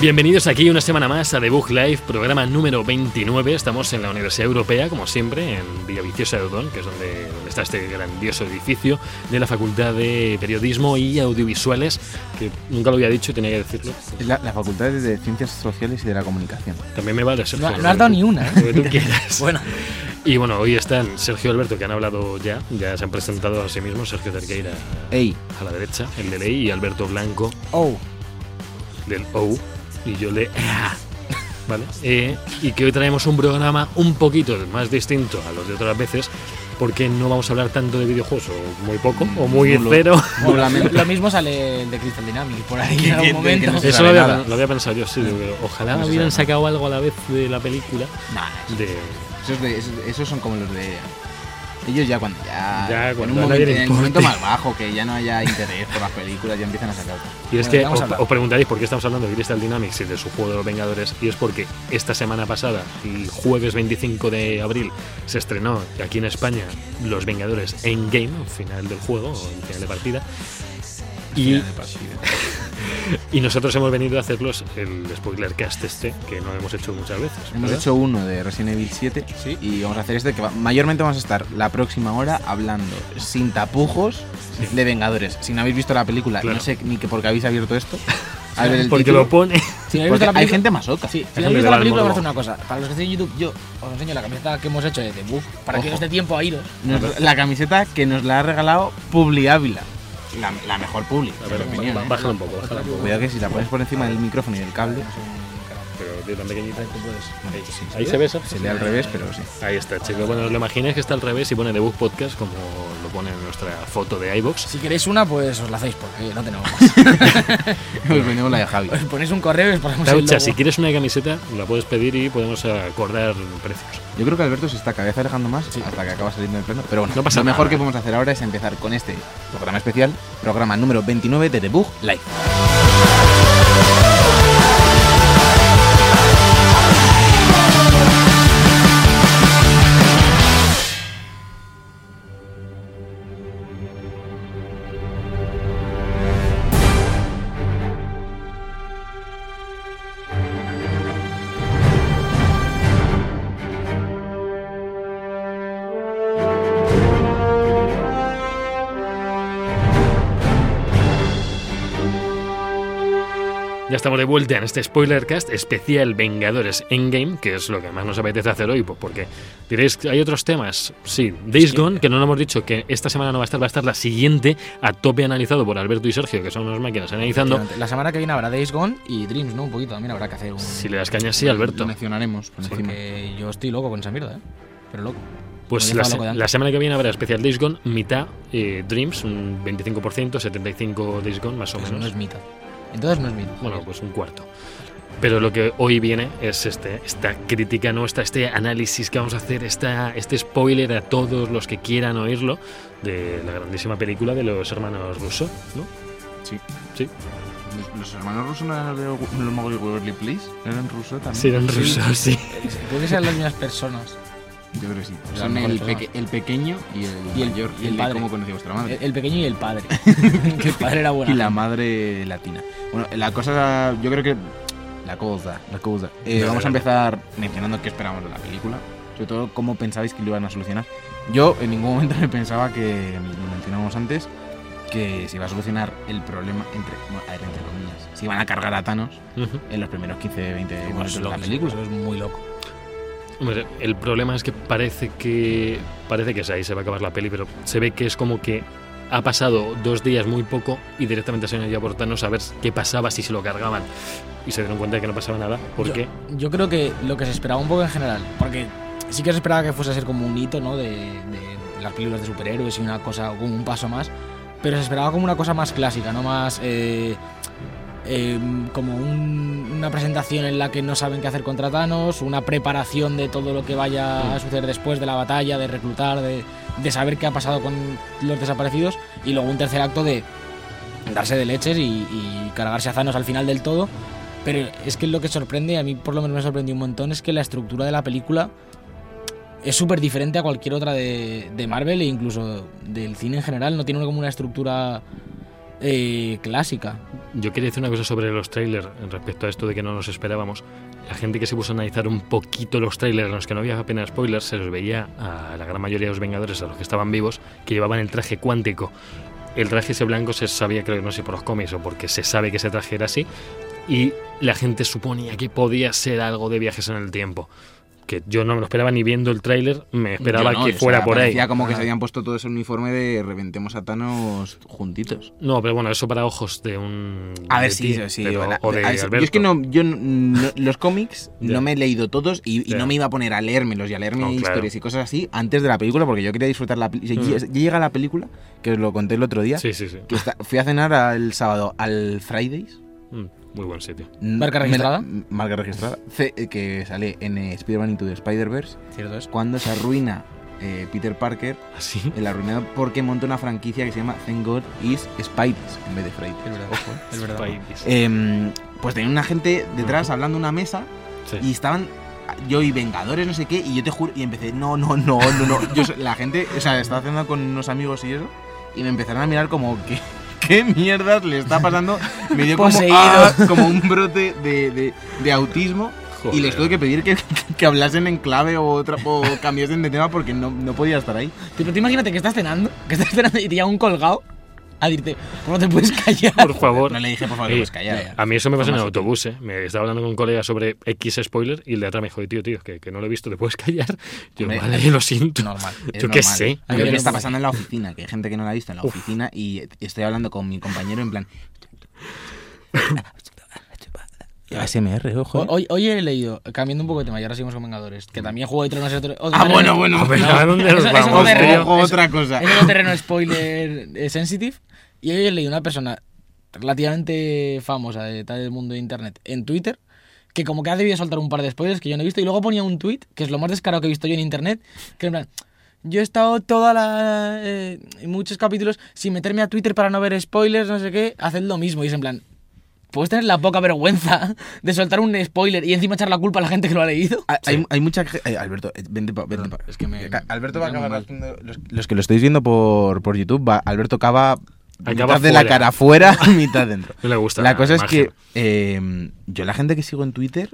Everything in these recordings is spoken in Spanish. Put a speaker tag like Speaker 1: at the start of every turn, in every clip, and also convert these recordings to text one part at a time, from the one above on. Speaker 1: Bienvenidos aquí una semana más a The Book Live, programa número 29. Estamos en la Universidad Europea, como siempre, en Villaviciosa de Odón, que es donde, donde está este grandioso edificio de la Facultad de Periodismo y Audiovisuales, que nunca lo había dicho y tenía que decirlo.
Speaker 2: La, la Facultad de Ciencias Sociales y de la Comunicación.
Speaker 1: También me vale, Sergio.
Speaker 3: No, no has dado ni una. ¿eh?
Speaker 1: Lo que tú quieras.
Speaker 3: Bueno,
Speaker 1: Y bueno, hoy están Sergio y Alberto, que han hablado ya, ya se han presentado a sí mismos, Sergio Cerqueira
Speaker 2: Ey,
Speaker 1: a la derecha, el de Ley, y Alberto Blanco,
Speaker 3: oh,
Speaker 1: del O y yo le E ¿Vale? Eh, y que hoy traemos un programa un poquito más distinto a los de otras veces, porque no vamos a hablar tanto de videojuegos, o muy poco, o muy
Speaker 2: Nulo.
Speaker 1: cero.
Speaker 2: Bueno,
Speaker 3: lo,
Speaker 2: lamento.
Speaker 3: lo mismo sale el de Crystal Dynamics por
Speaker 2: Que-
Speaker 3: ahí en
Speaker 2: que-
Speaker 3: algún
Speaker 2: que
Speaker 3: momento.
Speaker 2: no se
Speaker 1: Eso
Speaker 2: sabe
Speaker 1: lo había,
Speaker 2: nada.
Speaker 1: lo había pensado yo, sí, pero ojalá
Speaker 2: No se
Speaker 1: hubieran
Speaker 2: sabe
Speaker 1: sacado algo a la vez de la película
Speaker 3: Nah,
Speaker 1: de
Speaker 2: esos, de- esos- esos son como los de. Ellos ya cuando ya.
Speaker 1: Ya
Speaker 2: en
Speaker 1: cuando
Speaker 2: un
Speaker 1: a
Speaker 2: momento,
Speaker 1: nadie le
Speaker 2: en el
Speaker 1: importe.
Speaker 2: momento más bajo, que ya no haya interés por las películas, ya empiezan a sacar.
Speaker 1: Y es
Speaker 3: Bueno,
Speaker 1: que
Speaker 3: vamos
Speaker 1: os,
Speaker 3: a hablar.
Speaker 1: os preguntaréis por qué estamos hablando de Crystal Dynamics y de su juego de los Vengadores, y es porque esta semana pasada, el jueves 25 de abril, se estrenó aquí en España Los Vengadores Endgame, final del juego, o el final de partida. Y, y nosotros hemos venido a hacerlos el spoiler cast este, que no hemos hecho muchas veces.
Speaker 2: Hemos
Speaker 1: ¿verdad?
Speaker 2: hecho uno de Resident Evil 7
Speaker 3: Sí.
Speaker 2: y vamos a hacer este que va- mayormente vamos a estar la próxima hora hablando sin tapujos de Vengadores. Si no habéis visto la película,
Speaker 1: Claro.
Speaker 2: no sé ni que por qué habéis abierto esto. al ver el
Speaker 1: Porque
Speaker 2: título,
Speaker 1: lo pone.
Speaker 3: Si
Speaker 2: porque
Speaker 3: habéis visto la
Speaker 2: hay
Speaker 3: película-
Speaker 2: gente más loca.
Speaker 3: Sí, si
Speaker 1: Déjame
Speaker 3: habéis visto
Speaker 1: llevar
Speaker 3: la
Speaker 1: el
Speaker 3: película, voy a
Speaker 1: morbo.
Speaker 3: hacer una cosa. Para los que estéis en YouTube, yo os enseño la camiseta que hemos hecho de The Book para que
Speaker 2: Ojo.
Speaker 3: os dé tiempo a iros.
Speaker 2: Nos- la camiseta que nos la ha regalado Publi Ávila. La, la mejor Publi.
Speaker 1: A
Speaker 2: en
Speaker 1: ver,
Speaker 2: mi opinión,
Speaker 1: ba-
Speaker 2: ¿eh?
Speaker 1: bájala un poco, bájala un poco.
Speaker 2: Cuidado que si la pones por encima del micrófono y del cable,
Speaker 1: Pero de tan pequeñita. Ahí,
Speaker 2: sí,
Speaker 1: ahí se ve eso.
Speaker 2: se lee al revés, pero sí.
Speaker 1: Ahí está, chicos. Bueno, os lo imagináis que está al revés y pone The Book Podcast como lo pone en nuestra foto de iBox.
Speaker 3: Si queréis una, pues os la hacéis porque no tenemos más.
Speaker 2: Pues venimos la de Javi.
Speaker 3: Os ponéis un correo y os ponemos el
Speaker 1: Taucha,
Speaker 3: logo.
Speaker 1: si quieres una camiseta, la puedes pedir y podemos acordar precios.
Speaker 2: Yo creo que Alberto se está cada vez alejando más hasta que acaba saliendo del plano. Pero bueno,
Speaker 1: No pasa
Speaker 2: lo mejor
Speaker 1: nada.
Speaker 2: que podemos hacer ahora es empezar con este programa especial, programa número 29 de The Bug Live.
Speaker 1: Ya estamos de vuelta en este spoilercast especial Vengadores Endgame, que es lo que más nos apetece hacer hoy, pues porque diréis que hay otros temas. Sí, Days Gone, que no lo hemos dicho, que esta semana no va a estar, va a estar la siguiente a tope analizado por Alberto y Sergio, que son unas máquinas analizando.
Speaker 3: La semana que viene habrá Days Gone y Dreams, ¿no? Un poquito también habrá que hacer un.
Speaker 1: Si le das caña, sí,
Speaker 2: Lo
Speaker 1: Alberto.
Speaker 2: mencionaremos por encima.
Speaker 3: Porque yo estoy loco con esa mierda, ¿eh? Pero loco.
Speaker 1: Pues
Speaker 3: Como
Speaker 1: la,
Speaker 3: dijo
Speaker 1: se-
Speaker 3: Loco Dante.
Speaker 1: la semana que viene habrá especial Days Gone, mitad eh, Dreams, un 25%, 75% Days Gone más o
Speaker 3: Pues no
Speaker 1: menos.
Speaker 3: es mitad. Entonces no es mitad.
Speaker 1: Bueno, pues un cuarto. Pero lo que hoy viene es este, esta crítica nuestra, este análisis que vamos a hacer, esta, este spoiler a todos los que quieran oírlo de la grandísima película de los hermanos Russo, ¿no?
Speaker 2: Sí.
Speaker 1: Sí.
Speaker 2: Los, los hermanos rusos no eran los de los Mowgli Waverly Place. ¿No eran rusos también?
Speaker 1: Sí, eran rusos, sí.
Speaker 3: Creo que sean las mismas personas.
Speaker 2: Yo creo que sí.
Speaker 3: Eran
Speaker 2: Son el,
Speaker 3: mejores
Speaker 2: peque- el pequeño y el Eh,
Speaker 3: Y el-
Speaker 2: mayor.
Speaker 3: y el
Speaker 2: de
Speaker 3: padre.
Speaker 2: cómo conocí a vuestra Ah, madre.
Speaker 3: El, el pequeño y el padre. que el padre era bueno.
Speaker 2: y la madre latina. Bueno, la cosa, yo creo que... La cosa, la cosa. Eh,
Speaker 1: Dale,
Speaker 2: vamos a
Speaker 1: dale.
Speaker 2: empezar mencionando qué esperamos de la película. Sobre todo, cómo pensabais que lo iban a solucionar. Yo en ningún momento me pensaba que, lo mencionamos antes, que se iba a solucionar el problema entre... Bueno, a ver, entre comillas. Se iban a cargar a Thanos
Speaker 1: Ujú.
Speaker 2: en los primeros 15, 20
Speaker 1: Igual
Speaker 2: minutos
Speaker 1: es
Speaker 2: de
Speaker 1: Pues lo
Speaker 2: la
Speaker 1: que-
Speaker 2: película.
Speaker 3: Eso es muy loco.
Speaker 1: Hombre, el problema es que parece que parece que es ahí se va a acabar la peli, pero se ve que es como que ha pasado dos días muy poco y directamente se han ido a por Thanos a ver qué pasaba si se lo cargaban y se dieron cuenta de que no pasaba nada porque
Speaker 3: Yo, yo creo que lo que se esperaba un poco en general, porque sí que se esperaba que fuese a ser como un hito, ¿no? De, de las películas de superhéroes y una cosa, como un paso más, pero se esperaba como una cosa más clásica, ¿no? Más eh, eh, como un- una presentación en la que no saben qué hacer contra Thanos, una preparación de todo lo que vaya a suceder después de la batalla, de reclutar, de, de saber qué ha pasado con los desaparecidos, y luego un tercer acto de darse de leches y, y cargarse a Thanos al final del todo Pero es que lo que sorprende, a mí por lo menos me sorprendió un montón, es que la estructura de la película es súper diferente a cualquier otra de, de Marvel e incluso del cine en general. No tiene como una estructura eh, clásica.
Speaker 1: Yo quería decir una cosa sobre los trailers respecto a esto de que no nos esperábamos. La gente que se puso a analizar un poquito los trailers en los que no había apenas spoilers, se los veía a la gran mayoría de los Vengadores, a los que estaban vivos, que llevaban el traje cuántico. El traje ese blanco se sabía, creo que no sé por los cómics o porque se sabe que ese traje era así, y la gente suponía que podía ser algo de viajes en el tiempo. Que yo no me lo esperaba ni viendo el tráiler, me esperaba
Speaker 2: Yo no,
Speaker 1: que
Speaker 2: o
Speaker 1: fuera
Speaker 2: sea,
Speaker 1: por ahí.
Speaker 2: Parecía como que se habían puesto todo ese uniforme de reventemos a Thanos juntitos.
Speaker 1: No, pero bueno, eso para ojos de un.
Speaker 2: A ver
Speaker 1: de
Speaker 2: si.
Speaker 1: ti,
Speaker 2: sí,
Speaker 1: pero-
Speaker 2: hola.
Speaker 1: o de
Speaker 2: A ver, sí.
Speaker 1: Alberto.
Speaker 2: Yo es que no, yo n- no- los cómics
Speaker 1: Ya.
Speaker 2: no me he leído todos y, y
Speaker 1: Ya.
Speaker 2: no me iba a poner a leérmelos y a leerme
Speaker 1: No, claro.
Speaker 2: historias y cosas así antes de la película porque yo quería disfrutar la película.
Speaker 1: Mm.
Speaker 2: Yo llegué a la película, que os lo conté el otro día,
Speaker 1: Sí, sí, sí.
Speaker 2: que está- fui a cenar al sábado al Fridays.
Speaker 1: Mm, Muy buen sitio.
Speaker 3: ¿Marca
Speaker 2: Me la-
Speaker 3: registrada?
Speaker 2: Marca registrada. Ce- Que sale en eh, Spider-Man Into the Spider-Verse.
Speaker 3: Cierto es.
Speaker 2: Cuando se arruina eh, Peter Parker,
Speaker 1: Así.
Speaker 2: el arruinado porque monta una franquicia que se llama Thank God is Spiders en vez de Fridays.
Speaker 3: Es verdad, es verdad.
Speaker 1: País.
Speaker 2: Em, pues tenía una gente detrás hablando en una mesa
Speaker 1: Sí.
Speaker 2: y estaban yo y Vengadores, no sé qué, y yo te juro, y empecé, no, no, no, no, no. Yo, so- la gente, o sea, estaba haciendo con unos amigos y eso, y me empezaron a mirar como, ¿qué, qué mierdas le está pasando? Me dio como,
Speaker 3: Poseído.
Speaker 2: "Ah", como un brote de, de- de autismo. Y
Speaker 1: Joder.
Speaker 2: les tuve que pedir que, que hablasen en clave o, otra, o cambiasen de tema porque no, no podía estar ahí.
Speaker 3: Tipo, tú imagínate que estás cenando, que estás cenando y te llega un colgado a decirte, ¿cómo te puedes callar?
Speaker 1: Por favor.
Speaker 2: No le dije, por favor,
Speaker 1: Ey,
Speaker 2: pues calla.
Speaker 1: A mí eso me pasó en el
Speaker 2: Forma sutil.
Speaker 1: autobús, ¿eh? Me estaba hablando con un colega sobre X spoiler y el de atrás me dijo, tío, tío, que, que no lo he visto, ¿te puedes callar? Yo,
Speaker 2: Hombre,
Speaker 1: vale, lo siento.
Speaker 2: normal. es
Speaker 1: Yo qué
Speaker 2: normal.
Speaker 1: sé.
Speaker 2: A mí
Speaker 3: Yo
Speaker 2: me
Speaker 3: no
Speaker 2: está
Speaker 3: puedo.
Speaker 2: pasando en la oficina, que hay gente que no la ha visto en la oficina y estoy hablando con mi compañero en plan. ASMR, ojo. eh.
Speaker 3: O- Hoy, hoy he leído, cambiando un poco de tema, y ahora seguimos con Vengadores, que también Juego de Tronos es otro... otro
Speaker 2: Ah, bueno,
Speaker 3: terreno-
Speaker 2: bueno.
Speaker 1: A ver,
Speaker 2: bueno.
Speaker 1: ¿a dónde nos
Speaker 3: Eso- eso
Speaker 1: vamos,
Speaker 3: me
Speaker 1: tío?
Speaker 3: refiero.
Speaker 2: Ojo, otra cosa.
Speaker 3: Es otro terreno spoiler eh, sensitive. Y hoy he leído una persona relativamente famosa de tal del mundo de internet en Twitter que como que ha debido soltar un par de spoilers que yo no he visto y luego ponía un tweet que es lo más descarado que he visto yo en internet que en plan yo he estado toda la eh, en muchos capítulos sin meterme a Twitter para no ver spoilers no sé qué haced lo mismo y es en plan puedes tener la poca vergüenza de soltar un spoiler y encima echar la culpa a la gente que lo ha leído
Speaker 2: Hay, hay- hay mucha ge- eh, Alberto, eh, vente pa- vente pa-
Speaker 3: es que me-
Speaker 2: Ca- Alberto
Speaker 3: me
Speaker 2: va a
Speaker 3: cae
Speaker 2: acabar
Speaker 3: muy mal.
Speaker 2: haciendo- los, los que lo estáis viendo por, por YouTube, va, Alberto cava mitad
Speaker 1: Acaba
Speaker 2: de la
Speaker 1: fuera.
Speaker 2: cara afuera, mitad dentro.
Speaker 1: No le gusta
Speaker 2: La cosa es
Speaker 1: imagen.
Speaker 2: que eh, yo la gente que sigo en Twitter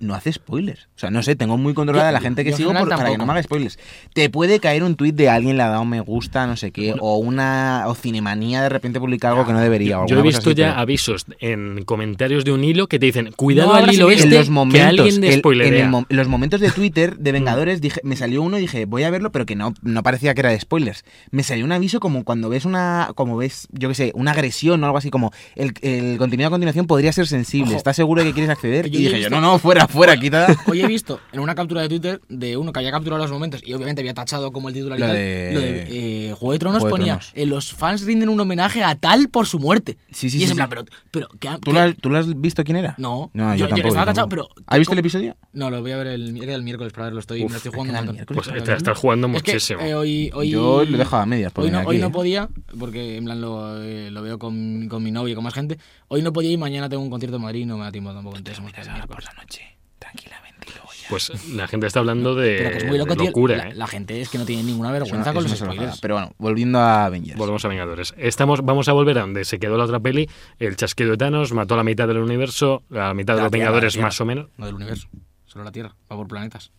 Speaker 2: no hace spoilers. O sea, no sé, tengo muy controlada la gente que
Speaker 3: yo en
Speaker 2: sigo
Speaker 3: general
Speaker 2: por- para que no
Speaker 3: tampoco.
Speaker 2: me haga spoilers. Te puede caer un tweet de alguien le ha dado me gusta, no sé qué, o una o cinemanía de repente publica algo que no debería. o
Speaker 1: Yo he
Speaker 2: alguna cosa
Speaker 1: visto
Speaker 2: así,
Speaker 1: ya
Speaker 2: pero-
Speaker 1: avisos en comentarios de un hilo que te dicen, cuidado
Speaker 3: No
Speaker 1: al
Speaker 3: abras
Speaker 1: hilo
Speaker 3: el hilo.
Speaker 1: este,
Speaker 2: en los
Speaker 1: que
Speaker 2: momentos,
Speaker 1: alguien
Speaker 2: el-
Speaker 1: te
Speaker 2: en
Speaker 1: spoilerea.
Speaker 2: el mom- los momentos de Twitter
Speaker 3: Mm.
Speaker 2: de Vengadores, dije, me salió uno y dije, voy a verlo, pero que no, no parecía que era de spoilers. Me salió un aviso como cuando ves una, como ves, yo qué sé, una agresión o algo así, como el, el contenido a continuación podría ser sensible.
Speaker 3: Ojo.
Speaker 2: ¿Estás seguro que quieres acceder?
Speaker 3: Que
Speaker 2: Y
Speaker 3: yo
Speaker 2: dije,
Speaker 3: he
Speaker 2: yo, no,
Speaker 3: visto-
Speaker 2: no, fuera, fuera, quita.
Speaker 3: Hoy he visto en una captura de Twitter de uno que había capturado los momentos y obviamente había tachado como el titular y
Speaker 2: Lo
Speaker 3: tal,
Speaker 2: de-
Speaker 3: lo de, eh, Juego de Tronos
Speaker 2: Juego de
Speaker 3: ponía
Speaker 2: Tronos.
Speaker 3: eh, los fans rinden un homenaje a tal por su muerte.
Speaker 2: Sí, sí,
Speaker 3: y
Speaker 2: sí,
Speaker 3: es en
Speaker 2: sí.
Speaker 3: plan, pero, pero ¿qué ha-
Speaker 2: ¿Tú
Speaker 3: qué-
Speaker 2: lo, has, tú lo has visto quién era?
Speaker 3: No,
Speaker 2: No, yo,
Speaker 3: yo- yo
Speaker 2: tampoco.
Speaker 3: estaba
Speaker 2: yo
Speaker 3: cachado,
Speaker 2: tampoco.
Speaker 3: pero-
Speaker 2: ¿Has visto el episodio?
Speaker 3: No, lo voy a ver el, era el miércoles para verlo, estoy,
Speaker 1: Uf,
Speaker 3: me estoy jugando
Speaker 2: es que
Speaker 3: un
Speaker 2: era el
Speaker 3: montón.
Speaker 1: Pues
Speaker 2: miércoles,
Speaker 1: te la estás jugando
Speaker 3: Es que,
Speaker 1: muchísimo.
Speaker 3: eh, hoy, hoy-
Speaker 2: Yo lo dejo a medias por
Speaker 3: hoy no,
Speaker 2: venir
Speaker 3: hoy
Speaker 2: aquí,
Speaker 3: no
Speaker 2: eh.
Speaker 3: podía, porque en plan lo, eh, lo veo con, con mi novia y con más gente. Hoy no podía y mañana tengo un concierto en Madrid y no me da tiempo tampoco. Entonces, hemos
Speaker 2: pues
Speaker 3: quedado miércoles.
Speaker 2: la noche, tranquilamente, luego ya.
Speaker 1: Pues la gente está hablando de,
Speaker 3: Pero que es muy loco,
Speaker 1: de
Speaker 3: tío.
Speaker 1: locura,
Speaker 3: la,
Speaker 1: ¿eh?
Speaker 3: la gente es que no tiene ninguna
Speaker 2: Es una-
Speaker 3: vergüenza
Speaker 2: es
Speaker 3: con
Speaker 2: una
Speaker 3: los
Speaker 2: salvajada.
Speaker 3: spoilers.
Speaker 2: Pero bueno, volviendo a Avengers.
Speaker 1: Volvemos a Vengadores. Estamos, vamos a volver a donde se quedó la otra peli. El chasquido de Thanos mató a la mitad del universo, la mitad de
Speaker 2: La
Speaker 1: los
Speaker 2: Tierra,
Speaker 1: Vengadores
Speaker 2: la Tierra.
Speaker 1: más o menos.
Speaker 3: No del universo, solo la Tierra, va por planetas.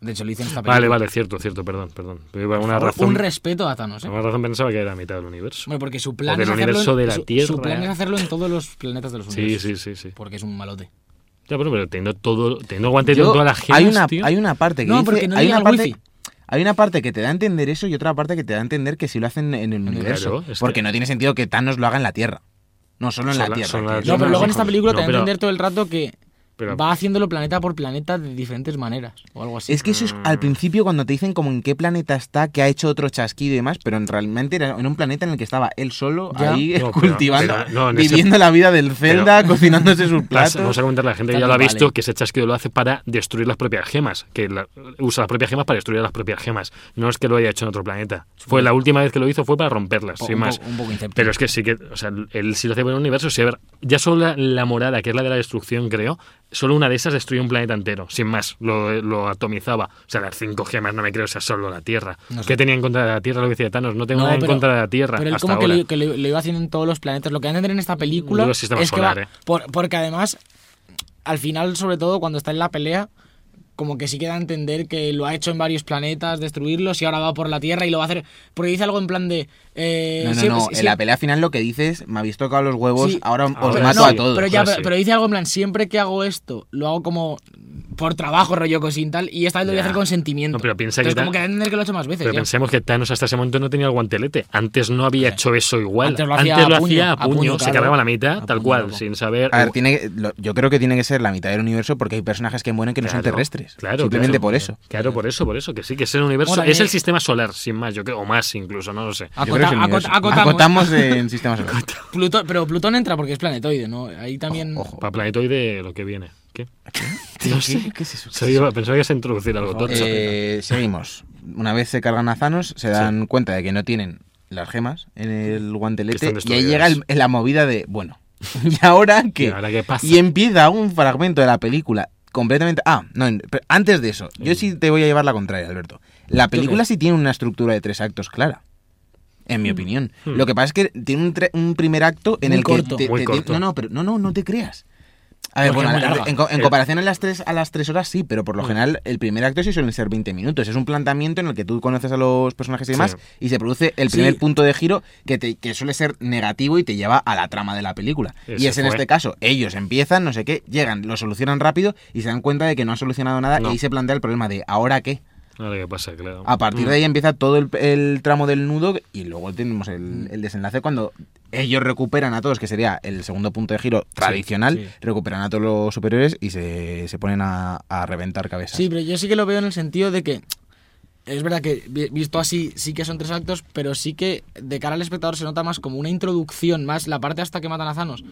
Speaker 3: De hecho, lo hice en esta película.
Speaker 1: Vale, vale, cierto, cierto, perdón, perdón. Una
Speaker 3: Por
Speaker 1: razón,
Speaker 3: Un respeto a Thanos, ¿eh?
Speaker 1: una razón pensaba que era la mitad del universo.
Speaker 3: Bueno, porque su plan,
Speaker 1: del
Speaker 3: es hacerlo
Speaker 1: universo
Speaker 3: en,
Speaker 1: de la
Speaker 3: su- Su,
Speaker 1: Tierra.
Speaker 3: plan es hacerlo en todos los planetas de los
Speaker 1: Sí,
Speaker 3: universos.
Speaker 1: sí, sí, sí.
Speaker 3: Porque es un malote.
Speaker 1: Ya, pero, pero teniendo todo, teniendo guante
Speaker 2: Yo-
Speaker 1: toda la gente.
Speaker 2: hay una, hay una parte que
Speaker 3: No,
Speaker 2: dice-
Speaker 3: porque no
Speaker 2: hay
Speaker 3: llega
Speaker 2: una
Speaker 3: el
Speaker 2: parte,
Speaker 3: wifi.
Speaker 2: hay una parte que te da a entender eso y otra parte que te da a entender que si lo hacen en el universo,
Speaker 1: es
Speaker 2: porque
Speaker 1: que-
Speaker 2: no tiene sentido que Thanos lo haga en la Tierra. No solo en
Speaker 1: Solo-
Speaker 2: la Tierra.
Speaker 1: solo en
Speaker 2: que
Speaker 1: la
Speaker 2: es
Speaker 1: Tierra.
Speaker 3: No,
Speaker 2: una
Speaker 3: pero luego en
Speaker 1: hijos.
Speaker 3: esta película
Speaker 1: No,
Speaker 3: te dan a
Speaker 1: pero-
Speaker 3: entender todo el rato que
Speaker 1: Pero
Speaker 3: va haciéndolo planeta por planeta de diferentes maneras o algo así.
Speaker 2: Es que eso es
Speaker 1: Mm.
Speaker 2: al principio cuando te dicen como en qué planeta está, que ha hecho otro chasquido y demás, pero en, realmente era en un planeta en el que estaba él solo
Speaker 3: Ya.
Speaker 2: ahí
Speaker 1: No, pero-
Speaker 2: cultivando,
Speaker 1: pero no, en ese-
Speaker 2: viviendo la vida del Zelda, cocinándose sus
Speaker 1: Las- vamos
Speaker 2: platos.
Speaker 1: a comentar a la gente que ya
Speaker 3: Tanto
Speaker 1: lo ha
Speaker 3: vale.
Speaker 1: visto que ese chasquido lo hace para destruir las propias gemas, que la- usa las propias gemas para destruir las propias gemas. No es que lo haya hecho en otro planeta. Fue la última vez que lo hizo fue para romperlas,
Speaker 3: Po-
Speaker 1: sin
Speaker 3: un,
Speaker 1: más.
Speaker 3: poco- un poco incepto.
Speaker 1: Pero es que sí que, o sea, él sí lo hace por el universo. Sí, a ver, ya solo la, la morada, que es la de la destrucción, creo, solo una de esas destruye un planeta entero, sin más, lo, lo atomizaba. O sea, las cinco gemas, no me creo, o sea, solo la Tierra.
Speaker 3: No sé.
Speaker 1: ¿Qué tenía en contra de la Tierra? Lo que decía Thanos, no tengo
Speaker 3: No,
Speaker 1: nada en
Speaker 3: pero-
Speaker 1: contra de la Tierra.
Speaker 3: Pero él
Speaker 1: hasta
Speaker 3: como que,
Speaker 1: ahora. Mm,
Speaker 3: lo, que lo- lo iba haciendo en todos los planetas. Lo que van a entender en esta película
Speaker 1: Digo,
Speaker 3: es
Speaker 1: sistema
Speaker 3: que va-
Speaker 1: solar, ¿eh?
Speaker 3: por- porque además, al final, sobre todo cuando está en la pelea, como que sí queda a entender que lo ha hecho en varios planetas, destruirlos, y ahora va por la Tierra y lo va a hacer... Porque dice algo en plan de... eh,
Speaker 2: No, no,
Speaker 3: siempre-
Speaker 2: no, en la
Speaker 3: siempre-
Speaker 2: pelea final lo que dices, me habéis tocado los huevos,
Speaker 3: Sí.
Speaker 2: ahora os
Speaker 1: Ahora
Speaker 2: mato
Speaker 1: sí.
Speaker 2: a todos.
Speaker 3: Pero, ya,
Speaker 1: ahora
Speaker 3: pero,
Speaker 1: sí.
Speaker 3: pero dice algo en plan, siempre que hago esto, lo hago como por trabajo, rollo cosin tal, y esta vez lo voy a
Speaker 1: Ya.
Speaker 3: hacer con sentimiento.
Speaker 1: No, pero piensa que
Speaker 3: Entonces,
Speaker 1: ta-
Speaker 3: como que da a entender que lo ha hecho más veces.
Speaker 1: Pero
Speaker 3: ya.
Speaker 1: pensemos que Thanos hasta ese momento no tenía el guantelete. Antes no había hecho eso igual.
Speaker 3: Antes lo hacía a puño,
Speaker 1: a
Speaker 3: a
Speaker 1: puño,
Speaker 3: puño,
Speaker 1: se
Speaker 3: claro.
Speaker 1: cargaba la mitad,
Speaker 3: A
Speaker 1: tal
Speaker 3: puño,
Speaker 1: cual,
Speaker 3: loco.
Speaker 1: sin saber.
Speaker 2: A ver, tiene que- lo- yo creo que tiene que ser la mitad del universo porque hay personajes que mueren que no son
Speaker 1: Claro,
Speaker 2: terrestres.
Speaker 1: claro,
Speaker 2: simplemente
Speaker 1: claro.
Speaker 2: por eso.
Speaker 1: Claro, por eso, por eso, que sí, que es el universo.
Speaker 3: Bueno,
Speaker 1: es el
Speaker 3: eh,
Speaker 1: sistema solar, sin más, yo creo, o más incluso, no lo sé.
Speaker 3: Acota-
Speaker 2: Yo creo que es el
Speaker 3: acota-
Speaker 2: universo.
Speaker 3: acotamos.
Speaker 2: Acotamos en sistemas solares.
Speaker 3: Plutón- pero Plutón entra porque es planetoide, ¿no? Ahí también...
Speaker 2: Ojo.
Speaker 1: Para planetoide, lo que viene. ¿Qué?
Speaker 2: ¿Qué-
Speaker 1: No sé.
Speaker 2: ¿Qué es eso?
Speaker 1: Se iba- pensaba que ibas a introducir algo tocho.
Speaker 2: Eh, seguimos. Una vez se cargan a Thanos, se dan cuenta de que no tienen las gemas en el
Speaker 1: Que
Speaker 2: guantelete
Speaker 1: están
Speaker 2: y ahí
Speaker 1: destruidas.
Speaker 2: llega el- la movida de, bueno, ¿y ahora qué?
Speaker 1: ¿Y ahora qué pasa?
Speaker 2: Y empieza un fragmento de la película completamente... Ah, no, en- pero antes de eso, yo sí te voy a llevar la contraria, Alberto. La película sí tiene una estructura de tres actos clara. En mi opinión. Lo que pasa es que tiene un, tre- un primer acto en
Speaker 3: Hmm. Muy
Speaker 2: el que...
Speaker 3: corto.
Speaker 2: te-
Speaker 1: Muy
Speaker 2: te-
Speaker 1: corto.
Speaker 2: no, no, pero no, no, no te creas. A ver,
Speaker 3: Porque
Speaker 2: bueno,
Speaker 3: es muy
Speaker 2: a- a-
Speaker 3: larga.
Speaker 2: en, co- en
Speaker 1: Eh.
Speaker 2: comparación a las, tres, a las tres horas sí, pero
Speaker 1: Mm.
Speaker 2: por lo general el primer acto sí suelen ser 20 minutos. Es un planteamiento en el que tú conoces a los personajes y demás
Speaker 1: Sí.
Speaker 2: y se produce el
Speaker 3: Sí.
Speaker 2: primer punto de giro que, te- que suele ser negativo y te lleva a la trama de la película.
Speaker 1: Ese
Speaker 2: y es en
Speaker 1: fue.
Speaker 2: este caso, ellos empiezan, no sé qué, llegan, lo solucionan rápido y se dan cuenta de que no han solucionado nada
Speaker 1: No.
Speaker 2: y ahí se plantea el problema de ¿ahora qué?
Speaker 1: Ahora qué pasa, claro.
Speaker 2: A partir
Speaker 1: Mm.
Speaker 2: de ahí empieza todo el, el tramo del nudo y luego tenemos
Speaker 3: Mm.
Speaker 2: el, el desenlace cuando ellos recuperan a todos, que sería el segundo punto de giro tradicional,
Speaker 3: sí.
Speaker 2: recuperan a todos los superiores y se, se ponen a, a reventar cabezas.
Speaker 3: Sí, pero yo sí que lo veo en el sentido de que es verdad que vi- visto así sí que son tres actos, pero sí que de cara al espectador se nota más como una introducción, más la parte hasta que matan a Thanos.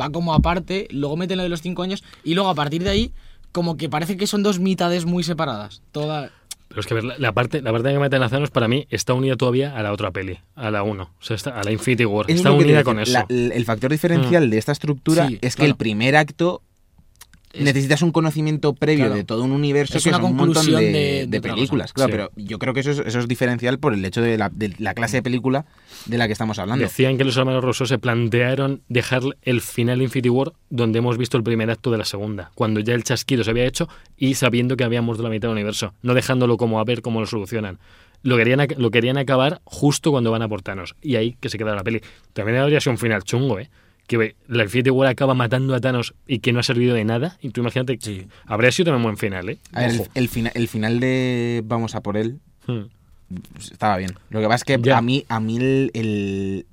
Speaker 3: Va como aparte, luego meten lo de los cinco años y luego a partir de ahí como que parece que son dos mitades muy separadas. Toda...
Speaker 1: Pero es que a ver, la, la parte, la parte que meten a Thanos para mí está unida todavía a la otra peli, a la 1, o sea, está- a la Infinity War.
Speaker 2: Eso es
Speaker 1: está
Speaker 2: lo que te
Speaker 1: unida
Speaker 2: decía,
Speaker 1: con eso.
Speaker 2: la- l- el factor diferencial de esta estructura
Speaker 3: Mm. Sí,
Speaker 2: es que
Speaker 3: claro.
Speaker 2: el primer acto necesitas un conocimiento previo
Speaker 3: Claro.
Speaker 2: de todo un universo
Speaker 3: Es
Speaker 2: que
Speaker 3: una
Speaker 2: son un montón de,
Speaker 3: conclusión de- de
Speaker 2: de
Speaker 3: otra
Speaker 2: películas.
Speaker 1: cosa.
Speaker 2: Claro,
Speaker 1: Sí.
Speaker 2: pero yo creo que eso es, eso es diferencial por el hecho de la, de la clase de película de la que estamos hablando.
Speaker 1: Decían que los hermanos Rosso se plantearon dejar el final de Infinity War donde hemos visto el primer acto de la segunda, cuando ya el chasquido se había hecho y sabiendo que había muerto la mitad del universo, no dejándolo como a ver cómo lo solucionan. Lo querían, ac- lo querían acabar justo cuando van a por Thanos y ahí que se queda la peli. También habría sido un final chungo, ¿eh? Que ve, la Infinity War acaba matando a Thanos y que no ha servido de nada. Y tú imagínate, habría sido también un buen final, ¿eh?
Speaker 2: A ver, el,
Speaker 1: Ojo.
Speaker 2: el fina- el final de Vamos a por él
Speaker 1: Hmm.
Speaker 2: pues, estaba bien. Lo que pasa es que
Speaker 1: Ya.
Speaker 2: a mí, a mí el, el-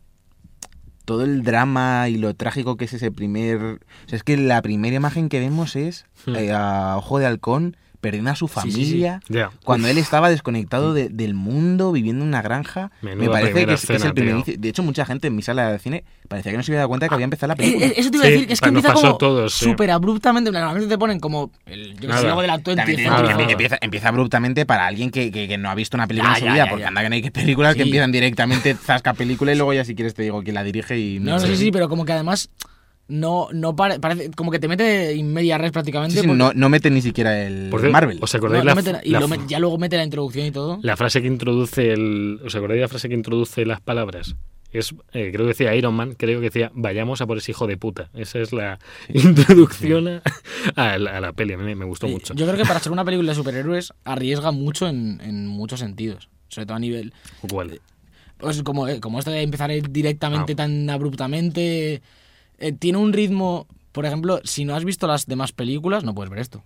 Speaker 2: todo el drama y lo trágico que es ese primer... o sea, es que la primera imagen que vemos es
Speaker 1: Hmm.
Speaker 2: eh, a Ojo de Halcón perdiendo a su
Speaker 3: sí, sí.
Speaker 2: familia.
Speaker 1: Ya. Hmm.
Speaker 2: Cuando él estaba desconectado de- del mundo, viviendo en una granja,
Speaker 1: Menuda
Speaker 2: me parece
Speaker 1: primera
Speaker 2: que es, que es
Speaker 1: escena,
Speaker 2: el primer
Speaker 1: tío. Ah,
Speaker 2: inicio. De hecho, mucha gente en mi sala de cine parecía que no se había dado cuenta de que había empezado la
Speaker 3: Eh,
Speaker 2: película.
Speaker 3: eh, Eso te iba a
Speaker 1: Sí,
Speaker 3: decir, que es que
Speaker 1: pa- nos
Speaker 3: empieza
Speaker 1: pasó
Speaker 3: como
Speaker 1: a todos, sí.
Speaker 3: súper abruptamente, normalmente te ponen como el, yo qué sé,
Speaker 1: Nada.
Speaker 3: luego del acto
Speaker 2: También te digo,
Speaker 3: empieza,
Speaker 1: Nada,
Speaker 2: empie-
Speaker 1: nada.
Speaker 2: empieza, empieza abruptamente para alguien que, que- que no ha visto una película
Speaker 3: Ya,
Speaker 2: en su
Speaker 3: ya,
Speaker 2: vida,
Speaker 3: ya,
Speaker 2: porque
Speaker 3: ya.
Speaker 2: anda que no hay que películas que
Speaker 3: Sí.
Speaker 2: empiezan directamente, zasca película y luego ya si quieres te digo quién la dirige y...
Speaker 3: No, no, sí, sí, pero como que además no, no pare- parece, como que te mete en media red prácticamente.
Speaker 2: Sí, sí,
Speaker 3: porque-
Speaker 2: no, no mete ni siquiera el
Speaker 1: Por cierto,
Speaker 2: Marvel.
Speaker 1: ¿Os acordáis
Speaker 3: No, no
Speaker 1: la-
Speaker 3: mete la- y
Speaker 1: la
Speaker 3: lo mete- ya luego mete la introducción y todo.
Speaker 1: La frase que introduce el. ¿Os acordáis de la frase que introduce las palabras? Es, eh, creo que decía Iron Man, creo que decía vayamos a por ese hijo de puta. Esa es la introducción a, a la, a la peli. A mí me- me gustó
Speaker 3: Sí,
Speaker 1: mucho.
Speaker 3: Yo creo que para ser una película de superhéroes arriesga mucho en, en muchos sentidos. Sobre todo a nivel.
Speaker 1: ¿Cuál?
Speaker 3: pues, como, eh, como esto de empezar eh, directamente
Speaker 1: Ah.
Speaker 3: tan abruptamente. eh, tiene un ritmo. Por ejemplo, si no has visto las demás películas, no puedes ver esto.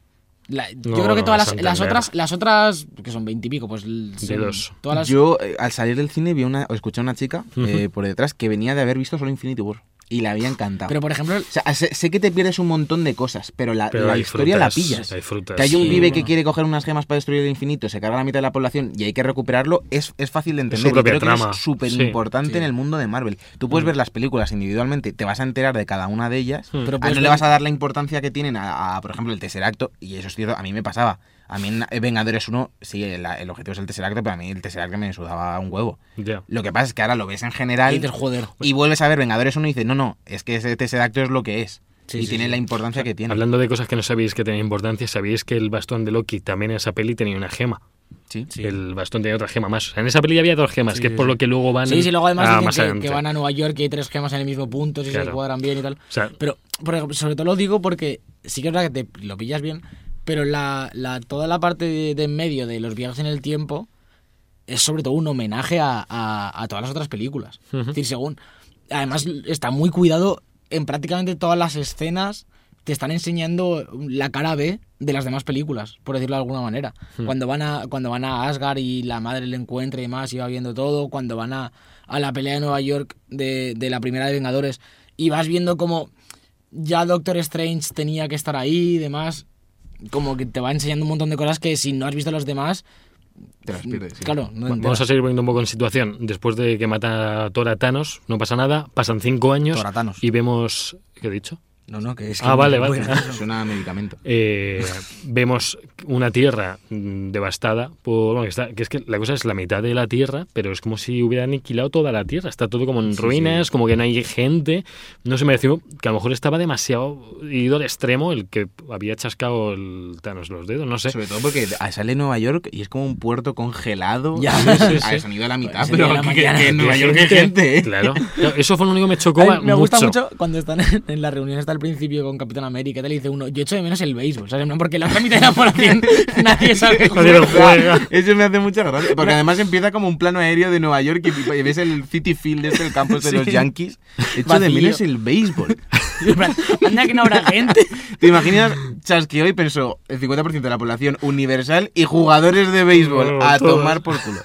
Speaker 3: La-
Speaker 1: No,
Speaker 3: yo creo que
Speaker 1: no
Speaker 3: todas
Speaker 1: vas a
Speaker 3: las, las
Speaker 1: entender.
Speaker 3: otras, las otras, que son veintipico, pues. l- son
Speaker 1: dos.
Speaker 3: Todas las,
Speaker 2: Yo, eh, al salir del cine, vi una, o escuché a una chica eh,
Speaker 1: Ujú.
Speaker 2: por detrás que venía de haber visto solo Infinity War. y la había encantado.
Speaker 3: Pero por ejemplo,
Speaker 2: O sea, sé, sé que te pierdes un montón de cosas, pero la,
Speaker 1: Pero
Speaker 2: la
Speaker 1: hay
Speaker 2: historia
Speaker 1: frutas,
Speaker 2: la pillas.
Speaker 1: hay frutas.
Speaker 2: que hay un
Speaker 3: Sí,
Speaker 2: vive que
Speaker 3: bueno.
Speaker 2: quiere coger unas gemas para destruir el infinito, se carga la mitad de la población y hay que recuperarlo, es, es fácil de entender.
Speaker 1: su
Speaker 2: y
Speaker 1: propia
Speaker 2: creo que
Speaker 1: trama.
Speaker 2: es súper
Speaker 3: Sí,
Speaker 2: importante
Speaker 3: sí.
Speaker 2: en el mundo de Marvel. Tú puedes
Speaker 1: Mm.
Speaker 2: ver las películas individualmente, te vas a enterar de cada una de ellas,
Speaker 1: Mm.
Speaker 3: Pero
Speaker 2: Ah,
Speaker 3: puedes
Speaker 2: no le
Speaker 3: ver-
Speaker 2: vas a dar la importancia que tienen a, a, por ejemplo, el Tesseracto, y eso es cierto, a mí me pasaba. A mí en Vengadores 1, sí, el, el objetivo es el Tesseracto, pero a mí el Tesseracto me sudaba un huevo.
Speaker 1: Ya.
Speaker 2: Lo que pasa es que ahora lo ves en
Speaker 3: ahí
Speaker 2: general
Speaker 3: dices, joder.
Speaker 2: y vuelves a ver Vengadores 1 y dices, no, no, es que ese Tesseracto es lo que es.
Speaker 3: Sí,
Speaker 2: y
Speaker 3: sí,
Speaker 2: tiene
Speaker 3: sí.
Speaker 2: la importancia que tiene.
Speaker 1: Hablando de cosas que no sabéis que tenían importancia, sabéis que el bastón de Loki también en esa peli tenía una gema.
Speaker 2: Sí.
Speaker 3: Sí.
Speaker 1: El bastón tenía otra gema más. O sea, en esa peli había dos gemas,
Speaker 3: Sí,
Speaker 1: que es
Speaker 3: sí,
Speaker 1: por
Speaker 3: sí.
Speaker 1: lo que luego van
Speaker 3: Sí, sí, luego
Speaker 1: a
Speaker 3: además
Speaker 1: más
Speaker 3: dicen que- que,
Speaker 1: adelante.
Speaker 3: van a Nueva York y hay tres gemas en el mismo punto, si
Speaker 1: Claro.
Speaker 3: se cuadran bien y tal.
Speaker 1: O sea,
Speaker 3: Pero, por ejemplo, sobre todo lo digo porque sí que es verdad que te lo pillas bien, pero la, la- toda la parte de, de en medio de los viajes en el tiempo es sobre todo un homenaje a, a- a todas las otras películas. Es decir, según. Además, está muy cuidado en prácticamente todas las escenas. Te están enseñando la cara B de las demás películas, por decirlo de alguna manera. Cuando van a cuando van a Asgard y la madre le encuentra y demás, y va viendo todo. Cuando van a, a la pelea de Nueva York de, de la primera de Vengadores y vas viendo como ya Doctor Strange tenía que estar ahí y demás. Como que te va enseñando un montón de cosas que si no has visto los demás,
Speaker 2: Te las pierdes. sí.
Speaker 3: claro, no
Speaker 1: Vamos
Speaker 3: enteras.
Speaker 1: a seguir poniendo un poco en situación. Después de que mata a Thor a Thanos, no pasa nada. Pasan cinco años
Speaker 2: Thor a Thanos.
Speaker 1: y vemos. ¿Qué he dicho?
Speaker 2: No, no, que es
Speaker 1: Ah, vale, vale.
Speaker 2: Suena a medicamento.
Speaker 1: Eh, vemos una tierra mm, devastada por. Bueno, que, está- que es que la cosa es la mitad de la tierra, pero es como si hubiera aniquilado toda la tierra. Está todo como en ruinas, como que no hay gente. No se me decimos que a lo mejor estaba demasiado ido al extremo el que había chascado el Thanos los dedos, no sé.
Speaker 2: Sobre todo porque a- sale Nueva York y es como un puerto congelado.
Speaker 3: Ya.
Speaker 2: Sí, sí,
Speaker 1: Sí,
Speaker 2: sí.
Speaker 1: sí.
Speaker 2: Ha sonido a Pues la mitad,
Speaker 3: Ese
Speaker 2: pero
Speaker 3: día de la
Speaker 2: que, que
Speaker 3: mañana.
Speaker 2: en Nueva
Speaker 1: Hay
Speaker 2: York hay gente. ¿eh?
Speaker 1: Claro. Claro, Eso fue lo único que me chocó.
Speaker 3: A mí me gusta
Speaker 1: mucho.
Speaker 3: mucho cuando están en, en la reunión hasta el principio con Capitán América y tal, y dice uno, yo echo de menos el béisbol, ¿sabes? En plan, Porque la otra mitad de la población nadie sabe
Speaker 1: Nadie lo
Speaker 3: jugar.
Speaker 1: juega.
Speaker 2: Eso me hace mucha gracia. Porque además empieza como un plano aéreo de Nueva York y, y ves el City Field, este, el campo este de los Yankees. Hecho de
Speaker 3: Vacío.
Speaker 2: menos el béisbol.
Speaker 3: Y en plan, Anda que no habrá gente.
Speaker 2: ¿Te imaginas? Chasqueó y pensó: el 50% de la población universal y jugadores de béisbol.
Speaker 1: Bueno,
Speaker 2: a
Speaker 1: todos.
Speaker 2: tomar por culo.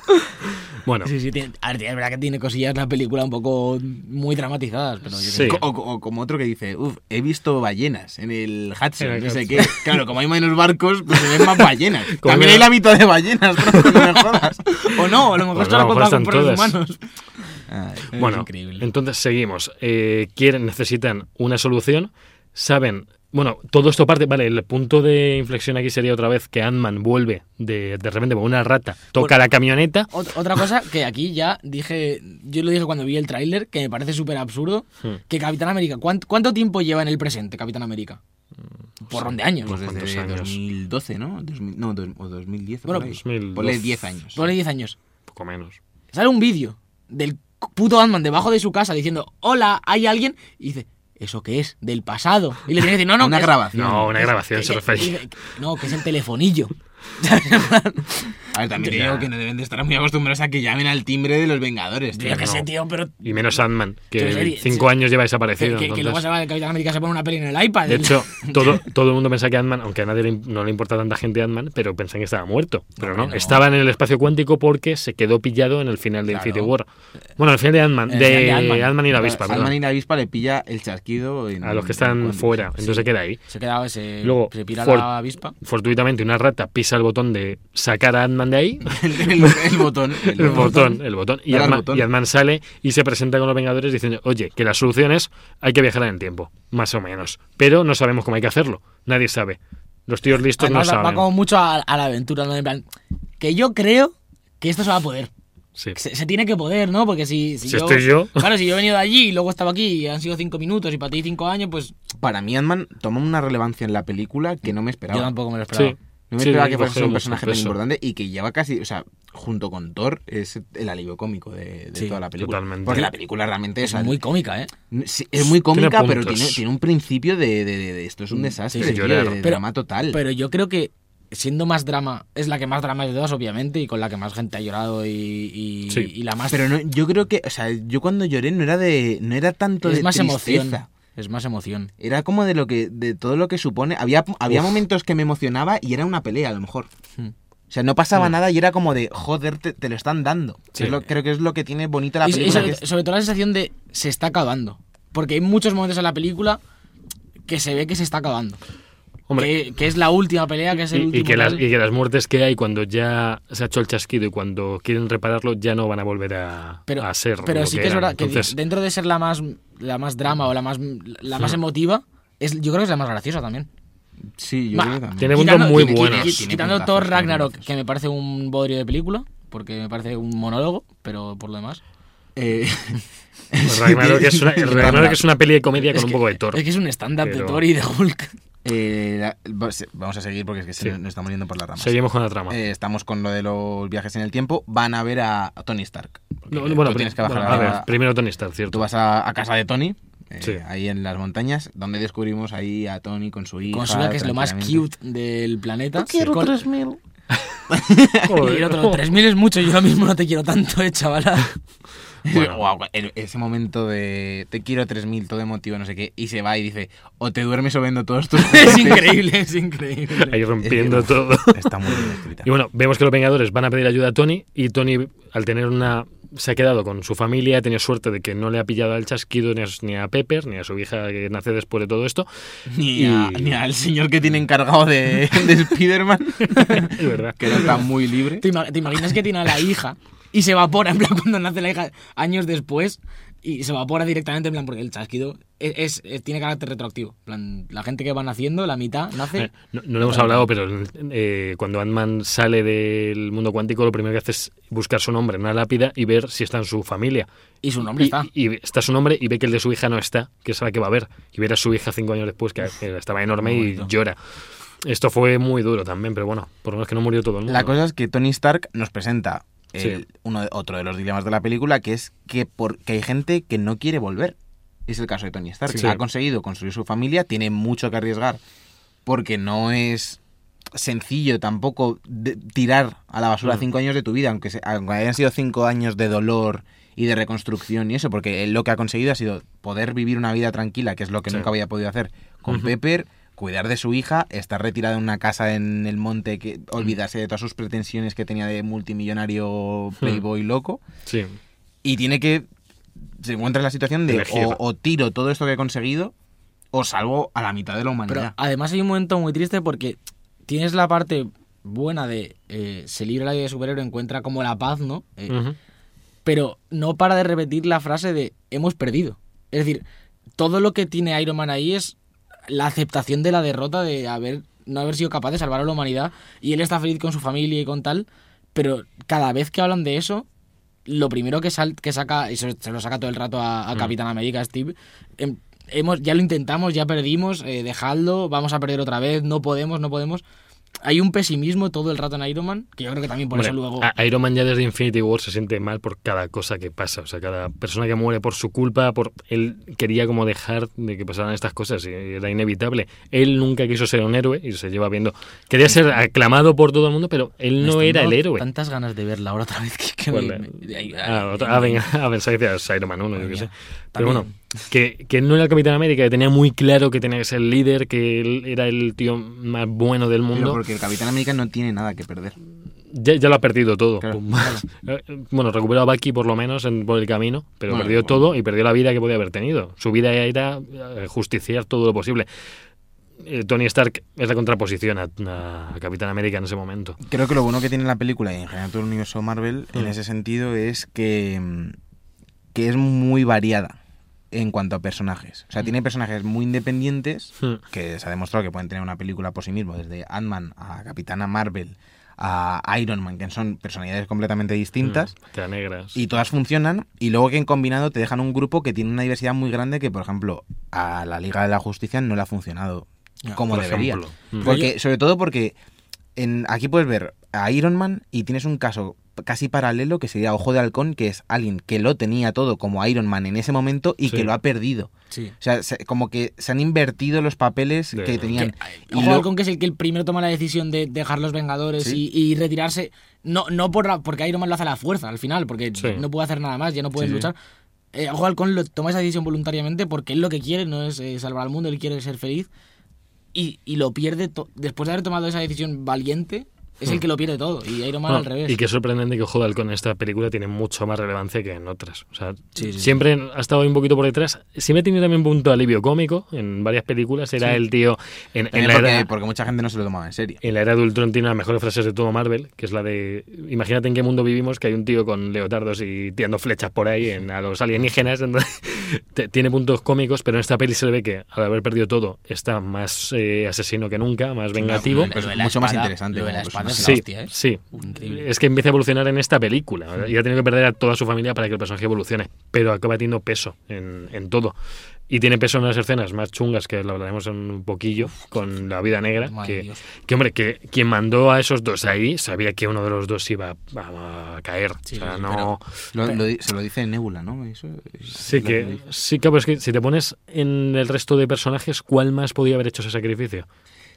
Speaker 1: Bueno,
Speaker 3: Sí, sí, tiene- a ver, es verdad que tiene cosillas la película un poco muy dramatizadas, pero yo
Speaker 1: Sí.
Speaker 3: creo que-
Speaker 2: O, o- o como otro que dice, uff, he visto ballenas en el Hudson,
Speaker 1: En el
Speaker 2: no sé
Speaker 1: Hudson.
Speaker 2: qué. Claro, como hay menos barcos, pues se ven más ballenas.
Speaker 1: Como
Speaker 2: También
Speaker 1: que-
Speaker 2: hay la mitad de ballenas, ¿no? No me jodas.
Speaker 3: O no, a lo mejor
Speaker 1: Pues
Speaker 3: solo
Speaker 1: a lo mejor
Speaker 3: contaba
Speaker 1: están
Speaker 3: con por los
Speaker 1: todas.
Speaker 3: humanos.
Speaker 2: Ay.
Speaker 3: Es
Speaker 1: Bueno,
Speaker 3: increíble.
Speaker 1: entonces seguimos. Eh, quieren, necesitan una solución, saben... Bueno, todo esto parte, vale, el punto de inflexión aquí sería otra vez que Ant-Man vuelve de, de repente como una rata, toca la camioneta.
Speaker 3: Ot- Otra cosa que aquí ya dije, yo lo dije cuando vi el tráiler, que me parece súper absurdo,
Speaker 1: Hmm.
Speaker 3: que Capitán América, ¿cuán- ¿cuánto, tiempo lleva en el presente Capitán América?
Speaker 1: Mm,
Speaker 3: Porrón de años.
Speaker 2: Pues
Speaker 1: ¿Cuántos
Speaker 2: desde
Speaker 1: años?
Speaker 2: 2012, ¿no? 2000 no, dos- o 2010.
Speaker 3: Bueno, pues
Speaker 2: por ahí.
Speaker 1: 2012.
Speaker 2: Ponle 10 años.
Speaker 3: Ponle 10 años.
Speaker 1: Poco menos.
Speaker 3: Sale un vídeo del puto Ant-Man debajo de su casa diciendo, hola, hay alguien, y dice, ¿eso qué es? Del pasado. Y le tiene que decir, no, no,
Speaker 2: Una
Speaker 3: que es-
Speaker 2: grabación.
Speaker 1: No, una
Speaker 3: que es-
Speaker 1: grabación
Speaker 3: que-
Speaker 1: se
Speaker 3: que-
Speaker 1: refería.
Speaker 3: que- No, que es el telefonillo.
Speaker 2: A ver, también te
Speaker 1: Ya.
Speaker 2: digo que no deben de estar muy acostumbrados a que llamen al timbre de los Vengadores. tío.
Speaker 3: Yo qué sé,
Speaker 1: no.
Speaker 3: tío, pero...
Speaker 1: Y menos Ant-Man,
Speaker 3: Entonces,
Speaker 1: que
Speaker 3: Eddie,
Speaker 1: cinco años lleva desaparecido.
Speaker 3: Que, que- que
Speaker 1: entonces-
Speaker 3: luego se va el Capitán América se pone una peli en el iPad.
Speaker 1: de hecho, todo, todo el mundo pensaba que Ant-Man, aunque a nadie le im- no le importa tanta gente Ant-Man, pero pensaban que estaba muerto. Pero no,
Speaker 2: Hombre, no.
Speaker 1: estaba en el espacio cuántico porque se quedó pillado en el final de
Speaker 2: Claro.
Speaker 1: Infinity War. Bueno, el final de Ant-Man,
Speaker 3: El final
Speaker 1: de
Speaker 3: de Ant-Man.
Speaker 1: Ant-Man y la
Speaker 3: Claro,
Speaker 1: avispa,
Speaker 2: Al
Speaker 1: perdón.
Speaker 2: man y la avispa le pilla el chasquido. en-
Speaker 1: a los que están
Speaker 2: cuando-
Speaker 1: fuera. Entonces se queda ahí.
Speaker 3: se queda, se,
Speaker 1: Luego,
Speaker 3: se pira
Speaker 1: Ford-
Speaker 3: la avispa.
Speaker 1: Fortuitamente, una rata pisa el botón de sacar a Ant-Man de ahí.
Speaker 2: el, el botón.
Speaker 1: El, botón, el botón. Y
Speaker 2: Dale al
Speaker 1: Ant-Man
Speaker 2: botón.
Speaker 1: y Ant-Man sale y se presenta con los Vengadores diciendo, oye, que la solución es hay que viajar en el tiempo, más o menos. Pero no sabemos cómo hay que hacerlo. Nadie sabe. Los tíos listos
Speaker 3: Además,
Speaker 1: no
Speaker 3: Ah, va, va
Speaker 1: saben.
Speaker 3: como mucho a, a la aventura, ¿no? En plan, que yo creo que esto se va a poder.
Speaker 1: Sí.
Speaker 3: Que Se, se tiene que poder, ¿no? Porque si,
Speaker 1: Si estoy yo.
Speaker 3: Claro, si yo he venido de allí y luego estaba aquí y han sido cinco minutos y para ti cinco años, pues
Speaker 2: Para mí, Ant-Man toma una relevancia en la película que no me esperaba.
Speaker 3: yo tampoco me lo esperaba.
Speaker 1: Sí.
Speaker 2: No me
Speaker 1: Sí,
Speaker 2: esperaba que
Speaker 1: coge
Speaker 2: fuese un
Speaker 1: mucho
Speaker 2: personaje tan
Speaker 1: peso.
Speaker 2: importante y que lleva casi, o sea, junto con Thor, es el alivio cómico de, de
Speaker 3: Sí,
Speaker 2: toda la película.
Speaker 1: totalmente.
Speaker 2: Porque la película realmente
Speaker 3: Es
Speaker 2: o sea,
Speaker 3: muy cómica, ¿eh?
Speaker 2: sí, es muy cómica,
Speaker 1: Tiene
Speaker 2: pero
Speaker 1: puntos.
Speaker 2: tiene, tiene un principio de, de- de- de esto es un desastre,
Speaker 1: sí,
Speaker 2: tío,
Speaker 1: llorar.
Speaker 2: de
Speaker 3: Mm, Pero-
Speaker 2: drama total.
Speaker 3: Pero yo creo que siendo más drama, es la que más drama es de todas, obviamente, y con la que más gente ha llorado y, y-
Speaker 1: Sí.
Speaker 3: y la más...
Speaker 2: Pero no, yo creo que, o sea, yo cuando lloré no era de, no era tanto
Speaker 3: es
Speaker 2: de
Speaker 3: más
Speaker 2: tristeza.
Speaker 3: emoción. Es más emoción.
Speaker 2: Era como de lo que, de todo lo que supone. Había, había momentos que me emocionaba y era una pelea a lo mejor.
Speaker 3: Hmm.
Speaker 2: O sea, no pasaba nada y era como de, joder, te, te lo están dando.
Speaker 1: Sí.
Speaker 2: Es lo- creo que es lo que tiene bonita la
Speaker 3: Y- y
Speaker 2: película. que
Speaker 3: sobre,
Speaker 2: es-
Speaker 3: sobre todo la sensación de se está acabando. Porque hay muchos momentos en la película que se ve que se está acabando.
Speaker 1: Hombre,
Speaker 3: Que, que es la última pelea, que es el
Speaker 1: Y- Y,
Speaker 3: último.
Speaker 1: que las,
Speaker 3: tal.
Speaker 1: y que las muertes que hay cuando ya se ha hecho el chasquido y cuando quieren repararlo ya no van a volver a, a ser.
Speaker 3: pero
Speaker 1: lo
Speaker 3: sí que, es
Speaker 1: eran.
Speaker 3: verdad que
Speaker 1: Entonces,
Speaker 3: dentro de ser la más la más drama o la más la más
Speaker 1: Sí.
Speaker 3: emotiva es, yo creo que es la más graciosa también
Speaker 2: Sí, yo
Speaker 3: Va,
Speaker 2: creo que también.
Speaker 1: tiene- momentos muy
Speaker 3: qui- qui-
Speaker 1: buenos.
Speaker 3: qui-
Speaker 2: Tiene
Speaker 3: quitando
Speaker 2: puntazos,
Speaker 3: Thor
Speaker 2: tiene
Speaker 3: Ragnarok
Speaker 2: puntazos.
Speaker 3: que me parece un bodrio de película porque me parece un monólogo pero por lo demás
Speaker 2: Eh,
Speaker 1: pues Ragnarok es una,
Speaker 2: tiene-
Speaker 1: Ragnarok es una peli de comedia
Speaker 3: Es
Speaker 1: con un
Speaker 3: que-
Speaker 1: poco de Thor.
Speaker 3: es que es un stand up de
Speaker 1: pero-
Speaker 3: Thor y de Hulk
Speaker 2: Eh, la- va- se- vamos a seguir porque es que se
Speaker 1: Sí.
Speaker 2: nos- nos estamos yendo por las ramas.
Speaker 1: Seguimos con la trama.
Speaker 2: Eh, estamos con lo de los viajes en el tiempo. Van a ver a a Tony Stark. Porque
Speaker 1: No,
Speaker 3: eh,
Speaker 2: tú
Speaker 1: bueno,
Speaker 2: tienes que
Speaker 1: bueno,
Speaker 2: bajar
Speaker 1: a ver,
Speaker 2: a-
Speaker 1: primero Tony Stark, ¿cierto?
Speaker 2: Tú vas a, a casa de Tony, eh,
Speaker 1: Sí.
Speaker 2: ahí en las montañas, donde descubrimos ahí a Tony con su hija.
Speaker 3: con Sura que es lo más
Speaker 2: tranquilamente.
Speaker 3: cute del planeta Con-
Speaker 2: 3000.
Speaker 3: y el otro 3000 es mucho yo ahora mismo no te quiero tanto eh chavala
Speaker 1: Bueno.
Speaker 2: Guau, el- ese momento de te quiero 3000, todo emotivo, no sé qué, y se va y dice, o te duermes o vendo todos tus...
Speaker 3: es increíble es increíble
Speaker 1: Ahí rompiendo todo.
Speaker 2: Está muy bien escrita.
Speaker 1: Y bueno, vemos que los Vengadores van a pedir ayuda a Tony y Tony, al tener una... Se ha quedado con su familia, ha tenido suerte de que no le ha pillado al chasquido ni a, ni a Pepper, ni a su hija que nace después de todo esto.
Speaker 2: Ni, a-
Speaker 1: Y-
Speaker 2: ni al señor que tiene encargado de, de Spider-Man,
Speaker 1: Es verdad.
Speaker 2: que no está muy libre.
Speaker 3: ¿Te, ima- te imaginas que tiene a la hija y se evapora, en plan, cuando nace la hija años después y se evapora directamente, en plan, porque el chasquido es, es- es- tiene carácter retroactivo. En plan, la gente que va naciendo, la mitad nace.
Speaker 1: Eh, No, no lo hemos hablado, pero eh, cuando Ant-Man sale del mundo cuántico, lo primero que hace es buscar su nombre en una lápida y ver si está en su familia.
Speaker 3: Y su nombre
Speaker 1: Y-
Speaker 3: está.
Speaker 1: Y, está su nombre y ve que el de su hija no está, que es a la que va a ver. Y ver a su hija cinco años después, que que estaba enorme y
Speaker 2: bonito.
Speaker 1: llora. Esto fue muy duro también, pero bueno, por lo menos que no murió todo el mundo.
Speaker 2: La cosa es que Tony Stark nos presenta el-
Speaker 1: Sí.
Speaker 2: uno de- otro de los dilemas de la película, que es que, por- que hay gente que no quiere volver. Es el caso de Tony Stark.
Speaker 1: Sí.
Speaker 2: Ha conseguido construir su familia, tiene mucho que arriesgar, porque no es sencillo tampoco de- tirar a la basura
Speaker 1: Mm.
Speaker 2: cinco años de tu vida, aunque, se- aunque hayan sido cinco años de dolor y de reconstrucción y eso, porque él lo que ha conseguido ha sido poder vivir una vida tranquila, que es lo que
Speaker 1: Sí.
Speaker 2: nunca había podido hacer con
Speaker 1: Ujú.
Speaker 2: Pepper, cuidar de su hija, estar retirada en una casa en el monte, que
Speaker 1: Mm.
Speaker 2: olvidarse de todas sus pretensiones que tenía de multimillonario playboy loco,
Speaker 1: Sí.
Speaker 2: y tiene que se encuentra en la situación de
Speaker 1: Elegir.
Speaker 2: o, o tiro todo esto que he conseguido o salvo a la mitad de la
Speaker 3: Pero
Speaker 2: humanidad.
Speaker 3: además hay un momento muy triste porque tienes la parte buena de eh, se libra la vida de superhéroe, encuentra como la paz, ¿no? Eh,
Speaker 1: Ujú.
Speaker 3: pero no para de repetir la frase de hemos perdido. Es decir, todo lo que tiene Iron Man ahí es la aceptación de la derrota de haber no haber sido capaz de salvar a la humanidad y él está feliz con su familia y con tal, pero cada vez que hablan de eso, lo primero que, sal- que saca, y se, se lo saca todo el rato a,
Speaker 1: Mm.
Speaker 3: a Capitán América, Steve, em- hemos, ya lo intentamos, ya perdimos, eh, dejadlo, vamos a perder otra vez, no podemos, no podemos. Hay un pesimismo todo el rato en Iron Man, que yo creo que también por
Speaker 1: Hombre,
Speaker 3: eso luego...
Speaker 1: a- Iron Man ya desde Infinity War se siente mal por cada cosa que pasa. O sea, cada persona que muere por su culpa, por él quería como dejar de que pasaran estas cosas y era inevitable. Él nunca quiso ser un héroe y se lleva viendo. Quería ser aclamado por todo el mundo, pero él
Speaker 3: Me
Speaker 1: no
Speaker 3: están
Speaker 1: era el
Speaker 3: dando
Speaker 1: héroe.
Speaker 3: Tantas ganas de verla ahora otra vez Este, que, que
Speaker 1: ¿Cuál
Speaker 3: me-
Speaker 1: era?
Speaker 3: me- ay, ay,
Speaker 1: Ah,
Speaker 3: ay,
Speaker 1: otra- ah, venga, a ver, sabía que era Iron Man 1, yo
Speaker 3: Madre
Speaker 1: qué sé.
Speaker 3: mía.
Speaker 1: Pero bueno,
Speaker 3: También.
Speaker 1: que, que él no era el Capitán América, que tenía muy claro que tenía que ser el líder, que él era el tío más bueno del
Speaker 2: Pero
Speaker 1: mundo.
Speaker 2: porque el Capitán América no tiene nada que perder.
Speaker 1: Ya, ya lo ha perdido todo.
Speaker 2: Claro,
Speaker 1: Pum. Eh, Bueno, recuperó a Bucky por lo menos en- por el camino, pero
Speaker 2: Bueno,
Speaker 1: perdió
Speaker 2: bueno.
Speaker 1: todo y perdió la vida que podía haber tenido. Su vida era eh, justiciar todo lo posible. Eh, Tony Stark es la contraposición a, a Capitán América en ese momento.
Speaker 2: Creo que lo bueno que tiene la película y en general todo el universo Marvel en
Speaker 1: Mm.
Speaker 2: ese sentido es que, mm, que es muy variada en cuanto a personajes. O
Speaker 1: Mm.
Speaker 2: sea, tiene personajes muy independientes
Speaker 1: Hmm.
Speaker 2: que se ha demostrado que pueden tener una película por sí mismo, desde Ant-Man a Capitana Marvel a Iron Man, que son personalidades completamente distintas.
Speaker 1: Hmm, Te negras.
Speaker 2: Y todas funcionan, y luego que en combinado te dejan un grupo que tiene una diversidad muy grande que, por ejemplo, a la Liga de la Justicia no le ha funcionado
Speaker 3: Ya,
Speaker 2: como
Speaker 1: por
Speaker 2: debería.
Speaker 1: ejemplo. Mm.
Speaker 2: Porque, sobre todo porque en, aquí puedes ver a Iron Man y tienes un caso casi paralelo que sería Ojo de Halcón, que es alguien que lo tenía todo como Iron Man en ese momento y
Speaker 1: Sí.
Speaker 2: que lo ha perdido.
Speaker 3: Sí.
Speaker 2: O sea, se- como que se han invertido los papeles
Speaker 1: De-
Speaker 2: que tenían.
Speaker 3: Que,
Speaker 2: Y
Speaker 3: ojo,
Speaker 2: lo-
Speaker 3: Halcón, que es el que el primero toma la decisión de dejar los Vengadores
Speaker 2: Sí.
Speaker 3: y, y retirarse. No, no por la- porque Iron Man lo hace a la fuerza al final, porque
Speaker 1: Sí.
Speaker 3: no puede hacer nada más, ya no puede
Speaker 2: Sí, sí.
Speaker 3: luchar. Eh, ojo, Halcón lo toma esa decisión voluntariamente porque él lo que quiere no es eh, salvar al mundo, él quiere ser feliz. Y, y lo pierde to- después de haber tomado esa decisión valiente, es el que lo pierde todo. Y Iron Man
Speaker 1: Mm. No,
Speaker 3: al revés.
Speaker 1: Y que es sorprendente que Ojo de Halcón en esta película tiene mucho más relevancia que en otras. O sea,
Speaker 3: Sí, sí.
Speaker 1: siempre ha estado ahí un poquito por detrás. Siempre ha tenido también un punto de alivio cómico en varias películas. Era el tío en, en
Speaker 2: También
Speaker 1: la
Speaker 2: porque,
Speaker 1: era... Eh,
Speaker 2: porque mucha gente no se lo tomaba en serio.
Speaker 1: En la era de Ultron tiene las mejores frases de todo Marvel, que es la de imagínate en qué mundo vivimos que hay un tío con leotardos y tirando flechas por ahí en- a los alienígenas. Entonces, te- tiene puntos cómicos, pero en esta peli se ve que al haber perdido todo está más eh, asesino que nunca, más vengativo.
Speaker 2: pero
Speaker 3: Lo de
Speaker 2: es
Speaker 3: la
Speaker 2: mucho más
Speaker 3: espada-
Speaker 2: interesante
Speaker 3: Lo de la
Speaker 2: como
Speaker 3: espada es
Speaker 2: personaje.
Speaker 3: la
Speaker 1: Sí,
Speaker 3: hostia, ¿eh?
Speaker 1: sí.
Speaker 3: Increíble.
Speaker 1: Es que empieza a evolucionar en esta película. Y ha tenido que perder a toda su familia para que el personaje evolucione. Pero acaba teniendo peso en, en todo. Y tiene peso en las escenas más chungas, que lo hablaremos en un poquillo, con la vida negra.
Speaker 3: Madre
Speaker 1: Que,
Speaker 3: Dios.
Speaker 1: que, hombre, que quien mandó a esos dos ahí sabía que uno de los dos iba a, a caer.
Speaker 3: Sí,
Speaker 1: o sea,
Speaker 3: sí,
Speaker 1: no.
Speaker 2: Lo- lo di- se lo dice Nebula, ¿no? Eso es-
Speaker 1: Sí
Speaker 2: lo
Speaker 1: que,
Speaker 2: dice.
Speaker 1: sí, claro, es que si te pones en el resto de personajes, ¿cuál más podía haber hecho ese sacrificio?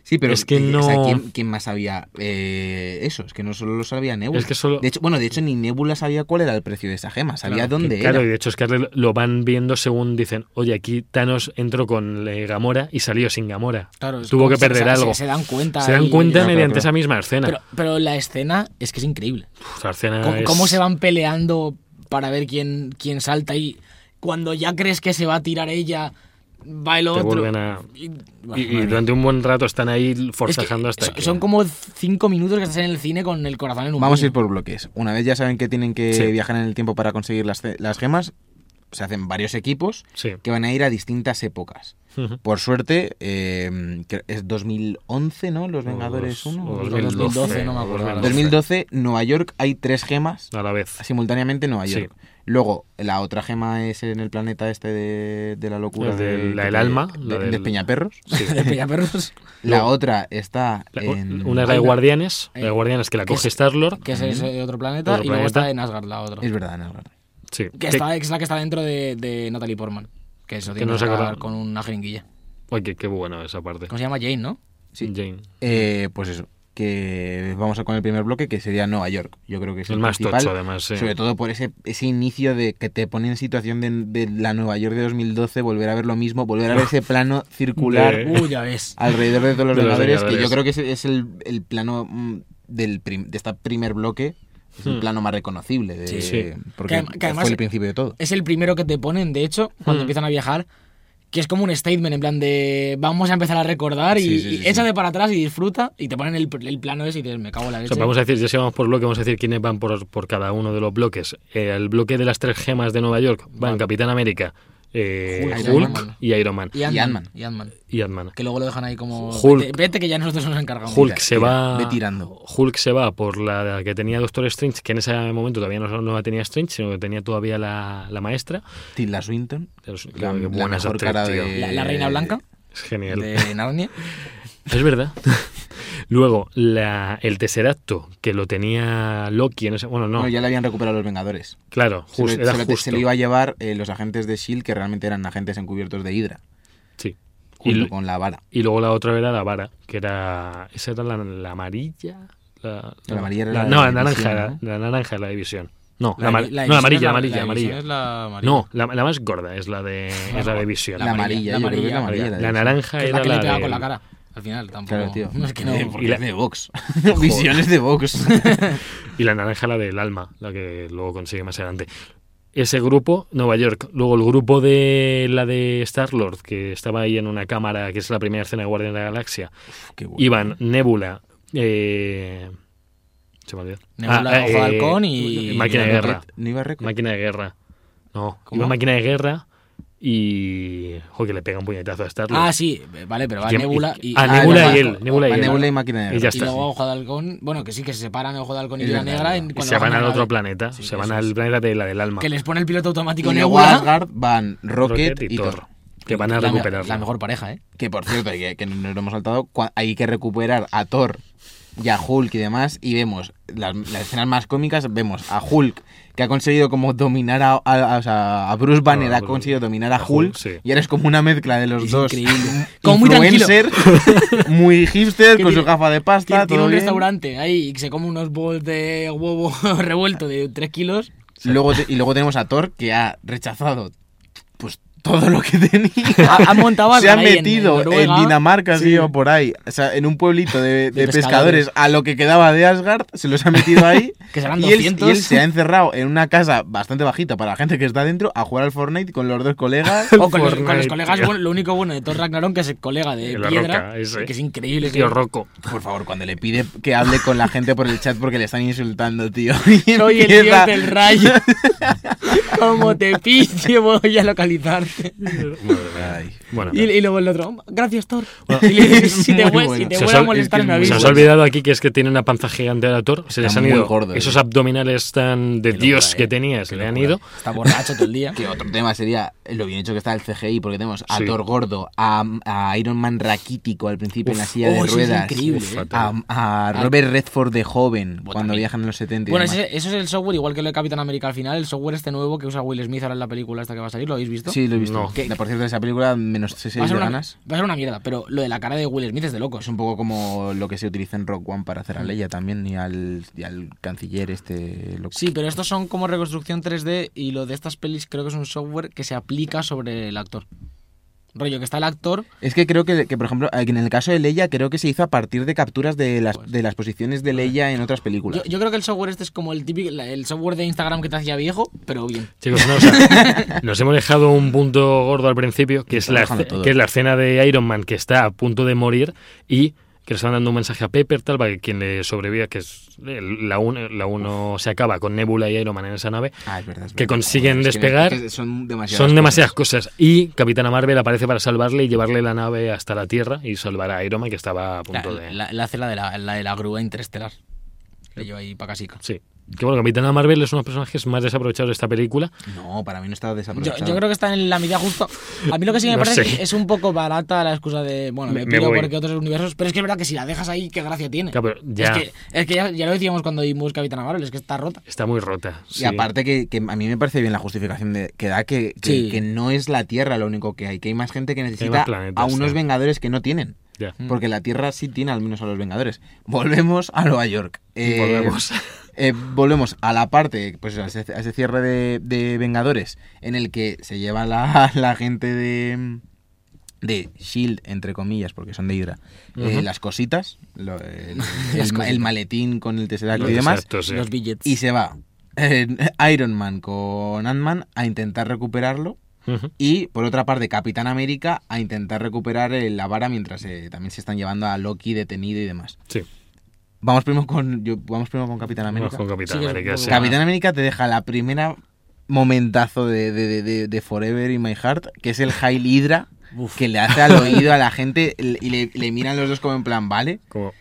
Speaker 2: Sí, pero eh,
Speaker 1: es que
Speaker 2: o sea,
Speaker 1: no-
Speaker 2: ¿quién, quién más sabía eh, eso? Es que no solo lo sabía Nebula.
Speaker 1: Es que solo-
Speaker 2: de hecho, bueno, de hecho ni Nebula sabía cuál era el precio de esa gema, sabía
Speaker 1: Claro,
Speaker 2: dónde
Speaker 1: que, Claro, y
Speaker 2: era.
Speaker 1: de hecho Scarlett lo van viendo según dicen, oye, aquí Thanos entró con eh, Gamora y salió sin Gamora.
Speaker 3: Claro, es
Speaker 1: Tuvo
Speaker 3: como
Speaker 1: que
Speaker 3: se-
Speaker 1: perder
Speaker 3: se- se-
Speaker 1: algo.
Speaker 3: Se, dan cuenta.
Speaker 1: Se dan
Speaker 3: y-
Speaker 1: cuenta
Speaker 2: Claro, claro,
Speaker 1: mediante
Speaker 2: claro.
Speaker 1: esa misma escena.
Speaker 3: Pero, pero la escena es que es increíble.
Speaker 1: Uf, la escena
Speaker 3: ¿Cómo,
Speaker 1: Ah, es-
Speaker 3: cómo se van peleando para ver quién, quién salta y cuando ya crees que se va a tirar ella, va el
Speaker 1: te
Speaker 3: otro.
Speaker 1: vuelven a-
Speaker 3: Y-
Speaker 1: Y,
Speaker 3: bueno,
Speaker 1: y
Speaker 3: madre mía.
Speaker 1: durante un buen rato están ahí
Speaker 3: Es que
Speaker 1: forcejando hasta
Speaker 3: son,
Speaker 1: que-
Speaker 3: son como cinco minutos que estás en el cine con el corazón en un
Speaker 2: Vamos a
Speaker 3: puño.
Speaker 2: ir por bloques. Una vez ya saben que tienen que
Speaker 1: Sí.
Speaker 2: viajar en el tiempo para conseguir las, ce- las gemas, se hacen varios equipos
Speaker 1: Sí.
Speaker 2: que van a ir a distintas épocas.
Speaker 1: Ujú.
Speaker 2: Por suerte, eh, que es 2011, ¿no? Los Vengadores
Speaker 1: O dos-
Speaker 2: 1.
Speaker 1: o
Speaker 2: o
Speaker 3: 2012,
Speaker 1: 2012,
Speaker 3: no me acuerdo ahora.
Speaker 2: 2012, Nueva York, hay tres gemas
Speaker 1: A la vez.
Speaker 2: simultáneamente en Nueva
Speaker 1: Sí.
Speaker 2: York. Luego, la otra gema es en el planeta este de, de la locura.
Speaker 1: El del-
Speaker 2: de-
Speaker 1: la
Speaker 2: de-
Speaker 1: del alma,
Speaker 2: de-
Speaker 1: la
Speaker 2: de
Speaker 1: del-
Speaker 2: Peñaperros.
Speaker 1: Sí.
Speaker 3: de Pellaperros,
Speaker 2: La
Speaker 1: Luego-
Speaker 2: otra está
Speaker 1: La-
Speaker 2: en...
Speaker 1: Una es la de
Speaker 3: Ay, la-
Speaker 1: Guardianes, la de
Speaker 3: eh,
Speaker 1: Guardianes que la
Speaker 3: que
Speaker 1: coge
Speaker 3: es-
Speaker 1: Star-Lord.
Speaker 3: que es ese otro planeta,
Speaker 1: Otro
Speaker 3: y luego
Speaker 1: planeta.
Speaker 3: está en Asgard, la otra.
Speaker 2: Es verdad, en Asgard.
Speaker 1: Sí.
Speaker 3: Que, está, es la que está dentro de, de Natalie Portman. Que eso
Speaker 1: Que
Speaker 3: tiene que
Speaker 1: no se
Speaker 3: sacar
Speaker 1: acuerda.
Speaker 3: con una jeringuilla.
Speaker 1: Ay, qué- qué buena esa parte.
Speaker 3: ¿Cómo se llama? Jane, ¿no?
Speaker 2: Sí.
Speaker 1: Jane.
Speaker 2: Eh, pues eso, que vamos a con el primer bloque, que sería Nueva York. Yo creo que es el,
Speaker 1: El más
Speaker 2: principal,
Speaker 1: tocho, además, sí.
Speaker 2: Sobre todo por ese, ese inicio de que te pone en situación de, de la Nueva York de 2012, volver a ver lo mismo, volver a ver ese plano circular
Speaker 1: Eh.
Speaker 3: Uy, ya ves.
Speaker 2: alrededor de todos los
Speaker 1: De los
Speaker 2: Vengadores, que yo
Speaker 1: Vengadores.
Speaker 2: creo que es, es el, el plano mm, del prim- de este primer bloque, es el
Speaker 1: Hmm.
Speaker 2: plano más reconocible, de,
Speaker 3: Sí,
Speaker 1: sí.
Speaker 2: porque
Speaker 3: Que adem- que además-
Speaker 2: fue el principio de todo.
Speaker 3: Es el primero que te ponen, de hecho, cuando
Speaker 1: Mm.
Speaker 3: empiezan a viajar. Que es como un statement en plan de vamos a empezar a recordar y,
Speaker 2: Sí, sí, sí,
Speaker 3: y
Speaker 2: sí.
Speaker 3: échate para atrás y disfruta. Y te ponen el, el plano ese y dices, me cago en la
Speaker 1: O
Speaker 3: leche.
Speaker 1: sea, vamos a decir, ya si vamos por bloque, vamos a decir quiénes van por, por cada uno de los bloques. Eh, el bloque de las tres gemas de Nueva York van
Speaker 3: Vale.
Speaker 1: Capitán América, eh, Hulk,
Speaker 3: Hulk, Iron Man.
Speaker 1: y Iron Man.
Speaker 3: Y
Speaker 2: Ant-Man.
Speaker 3: Ant-Man. Y Ant-Man.
Speaker 1: Y Ant-Man.
Speaker 3: que luego lo dejan ahí como.
Speaker 1: Hulk.
Speaker 3: Vete, vete que ya nosotros nos encargamos.
Speaker 1: Hulk
Speaker 2: Tira,
Speaker 1: se
Speaker 2: tira,
Speaker 1: va.
Speaker 2: ve tirando.
Speaker 1: Hulk se va por la que tenía Doctor Strange, que en ese momento todavía no, no la tenía Strange, sino que tenía todavía la, la maestra.
Speaker 2: Tilda Swinton,
Speaker 1: Es,
Speaker 2: la,
Speaker 1: qué
Speaker 2: la
Speaker 1: buena esa
Speaker 2: mejor
Speaker 1: actriz,
Speaker 2: cara
Speaker 1: tío.
Speaker 2: de...
Speaker 3: La, la
Speaker 1: Eh,
Speaker 3: Reina Blanca
Speaker 1: Es genial.
Speaker 3: de Narnia.
Speaker 1: Es verdad. Luego, la, el Tesseracto, que lo tenía Loki en ese. Bueno, no.
Speaker 2: No, ya la habían recuperado los Vengadores.
Speaker 1: Claro,
Speaker 2: Se
Speaker 1: just-
Speaker 2: lo-
Speaker 1: era
Speaker 2: se, lo,
Speaker 1: justo.
Speaker 2: se lo iba a llevar eh, los agentes de SHIELD, que realmente eran agentes encubiertos de Hydra,
Speaker 1: Sí. Y
Speaker 2: junto
Speaker 1: l-
Speaker 2: con la vara.
Speaker 1: Y luego la otra era la vara, que era. Esa era la, la amarilla. La,
Speaker 2: La amarilla era la
Speaker 1: No, la
Speaker 2: de
Speaker 1: naranja,
Speaker 2: división,
Speaker 1: era-
Speaker 2: ¿no?
Speaker 1: la naranja era la división. No, la,
Speaker 3: de-
Speaker 1: amar- no, la
Speaker 3: de
Speaker 1: amarilla,
Speaker 3: Visión
Speaker 1: amarilla,
Speaker 3: es la- la de
Speaker 1: amarilla.
Speaker 3: Visión es la amarilla.
Speaker 1: No, la, la más gorda es la de, es la de visión.
Speaker 2: La,
Speaker 3: La
Speaker 2: amarilla,
Speaker 3: amarilla,
Speaker 2: yo creo que es la
Speaker 3: la
Speaker 2: amarilla.
Speaker 1: La
Speaker 2: de Visión.
Speaker 1: naranja
Speaker 3: Que es
Speaker 1: era
Speaker 3: la que le
Speaker 1: la,
Speaker 3: pega
Speaker 1: de-
Speaker 3: con la cara. Al final, tampoco.
Speaker 2: Claro, tío.
Speaker 3: No es que no.
Speaker 2: Eh, porque
Speaker 1: Y la-
Speaker 2: es de Vox. Visión es de Vox.
Speaker 1: Y la naranja la del alma, la que luego consigue más adelante. Ese grupo, Nueva York. Luego el grupo de la de Star-Lord, que estaba ahí en una cámara, que es la primera escena de Guardian de la Galaxia.
Speaker 2: Qué bueno.
Speaker 1: Iban, Nebula, eh... se me olvidó. Ah, eh,
Speaker 3: Nebula, Ojo de Halcón y-
Speaker 1: Máquina de
Speaker 2: ¿No
Speaker 1: Guerra.
Speaker 2: Rocket? ¿No iba a récord?
Speaker 1: Máquina de Guerra. No,
Speaker 3: ¿Cómo?
Speaker 1: iba Máquina de Guerra y... Joder, que le pega un puñetazo a Star-Lord.
Speaker 3: Ah, sí, vale, pero va
Speaker 1: Y- y-
Speaker 3: Nebula y.
Speaker 1: ah,
Speaker 2: Ah,
Speaker 1: Nebula
Speaker 2: no,
Speaker 1: y
Speaker 2: no,
Speaker 1: él, Nebula y
Speaker 2: a
Speaker 1: él.
Speaker 2: Nebula y Máquina de
Speaker 1: Y
Speaker 2: Guerra.
Speaker 1: ya
Speaker 3: Y
Speaker 1: está.
Speaker 3: luego Ojo de Halcón. Bueno, que sí, que se separan Ojo de Halcón y
Speaker 2: Es
Speaker 3: Viuda
Speaker 2: verdad,
Speaker 3: Negra.
Speaker 2: es
Speaker 3: en-
Speaker 2: verdad.
Speaker 1: Y
Speaker 3: cuando
Speaker 1: se van
Speaker 3: a
Speaker 1: al
Speaker 3: la
Speaker 1: otro
Speaker 3: nave.
Speaker 1: planeta,
Speaker 3: Sí,
Speaker 1: se
Speaker 3: eso
Speaker 1: van
Speaker 3: es.
Speaker 1: al planeta de la del alma.
Speaker 3: Que les pone el piloto automático
Speaker 2: Y luego a
Speaker 3: Nebula.
Speaker 2: Asgard van Rocket, y Thor.
Speaker 1: Que van a
Speaker 3: La me-
Speaker 1: recuperarla.
Speaker 3: La mejor pareja, ¿eh?
Speaker 2: Que por cierto, que, que nos lo hemos saltado, cua- hay que recuperar a Thor y a Hulk y demás, y vemos las, las escenas más cómicas, vemos a Hulk que ha conseguido como dominar a, a- a- o sea, a Bruce Banner, ha
Speaker 1: Bruce-
Speaker 2: conseguido dominar a
Speaker 1: a
Speaker 2: Hulk,
Speaker 1: Hulk, sí.
Speaker 2: y eres como una mezcla de los
Speaker 3: Es
Speaker 2: dos.
Speaker 3: increíble. Como muy tranquilo.
Speaker 2: Influencer, muy hipster,
Speaker 3: Que
Speaker 2: con su
Speaker 3: tiene-
Speaker 2: gafa de
Speaker 3: Que
Speaker 2: pasta,
Speaker 3: tiene
Speaker 2: todo
Speaker 3: un
Speaker 2: bien.
Speaker 3: restaurante ahí y se come unos bols de huevo revuelto de 3 kilos.
Speaker 2: Luego te- y luego tenemos a Thor que ha rechazado pues
Speaker 3: todo lo que tenía. Ha, han montado
Speaker 2: se han
Speaker 3: algo ahí
Speaker 2: metido en,
Speaker 3: Noruega.
Speaker 2: Dinamarca,
Speaker 3: Sí.
Speaker 2: sí, o por ahí. O sea, en un pueblito de, de
Speaker 3: pescadores.
Speaker 2: pescadores a lo que quedaba de Asgard, se los ha metido ahí.
Speaker 3: Que serán
Speaker 2: y, él,
Speaker 3: 200.
Speaker 2: y él se ha encerrado en una casa bastante bajita para la gente que está adentro a jugar al Fortnite con los dos colegas.
Speaker 3: O con, los, con los
Speaker 1: Fortnite,
Speaker 3: colegas,
Speaker 1: tío.
Speaker 3: bueno, lo único bueno de Thor Ragnarok que es el colega de
Speaker 1: La
Speaker 3: piedra,
Speaker 1: Roca, ese.
Speaker 3: que es increíble.
Speaker 1: Tío
Speaker 3: que-
Speaker 1: Rocco.
Speaker 2: Por favor, cuando le pide que hable con la gente por el chat porque le están insultando, tío. Y
Speaker 3: Soy el
Speaker 2: empieza-
Speaker 3: dios del rayo. Como te pillo, voy a localizarte.
Speaker 1: Madre mía.
Speaker 2: Ay.
Speaker 1: Bueno,
Speaker 3: Y, y luego el otro, gracias Thor.
Speaker 2: Bueno,
Speaker 3: Y le dice, si te,
Speaker 2: muy
Speaker 3: vuel-
Speaker 2: bueno.
Speaker 3: si te
Speaker 1: Se os
Speaker 3: vuelvo a
Speaker 1: ha-
Speaker 3: molestar,
Speaker 2: es que
Speaker 3: me
Speaker 2: es muy
Speaker 1: Se
Speaker 3: avisas.
Speaker 1: os ha
Speaker 2: Visual.
Speaker 1: olvidado aquí que es que tiene una panza gigante de actor. Se les
Speaker 2: Está
Speaker 1: han
Speaker 2: muy
Speaker 1: ido.
Speaker 2: gordo,
Speaker 1: esos
Speaker 2: tío.
Speaker 1: abdominales tan de
Speaker 2: Qué
Speaker 1: Dios
Speaker 2: locura,
Speaker 1: que
Speaker 2: eh.
Speaker 1: tenía, se
Speaker 2: Qué
Speaker 1: le han
Speaker 2: locura.
Speaker 1: ido.
Speaker 3: Está borracho todo el día.
Speaker 2: Que otro tema sería lo bien hecho que está el CGI, porque tenemos a
Speaker 1: Sí.
Speaker 2: Thor gordo, a, a Iron Man raquítico al principio en la
Speaker 1: Uf,
Speaker 2: silla de
Speaker 3: oh, eso es
Speaker 2: ruedas,
Speaker 3: increíble,
Speaker 1: Uf,
Speaker 3: eh.
Speaker 1: fatal.
Speaker 2: a, a Robert Redford de joven, cuando
Speaker 3: también.
Speaker 2: viajan en los 70 y
Speaker 3: Bueno,
Speaker 2: demás.
Speaker 3: ese- eso es el software, igual que lo de Capitán América al final, el software este nuevo que usa Will Smith ahora en la película esta que va a salir, ¿lo habéis visto?
Speaker 2: Sí, lo he visto.
Speaker 1: No.
Speaker 2: Que- Por cierto, esa película, menos 6
Speaker 3: Va a, ser una, va a
Speaker 2: ganas.
Speaker 3: ser una mierda, pero lo de la cara de Will Smith es de locos.
Speaker 2: Es un poco como lo que se utiliza en Rock One para
Speaker 3: Mm.
Speaker 2: hacer a Leia también y al, y al canciller este loco.
Speaker 3: Sí, pero estos son como reconstrucción 3D y lo de estas pelis creo que es un software que se aplica sobre el actor. Rollo, que está el actor
Speaker 2: Es que creo que, que, por ejemplo, en el caso de Leia, creo que se hizo a partir de capturas de las,
Speaker 1: Pues.
Speaker 2: de las posiciones de Leia en otras películas.
Speaker 3: Yo, yo creo que el software este es como el típico, la- el software de Instagram que te hacía viejo, pero bien.
Speaker 1: Chicos, no, o sea, nos hemos dejado un punto gordo al principio, que es,
Speaker 2: Está
Speaker 1: la,
Speaker 2: dejando
Speaker 1: esce-
Speaker 2: todo.
Speaker 1: que es la escena de Iron Man que está a punto de morir y que le están dando un mensaje a Pepper, tal, para que quien le sobreviva, que es el- la 1 la uno se acaba con Nebula y Iron Man en esa nave.
Speaker 2: Ah, es verdad, es
Speaker 1: Que
Speaker 2: verdad.
Speaker 1: consiguen
Speaker 2: Es que-
Speaker 1: despegar.
Speaker 2: es que son demasiadas
Speaker 1: Son
Speaker 2: cosas.
Speaker 1: demasiadas cosas. Y Capitana Marvel aparece para salvarle y llevarle la nave hasta la Tierra y salvar a Iron Man, que estaba a
Speaker 3: La,
Speaker 1: punto de...
Speaker 3: la- la hace la de la, la de la grúa interestelar. Que yo ahí para casica.
Speaker 1: Sí. Que bueno, Capitana Marvel es uno de los personajes más desaprovechados de esta película.
Speaker 2: No, para mí no está
Speaker 3: Yo,
Speaker 2: desaprovechado.
Speaker 3: yo creo que está en la medida justo. A mí lo que sí me
Speaker 1: No
Speaker 3: parece
Speaker 1: sé.
Speaker 3: es que es un poco barata la excusa de, bueno, me,
Speaker 1: Me- me
Speaker 3: pido
Speaker 1: voy.
Speaker 3: porque otros universos, pero es que es verdad que si la dejas ahí, qué gracia tiene.
Speaker 1: Claro, pero ya
Speaker 3: Es que, es que ya, ya lo decíamos cuando vimos Capitana Marvel, es que está rota.
Speaker 1: está muy rota.
Speaker 2: Y
Speaker 1: sí.
Speaker 2: aparte que, que a mí me parece bien la justificación de, que da que, que,
Speaker 3: Sí.
Speaker 2: que no es la Tierra lo único que hay, que hay más gente que necesita
Speaker 1: más planetas,
Speaker 2: a unos
Speaker 1: sí.
Speaker 2: Vengadores que no tienen.
Speaker 1: Ya.
Speaker 2: Porque la Tierra sí tiene al menos a los Vengadores. Volvemos a Nueva York. Eh,
Speaker 1: volvemos.
Speaker 2: eh, volvemos a la parte, pues a ese, a ese cierre de, de Vengadores, en el que se lleva la, la gente de, de Shield, E entre comillas, porque son de Hydra, eh,
Speaker 1: Ujú.
Speaker 2: las cositas, lo- el,
Speaker 3: Las
Speaker 2: el-
Speaker 3: cositas.
Speaker 2: el maletín con el Tesseract
Speaker 1: Los
Speaker 2: y demás,
Speaker 1: exactos, sí.
Speaker 3: Los billets.
Speaker 2: y se va eh, Iron Man con Ant-Man a intentar recuperarlo.
Speaker 1: Ujú.
Speaker 2: Y por otra parte, Capitán América a intentar recuperar eh, la vara mientras eh, también se están llevando a Loki detenido y demás.
Speaker 1: Sí.
Speaker 2: Vamos primero con, yo- vamos primero con Capitán América.
Speaker 1: Vamos con Capitán
Speaker 3: Sí, que es
Speaker 1: América,
Speaker 3: un poco-
Speaker 1: sí.
Speaker 2: Capitán América te deja la primera momentazo de, de- de- de- de Forever in My Heart, que es el Hail Hydra,
Speaker 3: Uf.
Speaker 2: que le hace al oído a la gente l- y le, le miran los dos como en plan, ¿vale?
Speaker 1: Como-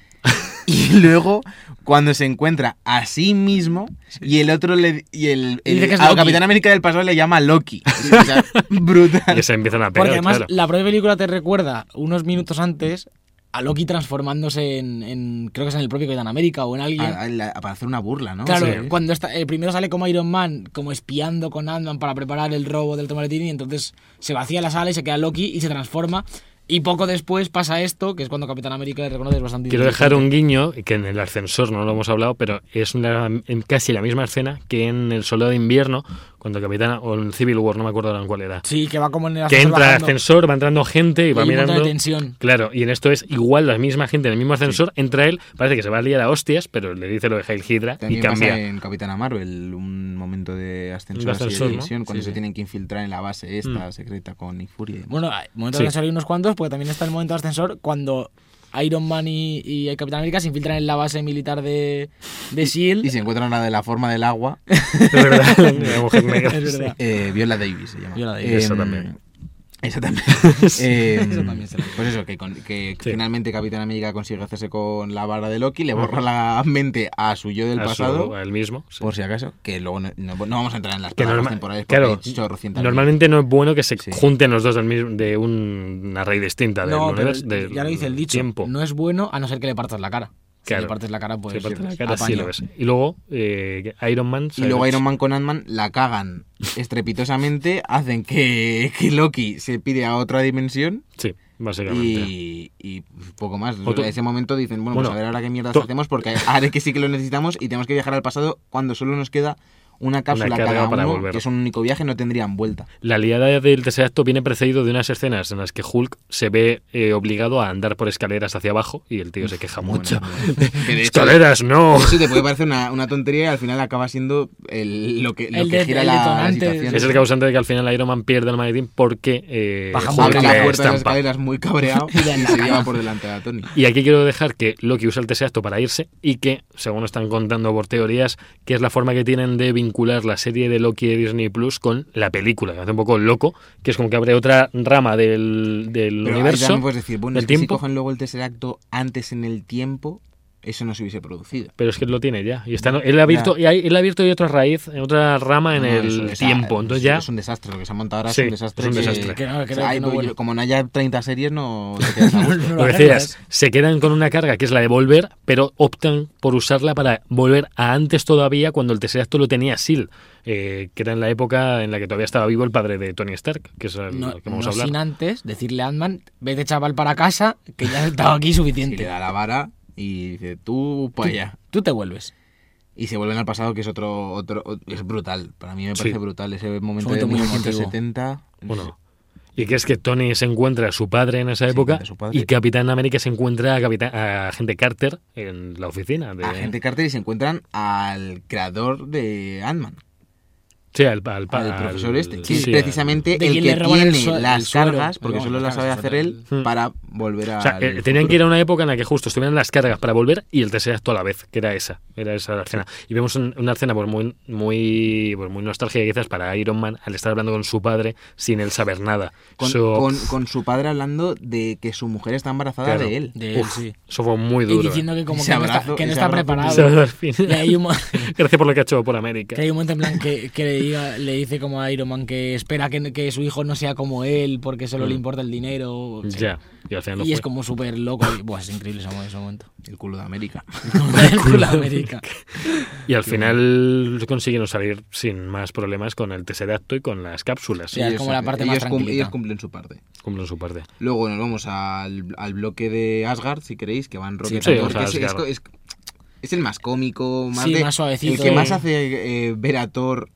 Speaker 2: Y luego, cuando se encuentra a sí mismo, y el otro le. Y el,
Speaker 3: Y dice
Speaker 2: el-
Speaker 3: que es
Speaker 2: al
Speaker 3: Loki.
Speaker 2: Capitán América del pasado le llama Loki. O sea, brutal.
Speaker 1: Y se empiezan a
Speaker 3: Porque
Speaker 1: pegar,
Speaker 3: además
Speaker 1: claro.
Speaker 3: la propia película te recuerda unos minutos antes a Loki transformándose en, en- creo que es en el propio Capitán América o en alguien.
Speaker 1: Ah,
Speaker 2: A- a la- para hacer una burla, ¿no?
Speaker 3: claro,
Speaker 2: Sí.
Speaker 3: cuando está, eh, primero sale como Iron Man, como espiando con Ant-Man para preparar el robo del Tomaletini, y entonces se vacía la sala y se queda Loki y se transforma. Y poco después pasa esto, que es cuando Capitán América le reconoce es bastante
Speaker 1: Quiero dejar
Speaker 3: inteligente.
Speaker 1: un guiño, que en el ascensor no lo hemos hablado, pero es la- en casi la misma escena que en El Soldado de Invierno, cuando Capitán, o en Civil War, no me acuerdo ahora en cuál era.
Speaker 3: Sí, que va como en el
Speaker 1: que
Speaker 3: ascensor
Speaker 1: entra el
Speaker 3: bajando.
Speaker 1: ascensor, va entrando gente y
Speaker 3: Y
Speaker 1: va
Speaker 3: hay un montón
Speaker 1: mirando.
Speaker 3: de tensión.
Speaker 1: Claro, y en esto es igual la misma gente en el mismo ascensor, entra él, parece que se va a liar a hostias, pero le dice lo de Hail Hydra y
Speaker 2: También pasa
Speaker 1: cambia.
Speaker 2: en Capitana Marvel un momento de ascensor,
Speaker 1: De
Speaker 2: así de
Speaker 1: ascensor, ¿no?
Speaker 2: tensión, cuando
Speaker 3: Sí, Mm.
Speaker 2: se
Speaker 3: sí.
Speaker 2: tienen que infiltrar en la base esta secreta con Nick Fury. y demás.
Speaker 3: Bueno, hay momentos
Speaker 1: Sí.
Speaker 3: de ascensor hay unos cuantos, porque también está el momento de ascensor cuando Iron Man y, y el Capitán América se infiltran en la base militar de, de
Speaker 2: Y
Speaker 3: S.H.I.E.L.D.
Speaker 2: se encuentran una de la forma del agua,
Speaker 1: Es verdad, la mujer negra.
Speaker 3: Es verdad.
Speaker 2: eh, Viola Davis se llama. Em,
Speaker 3: Viola Davis.
Speaker 1: Esa también.
Speaker 2: Esa también. Eh, pues eso, que, con- que
Speaker 1: Sí.
Speaker 2: finalmente Capitán América consigue hacerse con la vara de Loki, le borra la mente a su yo del
Speaker 1: A su-
Speaker 2: pasado,
Speaker 1: a él mismo. sí.
Speaker 2: por si acaso, que luego no, no- no vamos a entrar en las
Speaker 1: Que
Speaker 2: todas las
Speaker 1: norma-
Speaker 2: temporales porque
Speaker 1: claro,
Speaker 2: hay chorrocientas mil.
Speaker 1: normalmente no es bueno que se
Speaker 2: Sí.
Speaker 1: junten los dos del mismo- de un- una raíz distinta del
Speaker 3: No, pero
Speaker 1: univers- del
Speaker 3: ya lo dice el dicho,
Speaker 1: tiempo.
Speaker 3: no es bueno a no ser que le partas la cara. Si
Speaker 1: Claro.
Speaker 3: le partes la cara, pues...
Speaker 1: Se parte la
Speaker 3: pues,
Speaker 1: cara, sí
Speaker 3: apaño.
Speaker 1: lo ves. Y luego eh, Iron Man.
Speaker 2: Y luego Iron Man con Ant-Man la cagan estrepitosamente, hacen que, que Loki se pide a otra dimensión
Speaker 1: Sí, básicamente.
Speaker 2: y, y poco más.
Speaker 1: Otro-
Speaker 2: En ese momento dicen, bueno,
Speaker 1: Bueno,
Speaker 2: pues a ver ahora qué mierdas
Speaker 1: to-
Speaker 2: hacemos porque ahora que sí que lo necesitamos y tenemos que viajar al pasado cuando solo nos queda una cápsula
Speaker 1: carga
Speaker 2: cada
Speaker 1: para
Speaker 2: uno,
Speaker 1: volver.
Speaker 2: que es un único viaje, no tendrían vuelta.
Speaker 1: La liada del tercer acto viene precedido de unas escenas en las que Hulk se ve eh, obligado a andar por escaleras hacia abajo y el tío se queja mucho.
Speaker 2: pues, Que de hecho-
Speaker 1: ¡Escaleras, no!
Speaker 2: Eso te puede parecer una, una tontería y al final acaba siendo el, lo que, lo
Speaker 3: El
Speaker 2: que
Speaker 3: de-
Speaker 2: gira
Speaker 3: el
Speaker 2: la, la
Speaker 3: detonante.
Speaker 2: situación.
Speaker 1: Es el causante de que al final Iron Man pierda el maletín porque eh,
Speaker 3: Baja
Speaker 1: Hulk
Speaker 2: Abre
Speaker 1: le
Speaker 2: la puerta de las
Speaker 1: estampa.
Speaker 2: escaleras muy cabreado y se lleva por delante a Tony.
Speaker 1: Y aquí quiero dejar que Loki usa el Tesseacto para irse y que, según están contando por teorías, que es la forma que tienen de vincular la serie de Loki de Disney Plus con la película, que hace un poco loco, que es como que abre otra rama del, del
Speaker 2: Pero ahí
Speaker 1: universo.
Speaker 2: también puedes decir, bueno,
Speaker 1: del
Speaker 2: es que si
Speaker 1: tiempo.
Speaker 2: cogen luego el tercer acto antes en el tiempo, eso no se hubiese producido.
Speaker 1: Pero es que lo tiene ya. Y está, él, ha abierto, y hay- él ha abierto ya otra raíz, otra rama en
Speaker 2: No, no, es ah, un
Speaker 1: el
Speaker 2: desa-
Speaker 1: tiempo. Entonces ya.
Speaker 2: Es un desastre, lo que se ha montado ahora
Speaker 1: Sí,
Speaker 2: es un desastre.
Speaker 1: es un
Speaker 2: que-
Speaker 1: desastre.
Speaker 3: Que no, que
Speaker 2: o sea,
Speaker 3: no,
Speaker 2: hay-
Speaker 3: que no vuelve.
Speaker 2: como no haya 30 series, no te quedas a gusto.
Speaker 1: Lo
Speaker 3: No lo
Speaker 1: que
Speaker 3: arreglas.
Speaker 1: decías, se quedan con una carga que es la de volver, pero optan por usarla para volver a antes todavía cuando el tercer acto lo tenía Seal, eh, que era en la época en la que todavía estaba vivo el padre de Tony Stark, que es el
Speaker 3: No,
Speaker 1: que vamos
Speaker 3: no
Speaker 1: a hablar.
Speaker 3: sin antes decirle a Ant-Man, vete chaval para casa, que ya has estado aquí
Speaker 2: Y le
Speaker 3: suficiente.
Speaker 2: da la vara y dice, tú para allá.
Speaker 3: Tú te vuelves.
Speaker 2: Y se vuelven al pasado, que es otro, otro es brutal. Para mí me
Speaker 1: Sí.
Speaker 2: parece brutal ese momento,
Speaker 3: momento
Speaker 2: de
Speaker 3: muy emotivo.
Speaker 2: 1970.
Speaker 1: Bueno, y que es que Tony se encuentra a su padre en esa
Speaker 2: Se
Speaker 1: época
Speaker 2: encuentra a su padre.
Speaker 1: y Capitán América se encuentra a, Capitán, a gente Carter en la oficina. De,
Speaker 2: A gente Carter y se encuentran al creador de Ant-Man,
Speaker 1: sí, al, al-
Speaker 2: al
Speaker 1: al-
Speaker 2: profesor este, que
Speaker 1: sí,
Speaker 2: es
Speaker 1: al-
Speaker 2: precisamente
Speaker 3: De
Speaker 2: el
Speaker 3: quien le
Speaker 2: que
Speaker 3: roban el
Speaker 2: tiene
Speaker 3: sue- el
Speaker 2: las
Speaker 3: suero.
Speaker 2: cargas, porque
Speaker 3: No,
Speaker 2: solo
Speaker 3: las
Speaker 2: las sabe
Speaker 3: cargas,
Speaker 2: hacer él,
Speaker 1: Hmm.
Speaker 2: para volver a.
Speaker 1: O sea, eh, tenían que ir a una época en la que justo estuvieran las cargas para volver y el tercer acto a la vez, que era esa, era esa la escena. Y vemos un- una escena pues, muy, muy, pues, muy nostálgica quizás para Iron Man al estar hablando con su padre sin él saber nada.
Speaker 2: con,
Speaker 1: eso,
Speaker 2: con- con su padre hablando de que su mujer está embarazada
Speaker 1: Claro.
Speaker 2: de él.
Speaker 3: De él,
Speaker 1: uf,
Speaker 3: sí.
Speaker 1: eso fue muy
Speaker 3: Y
Speaker 1: duro.
Speaker 3: diciendo que como
Speaker 2: Ese
Speaker 3: que no
Speaker 2: abrazo,
Speaker 3: está, que
Speaker 2: ese
Speaker 3: no está
Speaker 2: abrazo.
Speaker 1: eh.
Speaker 3: preparado.
Speaker 1: Se va al fin.
Speaker 3: Y hay un, mo-
Speaker 1: Gracias por lo que ha hecho por América.
Speaker 3: que hay un momento en plan que, que le, diga, le dice como a Iron Man que espera que, que su hijo no sea como él porque solo le
Speaker 1: Mm.
Speaker 3: importa el dinero. sí.
Speaker 1: Ya, y al final no
Speaker 3: Y es
Speaker 1: fue.
Speaker 3: como súper loco. y, buah, es increíble ese mo- ese momento.
Speaker 2: El culo de América.
Speaker 3: El culo de América.
Speaker 1: Y al final consiguieron salir sin más problemas con el tercer acto y con las cápsulas.
Speaker 3: Sí, Ya, es
Speaker 2: Ellos-
Speaker 3: como la parte más
Speaker 2: ellos cum-
Speaker 3: tranquilita.
Speaker 2: ellos cumplen su parte.
Speaker 1: Cumplen su parte.
Speaker 2: Luego nos vamos al, al bloque de Asgard, si queréis, que van Rocket
Speaker 1: Sí,
Speaker 2: and
Speaker 1: sí,
Speaker 2: Thor,
Speaker 1: o sea,
Speaker 2: que es-
Speaker 1: Asgard.
Speaker 2: es, es el más cómico, más,
Speaker 3: Sí,
Speaker 2: de-
Speaker 3: más suavecito.
Speaker 2: El que
Speaker 3: Sí.
Speaker 2: más hace eh, ver a Thor.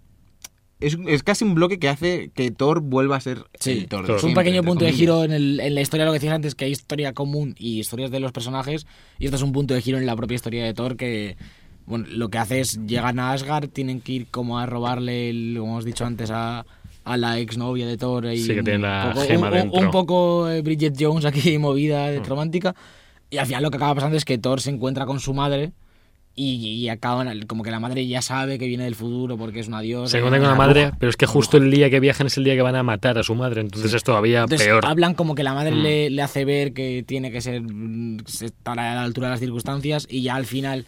Speaker 2: Es, es casi un bloque que hace que Thor vuelva a ser
Speaker 3: Sí,
Speaker 2: el Thor. de
Speaker 1: Thor.
Speaker 3: Es un
Speaker 2: siempre,
Speaker 3: pequeño
Speaker 2: entre
Speaker 3: punto de
Speaker 2: comillas.
Speaker 3: giro en, el- en la historia, lo que decías antes, que hay historia común y historias de los personajes, y esto es un punto de giro en la propia historia de Thor que bueno, lo que hace es llegan a Asgard, tienen que ir como a robarle, el- como hemos dicho antes, a, a la exnovia de Thor. Y
Speaker 1: Sí, que tiene
Speaker 3: un
Speaker 1: la
Speaker 3: poco-
Speaker 1: gema
Speaker 3: un, un-
Speaker 1: dentro. Mm.
Speaker 3: un poco eh, Bridget Jones aquí movida, de romántica, y al final lo que acaba pasando es que Thor se encuentra con su madre. Y, y acaban, como que la madre ya sabe que viene del futuro porque es una diosa.
Speaker 1: Se encuentran con la
Speaker 3: una
Speaker 1: madre,
Speaker 3: bruja.
Speaker 1: pero es que justo el día que viajan es el día que van a matar a su madre, entonces es todavía
Speaker 3: Entonces,
Speaker 1: peor. Mm.
Speaker 3: Hablan como que la madre le, le hace ver que tiene que ser mm, se- estar a la altura de las circunstancias y ya al final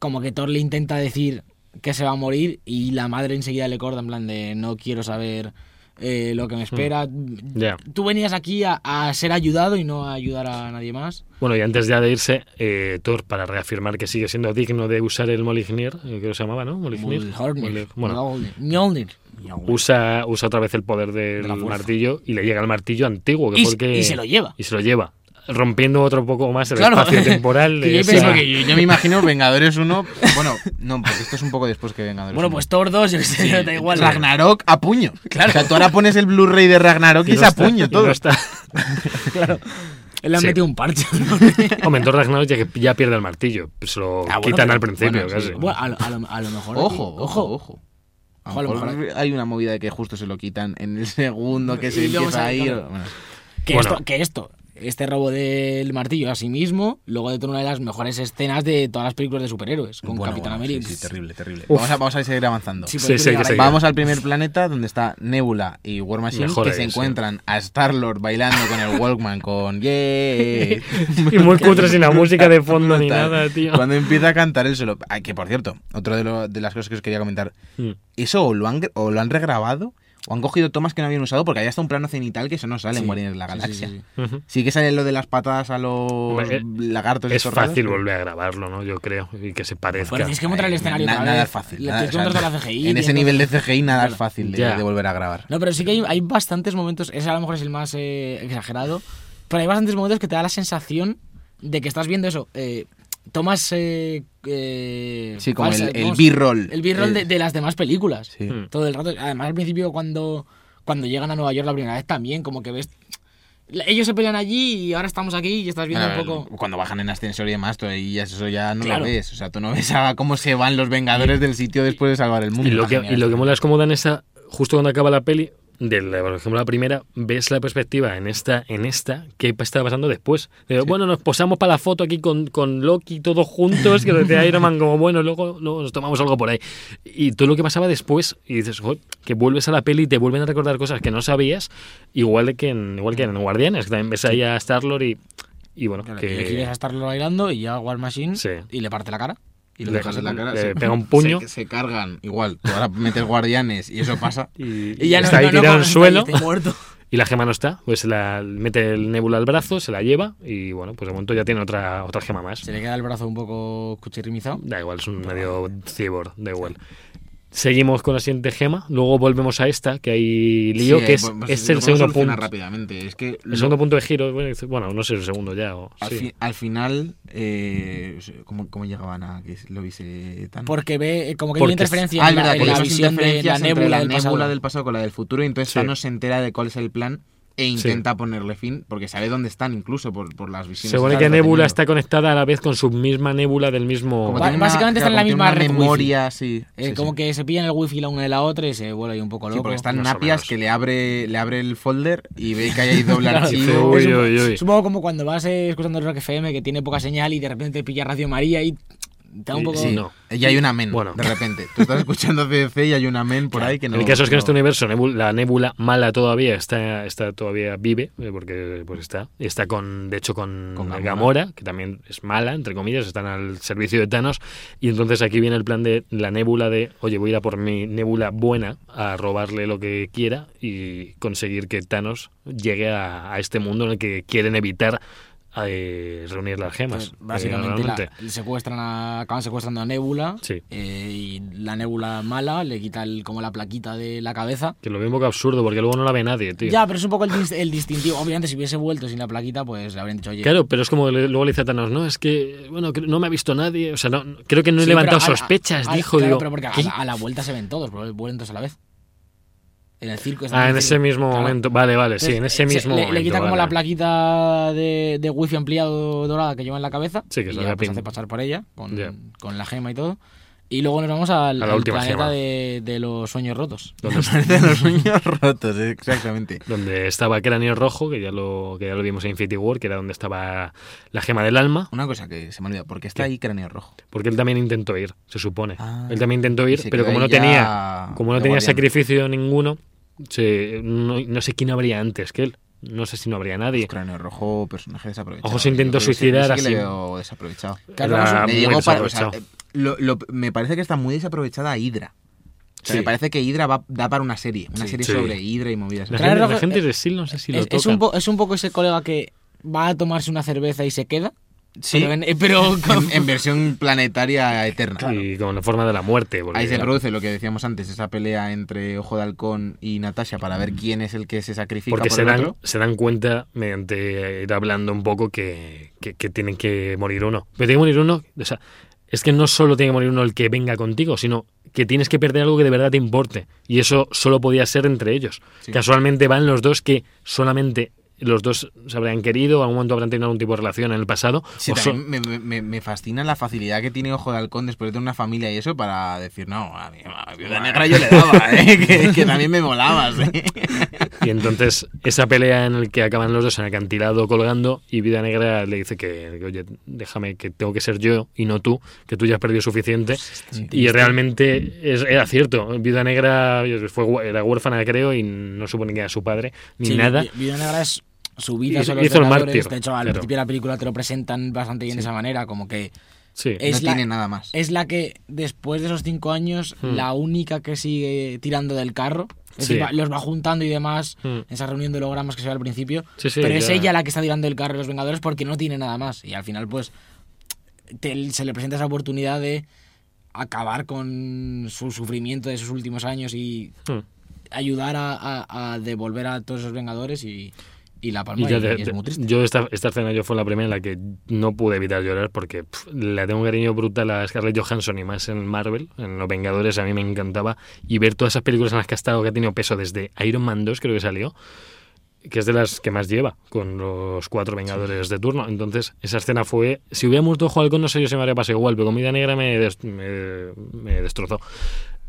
Speaker 3: como que Thor le intenta decir que se va a morir y la madre enseguida le corta en plan de no quiero saber eh, lo que me espera.
Speaker 1: Mm. Ya.
Speaker 3: Tú venías aquí a, a ser ayudado y no a ayudar a nadie más.
Speaker 1: Bueno, y antes ya de irse, eh, Thor, para reafirmar que sigue siendo digno de usar el Molignir, eh, que se llamaba, ¿no? Molignir.
Speaker 3: Mjolnir.
Speaker 1: Mjolnir. Bueno,
Speaker 3: Mjolnir. Mjolnir.
Speaker 1: usa, usa otra vez el poder
Speaker 3: De
Speaker 1: del
Speaker 3: la fuerza.
Speaker 1: martillo y le llega el martillo antiguo, que
Speaker 3: Y,
Speaker 1: fue
Speaker 3: se-
Speaker 1: el que-
Speaker 3: y se lo lleva.
Speaker 1: y se lo lleva, rompiendo otro poco más el
Speaker 3: Claro.
Speaker 1: espacio temporal.
Speaker 3: Que yo
Speaker 2: Sí,
Speaker 3: pensaba
Speaker 2: porque yo, yo me imagino Vengadores 1. Bueno, no, porque esto es un poco después que Vengadores
Speaker 3: Bueno,
Speaker 2: 1.
Speaker 3: pues Thor 2, yo qué sé, da igual.
Speaker 2: Ragnarok a puño. Claro. O sea, tú ahora pones el Blu-ray de Ragnarok y,
Speaker 1: y
Speaker 2: es
Speaker 1: no
Speaker 2: a
Speaker 1: está-
Speaker 2: puño
Speaker 1: y
Speaker 2: todo.
Speaker 1: no está.
Speaker 3: Él le ha
Speaker 1: Sí.
Speaker 3: metido un parche.
Speaker 1: Hombre, en Thor Ragnarok ya, que- ya pierde el martillo, se lo
Speaker 3: Ah, bueno,
Speaker 1: quitan
Speaker 3: pero-
Speaker 1: al principio
Speaker 2: bueno, sí,
Speaker 1: casi.
Speaker 3: Bueno, a, lo- a lo, a lo mejor. aquí-
Speaker 2: Ojo, ojo, ojo.
Speaker 3: Ojo, a lo
Speaker 2: mejor
Speaker 3: mejor
Speaker 2: hay una movida de que justo se lo quitan en el segundo que se
Speaker 3: Y luego
Speaker 2: empieza a
Speaker 3: sale,
Speaker 2: ir.
Speaker 3: claro.
Speaker 2: Bueno,
Speaker 3: Que,
Speaker 1: Bueno.
Speaker 3: esto, que esto, este robo del martillo a sí mismo, luego de una de las mejores escenas de todas las películas de superhéroes, con
Speaker 2: bueno,
Speaker 3: Capitán
Speaker 2: bueno,
Speaker 3: América.
Speaker 2: sí, sí, terrible, terrible.
Speaker 1: Uf.
Speaker 2: Vamos a, vamos a seguir avanzando.
Speaker 3: Sí,
Speaker 1: Sí, sí, hay que seguir.
Speaker 2: Vamos al primer planeta donde está Nebula y War Machine
Speaker 1: Mejor
Speaker 2: que
Speaker 1: ahí,
Speaker 2: se
Speaker 1: sí.
Speaker 2: encuentran a Star-Lord bailando con el Walkman con yeah.
Speaker 1: Y muy cutre sin la música de fondo ni
Speaker 2: Brutal.
Speaker 1: nada, tío.
Speaker 2: Cuando empieza a cantar él se lo... Ay, que por cierto, otra de, lo- de las cosas que os quería comentar.
Speaker 1: Mm.
Speaker 2: Eso o lo, han, o lo han regrabado o han cogido tomas que no habían usado porque allá está un plano cenital que eso no sale en
Speaker 3: Sí,
Speaker 2: Guardianes de la
Speaker 3: sí, sí,
Speaker 2: Galaxia. Sí,
Speaker 3: sí, sí.
Speaker 1: Ujú.
Speaker 2: que sale lo de las patadas a los
Speaker 1: Hombre, eh,
Speaker 2: lagartos.
Speaker 1: Es
Speaker 2: estos raros,
Speaker 1: fácil
Speaker 2: pero-
Speaker 1: volver a grabarlo, ¿no? Yo creo, y que se parezca.
Speaker 3: Bueno, tienes que montar el
Speaker 2: Ay,
Speaker 3: escenario
Speaker 2: Eh, na-
Speaker 3: otra
Speaker 2: Nada
Speaker 3: vez.
Speaker 2: es fácil.
Speaker 3: Le
Speaker 2: nada,
Speaker 3: tienes que
Speaker 2: o sea,
Speaker 3: montar la CGI.
Speaker 2: En ese
Speaker 3: tienes-
Speaker 2: nivel de CGI nada es
Speaker 3: Claro.
Speaker 2: fácil de,
Speaker 1: Ya.
Speaker 2: de volver a grabar.
Speaker 3: No, pero sí que hay, hay bastantes momentos, ese a lo mejor es el más eh, exagerado, pero hay bastantes momentos que te da la sensación de que estás viendo eso, eh, tomas eh, eh,
Speaker 2: Sí, como el-
Speaker 3: falsas,
Speaker 2: el
Speaker 3: vamos,
Speaker 2: B-roll.
Speaker 3: El B-roll de,
Speaker 2: Eh.
Speaker 3: de las demás películas.
Speaker 2: Sí.
Speaker 1: Hmm.
Speaker 3: Todo el rato. Además, al principio, cuando, cuando llegan a Nueva York la primera vez también, como que ves. la- Ellos se pelean allí y ahora estamos aquí y estás viendo
Speaker 1: Ah,
Speaker 2: Bueno,
Speaker 3: un poco.
Speaker 2: el- Cuando bajan en ascensor y demás, tú ahí ya, eso ya no
Speaker 3: Claro.
Speaker 2: lo ves. O sea, tú no ves a cómo se van los Vengadores del sitio después de salvar el mundo.
Speaker 1: Y lo, que,
Speaker 3: Ah, genial.
Speaker 1: y lo que mola es cómo dan esa, justo cuando acaba la peli, de la, por ejemplo la primera, ves la perspectiva en esta, en esta, qué está pasando después. De, Bueno, nos posamos para la foto aquí con, con Loki todos juntos, que decía Iron Man como, bueno, luego, luego nos tomamos algo por ahí. Y todo lo que pasaba después, y dices, "Jo, que vuelves a la peli y te vuelven a recordar cosas que no sabías, igual que en, igual que en Guardianes, que también ves ahí a Star-Lord y, y bueno,
Speaker 3: Claro, Y aquí ves
Speaker 1: que...
Speaker 3: a Star-Lord bailando y llega War Machine
Speaker 1: Sí.
Speaker 3: y le parte la cara.
Speaker 2: Y lo
Speaker 1: le-
Speaker 2: dejas en la cara.
Speaker 1: le
Speaker 2: sí.
Speaker 1: eh, pega un puño.
Speaker 2: Se, se cargan igual. Tú ahora metes guardianes y eso pasa.
Speaker 1: Y, está ahí tirado en el
Speaker 3: está
Speaker 1: suelo.
Speaker 3: ahí, está muerto.
Speaker 1: Y la gema no está, pues se la mete el nebula al brazo, se la lleva y bueno, pues de momento ya tiene otra, otra gema más.
Speaker 3: Se le queda el brazo un poco cuchirrimizado.
Speaker 1: Da igual, es un medio cyborg, da igual. Seguimos con la siguiente gema, luego volvemos a esta, que hay lío,
Speaker 2: Sí,
Speaker 1: que es,
Speaker 2: pues,
Speaker 1: es
Speaker 2: lo
Speaker 1: el segundo
Speaker 2: podemos solucionar
Speaker 1: punto.
Speaker 2: rápidamente. Es que
Speaker 1: El
Speaker 2: lo-
Speaker 1: segundo punto de giro, bueno, dice- bueno, no sé, el segundo ya. o-
Speaker 2: al,
Speaker 1: sí.
Speaker 2: fi- al final, eh, ¿cómo, ¿cómo llegaban a que lo viese tan?
Speaker 3: Porque ve eh, como que hay
Speaker 1: Porque-
Speaker 3: una interferencia
Speaker 2: Ah, es
Speaker 3: en la,
Speaker 2: verdad,
Speaker 3: en
Speaker 2: que
Speaker 3: la
Speaker 2: esas
Speaker 3: visión de la
Speaker 2: interferencias entre
Speaker 3: nébula
Speaker 2: la
Speaker 3: del pasado.
Speaker 2: nébula del pasado con la del futuro, y entonces
Speaker 1: Sí.
Speaker 2: Thanos se entera de cuál es el plan e intenta ponerle fin, porque sabe dónde están incluso por, por las visiones.
Speaker 1: Se supone que
Speaker 2: estas
Speaker 1: Nebula
Speaker 2: teniendo.
Speaker 1: está conectada a la vez con su misma nébula del mismo.
Speaker 2: Como
Speaker 3: Ba-
Speaker 2: tiene una-
Speaker 3: básicamente
Speaker 2: claro,
Speaker 3: está en la
Speaker 2: como
Speaker 3: misma
Speaker 2: tiene
Speaker 3: red
Speaker 2: una
Speaker 3: wifi.
Speaker 2: memoria, sí.
Speaker 3: Eh,
Speaker 2: sí,
Speaker 3: como
Speaker 2: sí.
Speaker 3: que se pillan el wifi la una de la otra y se vuelve ahí un poco
Speaker 2: Sí,
Speaker 3: loco.
Speaker 2: porque están
Speaker 1: Más o
Speaker 2: napias
Speaker 1: menos.
Speaker 2: que le abre, le abre el folder y ve que hay ahí doble
Speaker 3: Claro.
Speaker 1: Dice,
Speaker 2: archivo.
Speaker 1: uy,
Speaker 3: Es un-
Speaker 1: uy, uy.
Speaker 3: Supongo como cuando vas eh, escuchando Rock FM que tiene poca señal y de repente te pilla Radio María y te da un poco.
Speaker 1: Sí.
Speaker 3: no.
Speaker 1: No.
Speaker 2: Y hay un amén,
Speaker 1: Bueno.
Speaker 2: de repente. Tú estás escuchando CDC y hay un amén por ahí que no.
Speaker 1: el caso es que en
Speaker 2: no-
Speaker 1: este universo nebu- la nébula mala todavía está, está todavía vive, eh, porque pues está. Está con, de hecho, con,
Speaker 2: Con Gamora.
Speaker 1: Gamora. que también es mala, entre comillas, están al servicio de Thanos. Y entonces aquí viene el plan de la nébula de, oye, voy a ir a por mi nébula buena a robarle lo que quiera y conseguir que Thanos llegue a, a este mundo en el que quieren evitar eh, reunir las gemas.
Speaker 2: Pues
Speaker 3: Entonces, Pues, básicamente
Speaker 1: eh, realmente.
Speaker 3: la- secuestran a- acaban secuestrando a Nebula
Speaker 1: Sí.
Speaker 3: eh, y la Nebula mala le quita el- como la plaquita de la cabeza.
Speaker 1: Que lo mismo que absurdo, porque luego no la ve nadie, tío.
Speaker 3: Ya, pero es un poco el, dis- el distintivo. Obviamente, si hubiese vuelto sin la plaquita, pues le habrían dicho, oye,
Speaker 1: Claro, pero es como le- luego le dice a Thanos, no, es que, bueno, cre- no me ha visto nadie, o sea, no, creo que no he
Speaker 3: Sí,
Speaker 1: levantado
Speaker 3: pero a la-
Speaker 1: sospechas,
Speaker 3: a la-
Speaker 1: dijo,
Speaker 3: claro,
Speaker 1: digo,
Speaker 3: pero porque a
Speaker 1: ¿qué?
Speaker 3: la, a la vuelta se ven todos, pero vuelven todos a la vez. En el circo. están
Speaker 1: Ah, en
Speaker 3: el
Speaker 1: ese
Speaker 3: circo.
Speaker 1: mismo
Speaker 3: Claro.
Speaker 1: momento, vale, vale, sí,
Speaker 3: Entonces,
Speaker 1: en ese
Speaker 3: eh, se-
Speaker 1: mismo
Speaker 3: le-
Speaker 1: momento.
Speaker 3: Le, quita como la
Speaker 1: vale.
Speaker 3: plaquita de, de wifi ampliado dorada que lleva en la cabeza.
Speaker 1: Sí, que
Speaker 3: y
Speaker 1: se
Speaker 3: ya,
Speaker 1: la
Speaker 3: pues,
Speaker 1: pin-
Speaker 3: hace pasar por ella con,
Speaker 1: Ya.
Speaker 3: con la gema y todo. Y luego nos vamos al,
Speaker 1: A la
Speaker 3: al
Speaker 1: última
Speaker 3: planeta
Speaker 1: gema.
Speaker 3: de, de los sueños rotos.
Speaker 1: Donde,
Speaker 2: Parece los sueños rotos, eh, exactamente.
Speaker 1: donde estaba Cráneo Rojo, que ya, lo, que ya lo vimos en Infinity War, que era donde estaba la gema del alma,
Speaker 2: Una cosa que se me olvida, porque está
Speaker 1: ¿Qué?
Speaker 2: ahí cráneo rojo.
Speaker 1: porque él también intentó ir, se supone.
Speaker 2: Ah.
Speaker 1: él también intentó ir,
Speaker 2: Y se
Speaker 1: pero
Speaker 2: quedó
Speaker 1: como
Speaker 2: ahí
Speaker 1: no
Speaker 2: ya
Speaker 1: tenía, como no
Speaker 2: de
Speaker 1: tenía
Speaker 2: guardián.
Speaker 1: sacrificio ninguno, se- no, no sé quién habría antes que él, no sé si no habría nadie.
Speaker 2: Cráneo rojo, personaje desaprovechado.
Speaker 1: Ojo, se intentó
Speaker 2: Yo creo que sí- yo
Speaker 1: suicidar
Speaker 2: sí que
Speaker 1: así.
Speaker 2: le veo desaprovechado.
Speaker 3: Claro,
Speaker 1: Era
Speaker 3: vamos,
Speaker 2: Le
Speaker 1: muy
Speaker 2: llegó para- o sea,
Speaker 1: desaprovechado.
Speaker 2: eh, lo- lo- me parece que está muy desaprovechada Hydra. O sea,
Speaker 1: Sí.
Speaker 2: Me parece que Hydra va- da para una serie. Una
Speaker 1: Sí.
Speaker 2: serie
Speaker 1: Sí.
Speaker 2: sobre Hydra y movidas.
Speaker 1: La
Speaker 3: Cráneo
Speaker 1: gente,
Speaker 3: Rojo-
Speaker 1: la gente de S.H.I.E.L.D. no sé si lo
Speaker 3: es,
Speaker 1: toca.
Speaker 3: es un po- es un poco ese colega que va a tomarse una cerveza y se queda.
Speaker 2: Sí.
Speaker 3: Pero, en- eh, pero con-
Speaker 2: En, en versión planetaria eterna.
Speaker 1: Y con la forma de la muerte. porque-
Speaker 2: Ahí se produce lo que decíamos antes, esa pelea entre Ojo de Halcón y Natasha para ver quién es el que se sacrifica
Speaker 1: Mm. Porque
Speaker 2: por
Speaker 1: se
Speaker 2: el
Speaker 1: dan,
Speaker 2: otro.
Speaker 1: se dan cuenta, mediante ir hablando un poco, que, que- que tienen que morir uno. Pero tiene que morir uno, o sea, es que no solo tiene que morir uno el que venga contigo, sino que tienes que perder algo que de verdad te importe. Y eso solo podía ser entre ellos.
Speaker 2: Sí.
Speaker 1: Casualmente van los dos que solamente los dos se habrían querido, en algún momento habrán tenido algún tipo de relación en el pasado.
Speaker 2: Sí,
Speaker 1: o so-
Speaker 2: también me, me- me fascina la facilidad que tiene Ojo de Halcón después de tener una familia y eso para decir, no, a mi a mi viuda negra yo le daba, ¿eh? que, que también me molabas. ¿eh?
Speaker 1: Y entonces esa pelea en la que acaban los dos en el acantilado colgando y Vida Negra le dice que, que, oye, déjame que tengo que ser yo y no tú, que tú ya has perdido suficiente. Y realmente es- era cierto, Vida Negra fue, hu- era huérfana creo y no supo ni que era su padre ni
Speaker 3: Sí,
Speaker 1: nada.
Speaker 3: Vi- Vida Negra es su vida,
Speaker 1: Hizo-
Speaker 3: son los
Speaker 1: hizo el
Speaker 3: Vengadores.
Speaker 1: mártir,
Speaker 3: De hecho, al
Speaker 1: claro.
Speaker 3: principio de la película te lo presentan bastante bien de esa manera, como que
Speaker 1: Sí.
Speaker 3: es
Speaker 2: no
Speaker 3: la-
Speaker 2: tiene nada más.
Speaker 3: es la que después de esos cinco años,
Speaker 1: Hmm.
Speaker 3: la única que sigue tirando del carro. Es
Speaker 1: Sí.
Speaker 3: decir, va- los va juntando y demás,
Speaker 1: Hmm.
Speaker 3: esa reunión de hologramas que se ve al principio.
Speaker 1: Sí, sí,
Speaker 3: pero es
Speaker 1: ya.
Speaker 3: ella la que está tirando del carro de los Vengadores porque no tiene nada más. Y al final, pues, te- se le presenta esa oportunidad de acabar con su sufrimiento de sus últimos años y
Speaker 1: Hmm.
Speaker 3: ayudar a, a- a devolver a todos esos Vengadores y, y la palma
Speaker 1: Y ya
Speaker 3: y-
Speaker 1: de-
Speaker 3: y es muy triste.
Speaker 1: yo esta, esta escena yo fue la primera en la que no pude evitar llorar porque pf, le tengo un cariño brutal a Scarlett Johansson y más en Marvel, en Los Vengadores a mí me encantaba y ver todas esas películas en las que ha estado, que ha tenido peso desde Iron Man 2 creo que salió, que es de las que más lleva con los cuatro Vengadores de turno. Entonces esa escena fue, si hubiera muerto Ojo Halcón no sé yo si me habría pasado igual, pero Comida Negra me, des- me, me destrozó.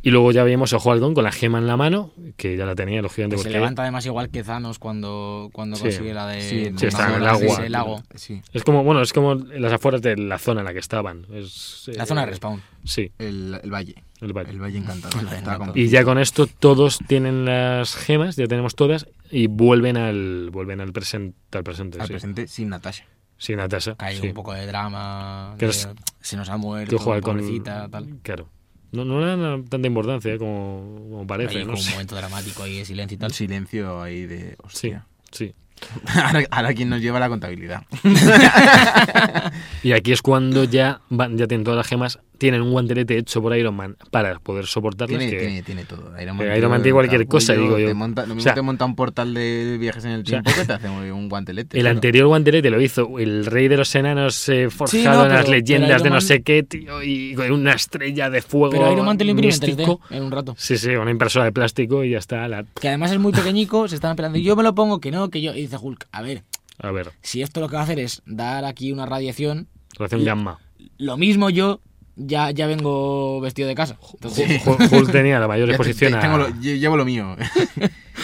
Speaker 1: Y luego ya vimos a Ojo Halcón con la gema en la mano, que ya la tenía, lógicamente.
Speaker 3: Que se
Speaker 1: porque-
Speaker 3: levanta además igual que Thanos cuando, cuando
Speaker 1: Sí.
Speaker 3: consigue la de
Speaker 2: Sí,
Speaker 3: con
Speaker 1: sí, está
Speaker 3: las
Speaker 1: en el
Speaker 3: olas de
Speaker 1: agua.
Speaker 3: ese lago.
Speaker 2: Sí,
Speaker 1: Es como, bueno, es como las afueras de la zona en la que estaban. Es, eh,
Speaker 3: La zona de respawn.
Speaker 1: Sí,
Speaker 2: el, el valle.
Speaker 1: el valle.
Speaker 2: El valle encantado.
Speaker 3: El valle
Speaker 2: Estaba
Speaker 3: encantado.
Speaker 2: con-
Speaker 1: Y ya con esto todos tienen las gemas, ya tenemos todas, y vuelven al vuelven al presente, al presente,
Speaker 2: al
Speaker 1: sí.
Speaker 2: presente sin Natasha.
Speaker 1: Sí, Natasha.
Speaker 3: Cae
Speaker 1: sí.
Speaker 3: un poco de drama.
Speaker 1: Que
Speaker 3: de-
Speaker 1: es-
Speaker 3: se nos ha
Speaker 1: Que
Speaker 3: muerto,
Speaker 1: juega con
Speaker 3: pobrecita, tal.
Speaker 1: Claro. No, no le dan tanta importancia eh, como, como parece,
Speaker 3: Ahí
Speaker 1: no
Speaker 3: con un
Speaker 1: sé.
Speaker 3: momento dramático ahí de silencio y tal.
Speaker 2: El silencio ahí de.
Speaker 1: Sí,
Speaker 2: Hostia.
Speaker 1: sí.
Speaker 2: ahora, ahora quien nos lleva la contabilidad.
Speaker 1: Y aquí es cuando ya van, ya tienen todas las gemas, tienen un guantelete hecho por Iron Man para poder soportarlas.
Speaker 2: Tiene,
Speaker 1: que-
Speaker 2: tiene, tiene todo. Iron
Speaker 1: que Iron Man tiene cualquier cosa, digo yo.
Speaker 2: Te monta, lo
Speaker 1: O
Speaker 2: mismo
Speaker 1: sea-
Speaker 2: te monta un portal de viajes en el
Speaker 1: sea-
Speaker 2: tiempo que te hace un guantelete.
Speaker 1: El
Speaker 2: claro.
Speaker 1: anterior guantelete lo hizo el rey de los enanos eh, forjado
Speaker 3: Sí, no,
Speaker 1: en las
Speaker 3: pero-
Speaker 1: leyendas de
Speaker 3: pero
Speaker 1: no
Speaker 3: Iron Man-
Speaker 1: sé qué, tío, y con una estrella de fuego
Speaker 3: Pero Iron Man te lo imprime en
Speaker 1: místico.
Speaker 3: 3D en un rato.
Speaker 1: Sí, sí, una impresora de plástico y ya está. La...
Speaker 3: Que además es muy pequeñico, se están peleando. Yo me lo pongo que no, que yo. Y dice Hulk, a ver,
Speaker 1: A ver,
Speaker 3: si esto lo que va a hacer es dar aquí una radiación,
Speaker 1: relación gamma.
Speaker 3: lo mismo yo ya, ya vengo vestido de casa. Entonces,
Speaker 1: Hulk Hulk tenía la mayor
Speaker 2: Ya te-
Speaker 1: exposición
Speaker 2: te- tengo
Speaker 1: a,
Speaker 2: lo- lle- llevo lo mío.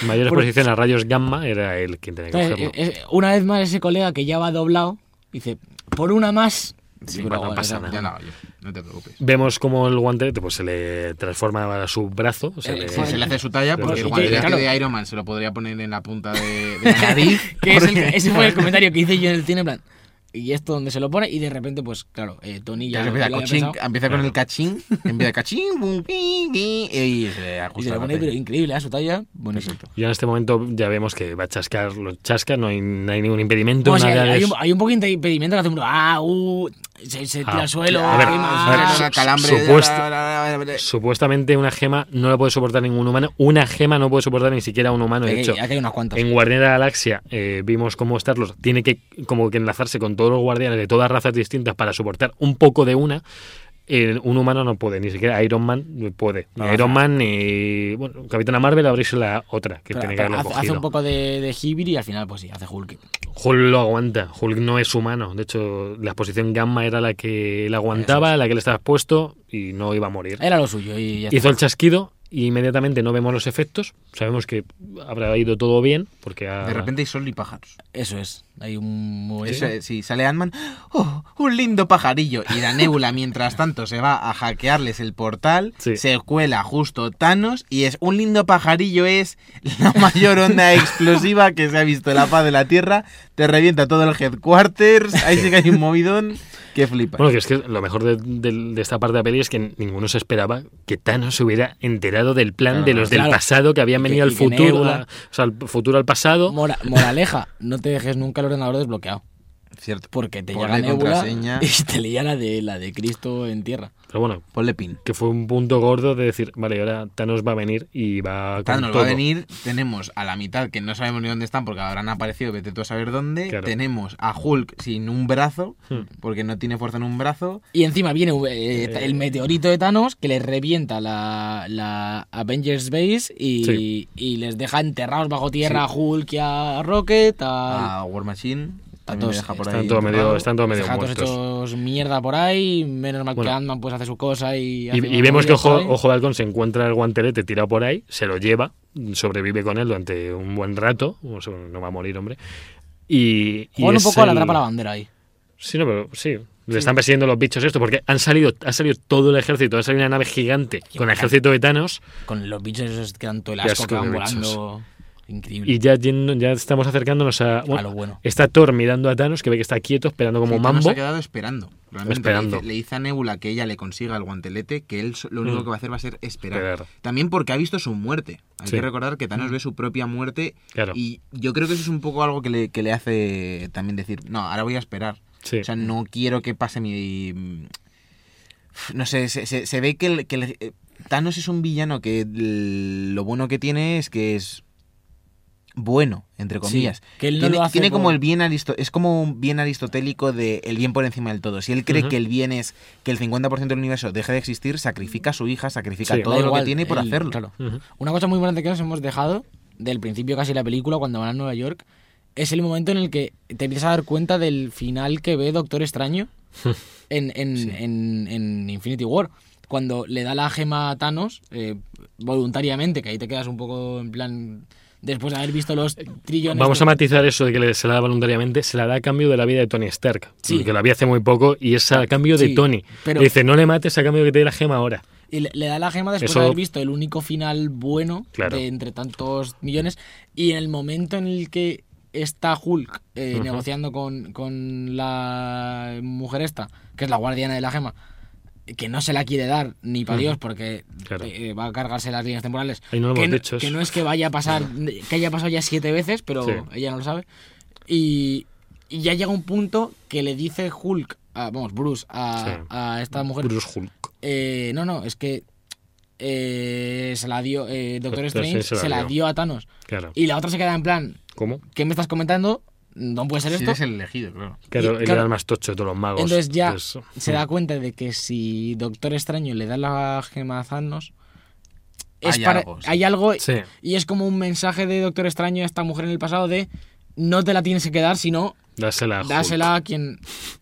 Speaker 1: mayor exposición a rayos gamma, era él quien tenía que
Speaker 3: entonces,
Speaker 1: cogerlo.
Speaker 3: eh, eh, una vez más ese colega que ya va doblado, dice, por una más.
Speaker 1: Sí, bueno, no pasa nada.
Speaker 2: Ya no, yo- no te preocupes.
Speaker 1: Vemos como el guantelete pues, se le transforma a su brazo. Se
Speaker 3: Eh,
Speaker 1: le-
Speaker 2: Sí, se le hace su talla
Speaker 1: Sí,
Speaker 2: porque
Speaker 1: sí,
Speaker 2: el guantelete
Speaker 3: claro.
Speaker 2: de Iron Man se lo podría poner en la punta de, de la nariz.
Speaker 3: Que es el-
Speaker 2: porque-
Speaker 3: ese fue el comentario que hice yo en el cine, en plan. Y esto donde se lo pone, y de repente, pues claro, eh, Tony ya,
Speaker 2: Ya
Speaker 3: lo-
Speaker 2: empieza,
Speaker 3: ya lo había
Speaker 2: cochín,
Speaker 3: pensado,
Speaker 2: empieza con
Speaker 1: Claro.
Speaker 2: el cachín, empieza cachín, bum, ping, ping, y se
Speaker 3: y se
Speaker 2: ajusta.
Speaker 3: lo
Speaker 2: la
Speaker 3: pone, pero
Speaker 2: talla.
Speaker 3: increíble, a su talla. Bueno, sí.
Speaker 1: Y en este momento ya vemos que va a chascar, lo chasca, no hay, no hay ningún impedimento.
Speaker 3: O sea,
Speaker 1: nada de
Speaker 3: hay,
Speaker 1: eso.
Speaker 3: un, hay un poquito de impedimento que hace uno, ah, uh, se, se tira
Speaker 1: Ah,
Speaker 3: al suelo,
Speaker 1: a ver,
Speaker 3: quema,
Speaker 1: a ver,
Speaker 3: ah,
Speaker 1: su-
Speaker 2: Ah, calambre,
Speaker 1: supuesto-
Speaker 2: la, la, la, la, la.
Speaker 1: Supuestamente una gema no la puede soportar ningún humano. Una gema no puede soportar ni siquiera un humano. De
Speaker 3: Eh,
Speaker 1: hecho,
Speaker 3: aquí hay unas cuantas.
Speaker 1: en Guardián de la Galaxia eh, vimos cómo star tiene que como que enlazarse con todos los guardianes de todas razas distintas para soportar un poco de una. Eh, un humano no puede, ni siquiera Iron Man no puede. Ni
Speaker 3: No,
Speaker 1: Iron
Speaker 3: no.
Speaker 1: Man ni bueno, Capitana Marvel habréis la otra que
Speaker 3: Pero-
Speaker 1: tiene que
Speaker 3: pero
Speaker 1: haberlo
Speaker 3: hace, hace
Speaker 1: cogido.
Speaker 3: un poco de, de Hibir y al final, pues sí, hace Hulk.
Speaker 1: Hulk lo aguanta, Hulk no es humano. De hecho, la exposición gamma era la que él aguantaba, la que le estaba expuesto y no iba a morir.
Speaker 3: Era lo suyo y ya está.
Speaker 1: Hizo el chasquido y inmediatamente no vemos los efectos. Sabemos que habrá ido todo bien porque ha-
Speaker 2: De repente hay sol y pájaros.
Speaker 3: Eso es. Hay un movimiento.
Speaker 2: Ese- sí, eh, sale Ant-Man, ¡oh, un lindo pajarillo! Y la nébula, mientras tanto, se va a hackearles el portal,
Speaker 1: Sí.
Speaker 2: se cuela justo Thanos y es un lindo pajarillo, es la mayor onda explosiva que se ha visto en la paz de la Tierra, te revienta todo el headquarters, ahí sí que hay un movidón que flipa.
Speaker 1: Bueno, que es que lo mejor de, de- de esta parte de la peli es que ninguno se esperaba que Thanos se hubiera enterado del plan
Speaker 2: Claro,
Speaker 1: de los del
Speaker 3: claro.
Speaker 1: pasado que habían
Speaker 3: Y que-
Speaker 1: venido al
Speaker 3: y que
Speaker 1: futuro,
Speaker 3: Nebula-
Speaker 1: a- o sea, al futuro al pasado.
Speaker 3: Mora- moraleja, no te dejes nunca el ordenador desbloqueado.
Speaker 2: Cierto.
Speaker 3: Porque te
Speaker 2: Ponle
Speaker 3: llega Nebula
Speaker 2: contraseña.
Speaker 3: y te lía la de, la de Cristo en tierra.
Speaker 1: Pero bueno,
Speaker 2: Ponle pin.
Speaker 1: que fue un punto gordo de decir, vale, ahora Thanos va a venir y va con
Speaker 2: Thanos
Speaker 1: todo.
Speaker 2: va a venir, tenemos a la mitad que no sabemos ni dónde están porque habrán aparecido, vete tú a saber dónde.
Speaker 1: Claro. Hmm.
Speaker 2: Tenemos a Hulk sin un brazo, porque no tiene fuerza en un brazo.
Speaker 3: Y encima viene eh, el meteorito de Thanos que les revienta la, la Avengers Base y,
Speaker 1: Sí.
Speaker 3: y les deja enterrados bajo tierra a Hulk y a Rocket, a,
Speaker 2: a War Machine. también
Speaker 3: todos-
Speaker 2: le deja por
Speaker 1: Están
Speaker 2: ahí
Speaker 1: todos
Speaker 2: enterrado.
Speaker 1: medio, están todos
Speaker 3: Los
Speaker 1: Ah, medio
Speaker 3: gatos
Speaker 1: muertos.
Speaker 3: hechos mierda por ahí, menos mal
Speaker 1: Bueno.
Speaker 3: que Ant-Man pues hace su cosa y...
Speaker 1: Y,
Speaker 3: hace
Speaker 1: y
Speaker 3: una
Speaker 1: vemos que
Speaker 3: movida por
Speaker 1: Ojo,
Speaker 3: ahí.
Speaker 1: Ojo de Halcón se encuentra el guantelete tirado por ahí, se lo lleva, sobrevive con él durante un buen rato, o sea, no va a morir, hombre. Y, y
Speaker 3: Juegan un
Speaker 1: es
Speaker 3: poco a la
Speaker 1: el-
Speaker 3: trapa la bandera ahí.
Speaker 1: Sí, no, pero sí. Le están persiguiendo los bichos esto, porque han salido, ha salido todo el ejército, ha salido una nave gigante con el ejército de Thanos
Speaker 3: Con los bichos esos que dan todo el
Speaker 1: Qué
Speaker 3: asco
Speaker 1: asco
Speaker 3: que van
Speaker 1: de bichos.
Speaker 3: volando. Increíble.
Speaker 1: y ya, yendo- ya estamos acercándonos a...
Speaker 3: A lo bueno.
Speaker 1: Está Thor mirando a Thanos, que ve que está quieto, esperando como
Speaker 2: Y Thanos
Speaker 1: mambo.
Speaker 2: se ha quedado esperando. Realmente
Speaker 1: Esperando.
Speaker 2: Le, dice, le dice a Nebula que ella le consiga el guantelete, que él so- lo único que va a hacer va a ser esperar.
Speaker 1: Mm. Esperar.
Speaker 2: También porque ha visto su muerte. Hay
Speaker 1: Sí.
Speaker 2: que recordar que Thanos ve su propia muerte.
Speaker 1: Claro.
Speaker 2: Y yo creo que eso es un poco algo que le, que le hace también decir, no, ahora voy a esperar.
Speaker 1: Sí.
Speaker 2: O sea, no quiero que pase mi... mm, No sé, se, se- se ve que, el- que el- eh, Thanos es un villano que el- lo bueno que tiene es que es bueno, entre comillas.
Speaker 3: que él no
Speaker 2: tiene
Speaker 3: lo hace
Speaker 2: tiene como
Speaker 3: por-
Speaker 2: el bien aristo- es como un bien aristotélico de el bien por encima del todo. Si él cree
Speaker 1: Ujú.
Speaker 2: que el bien es que el 50% del universo deje de existir, sacrifica a su hija, sacrifica
Speaker 1: Sí.
Speaker 2: todo
Speaker 3: Da
Speaker 2: lo
Speaker 3: igual,
Speaker 2: que tiene por
Speaker 3: él-
Speaker 2: hacerlo.
Speaker 3: claro.
Speaker 1: Ujú.
Speaker 3: Una cosa muy importante que nos hemos dejado del principio casi de la película, cuando van a Nueva York, es el momento en el que te empiezas a dar cuenta del final que ve Doctor Extraño en, en- en- en Infinity War. Cuando le da la gema a Thanos, eh, voluntariamente, que ahí te quedas un poco en plan. Después de haber visto los trillones.
Speaker 1: Eh, Vamos
Speaker 3: de-
Speaker 1: a matizar eso de que le- se la da voluntariamente, se la da a cambio de la vida de Tony Stark,
Speaker 3: Sí.
Speaker 1: que la vi hace muy poco, y es a cambio de
Speaker 3: Sí,
Speaker 1: Tony.
Speaker 3: pero-
Speaker 1: Le dice, no le mates a cambio que te dé la gema ahora.
Speaker 3: Y le, le da la gema después
Speaker 1: Eso-
Speaker 3: de haber visto el único final bueno
Speaker 1: Claro.
Speaker 3: de entre tantos millones. Y en el momento en el que está Hulk eh,
Speaker 1: Ujú.
Speaker 3: negociando con, con la mujer esta, que es la guardiana de la gema, que no se la quiere dar ni para
Speaker 1: Ujú.
Speaker 3: Dios porque
Speaker 1: Claro.
Speaker 3: eh, va a cargarse las líneas temporales.
Speaker 1: Ahí no lo
Speaker 3: que,
Speaker 1: hemos dicho eso.
Speaker 3: que no es que vaya a pasar, que haya pasado ya siete veces, pero
Speaker 1: Sí.
Speaker 3: ella no lo sabe. Y, y ya llega un punto que le dice Hulk, a- vamos, Bruce, a,
Speaker 1: Sí.
Speaker 3: a esta mujer.
Speaker 1: Bruce Hulk.
Speaker 3: Eh, no, no, es que eh, se la dio eh, Doctor
Speaker 1: Doctor
Speaker 3: Strange, se, la dio. a Thanos.
Speaker 1: Claro.
Speaker 3: Y la otra se queda en plan,
Speaker 1: ¿Cómo?
Speaker 3: ¿qué me estás comentando? No puede ser
Speaker 2: Si
Speaker 3: esto.
Speaker 2: eres el elegido, claro.
Speaker 1: Claro,
Speaker 3: Y,
Speaker 1: él
Speaker 3: claro,
Speaker 1: era el más tocho de todos los magos.
Speaker 3: Entonces ya
Speaker 1: Pues,
Speaker 3: se da cuenta de que si Doctor Extraño le da la gema a Thanos, es
Speaker 2: Hay
Speaker 3: para-
Speaker 2: algo, sí.
Speaker 3: hay algo
Speaker 1: Sí.
Speaker 3: y es como un mensaje de Doctor Extraño a esta mujer en el pasado de no te la tienes que quedar, sino
Speaker 1: Dásela a Hulk.
Speaker 3: dásela a quien...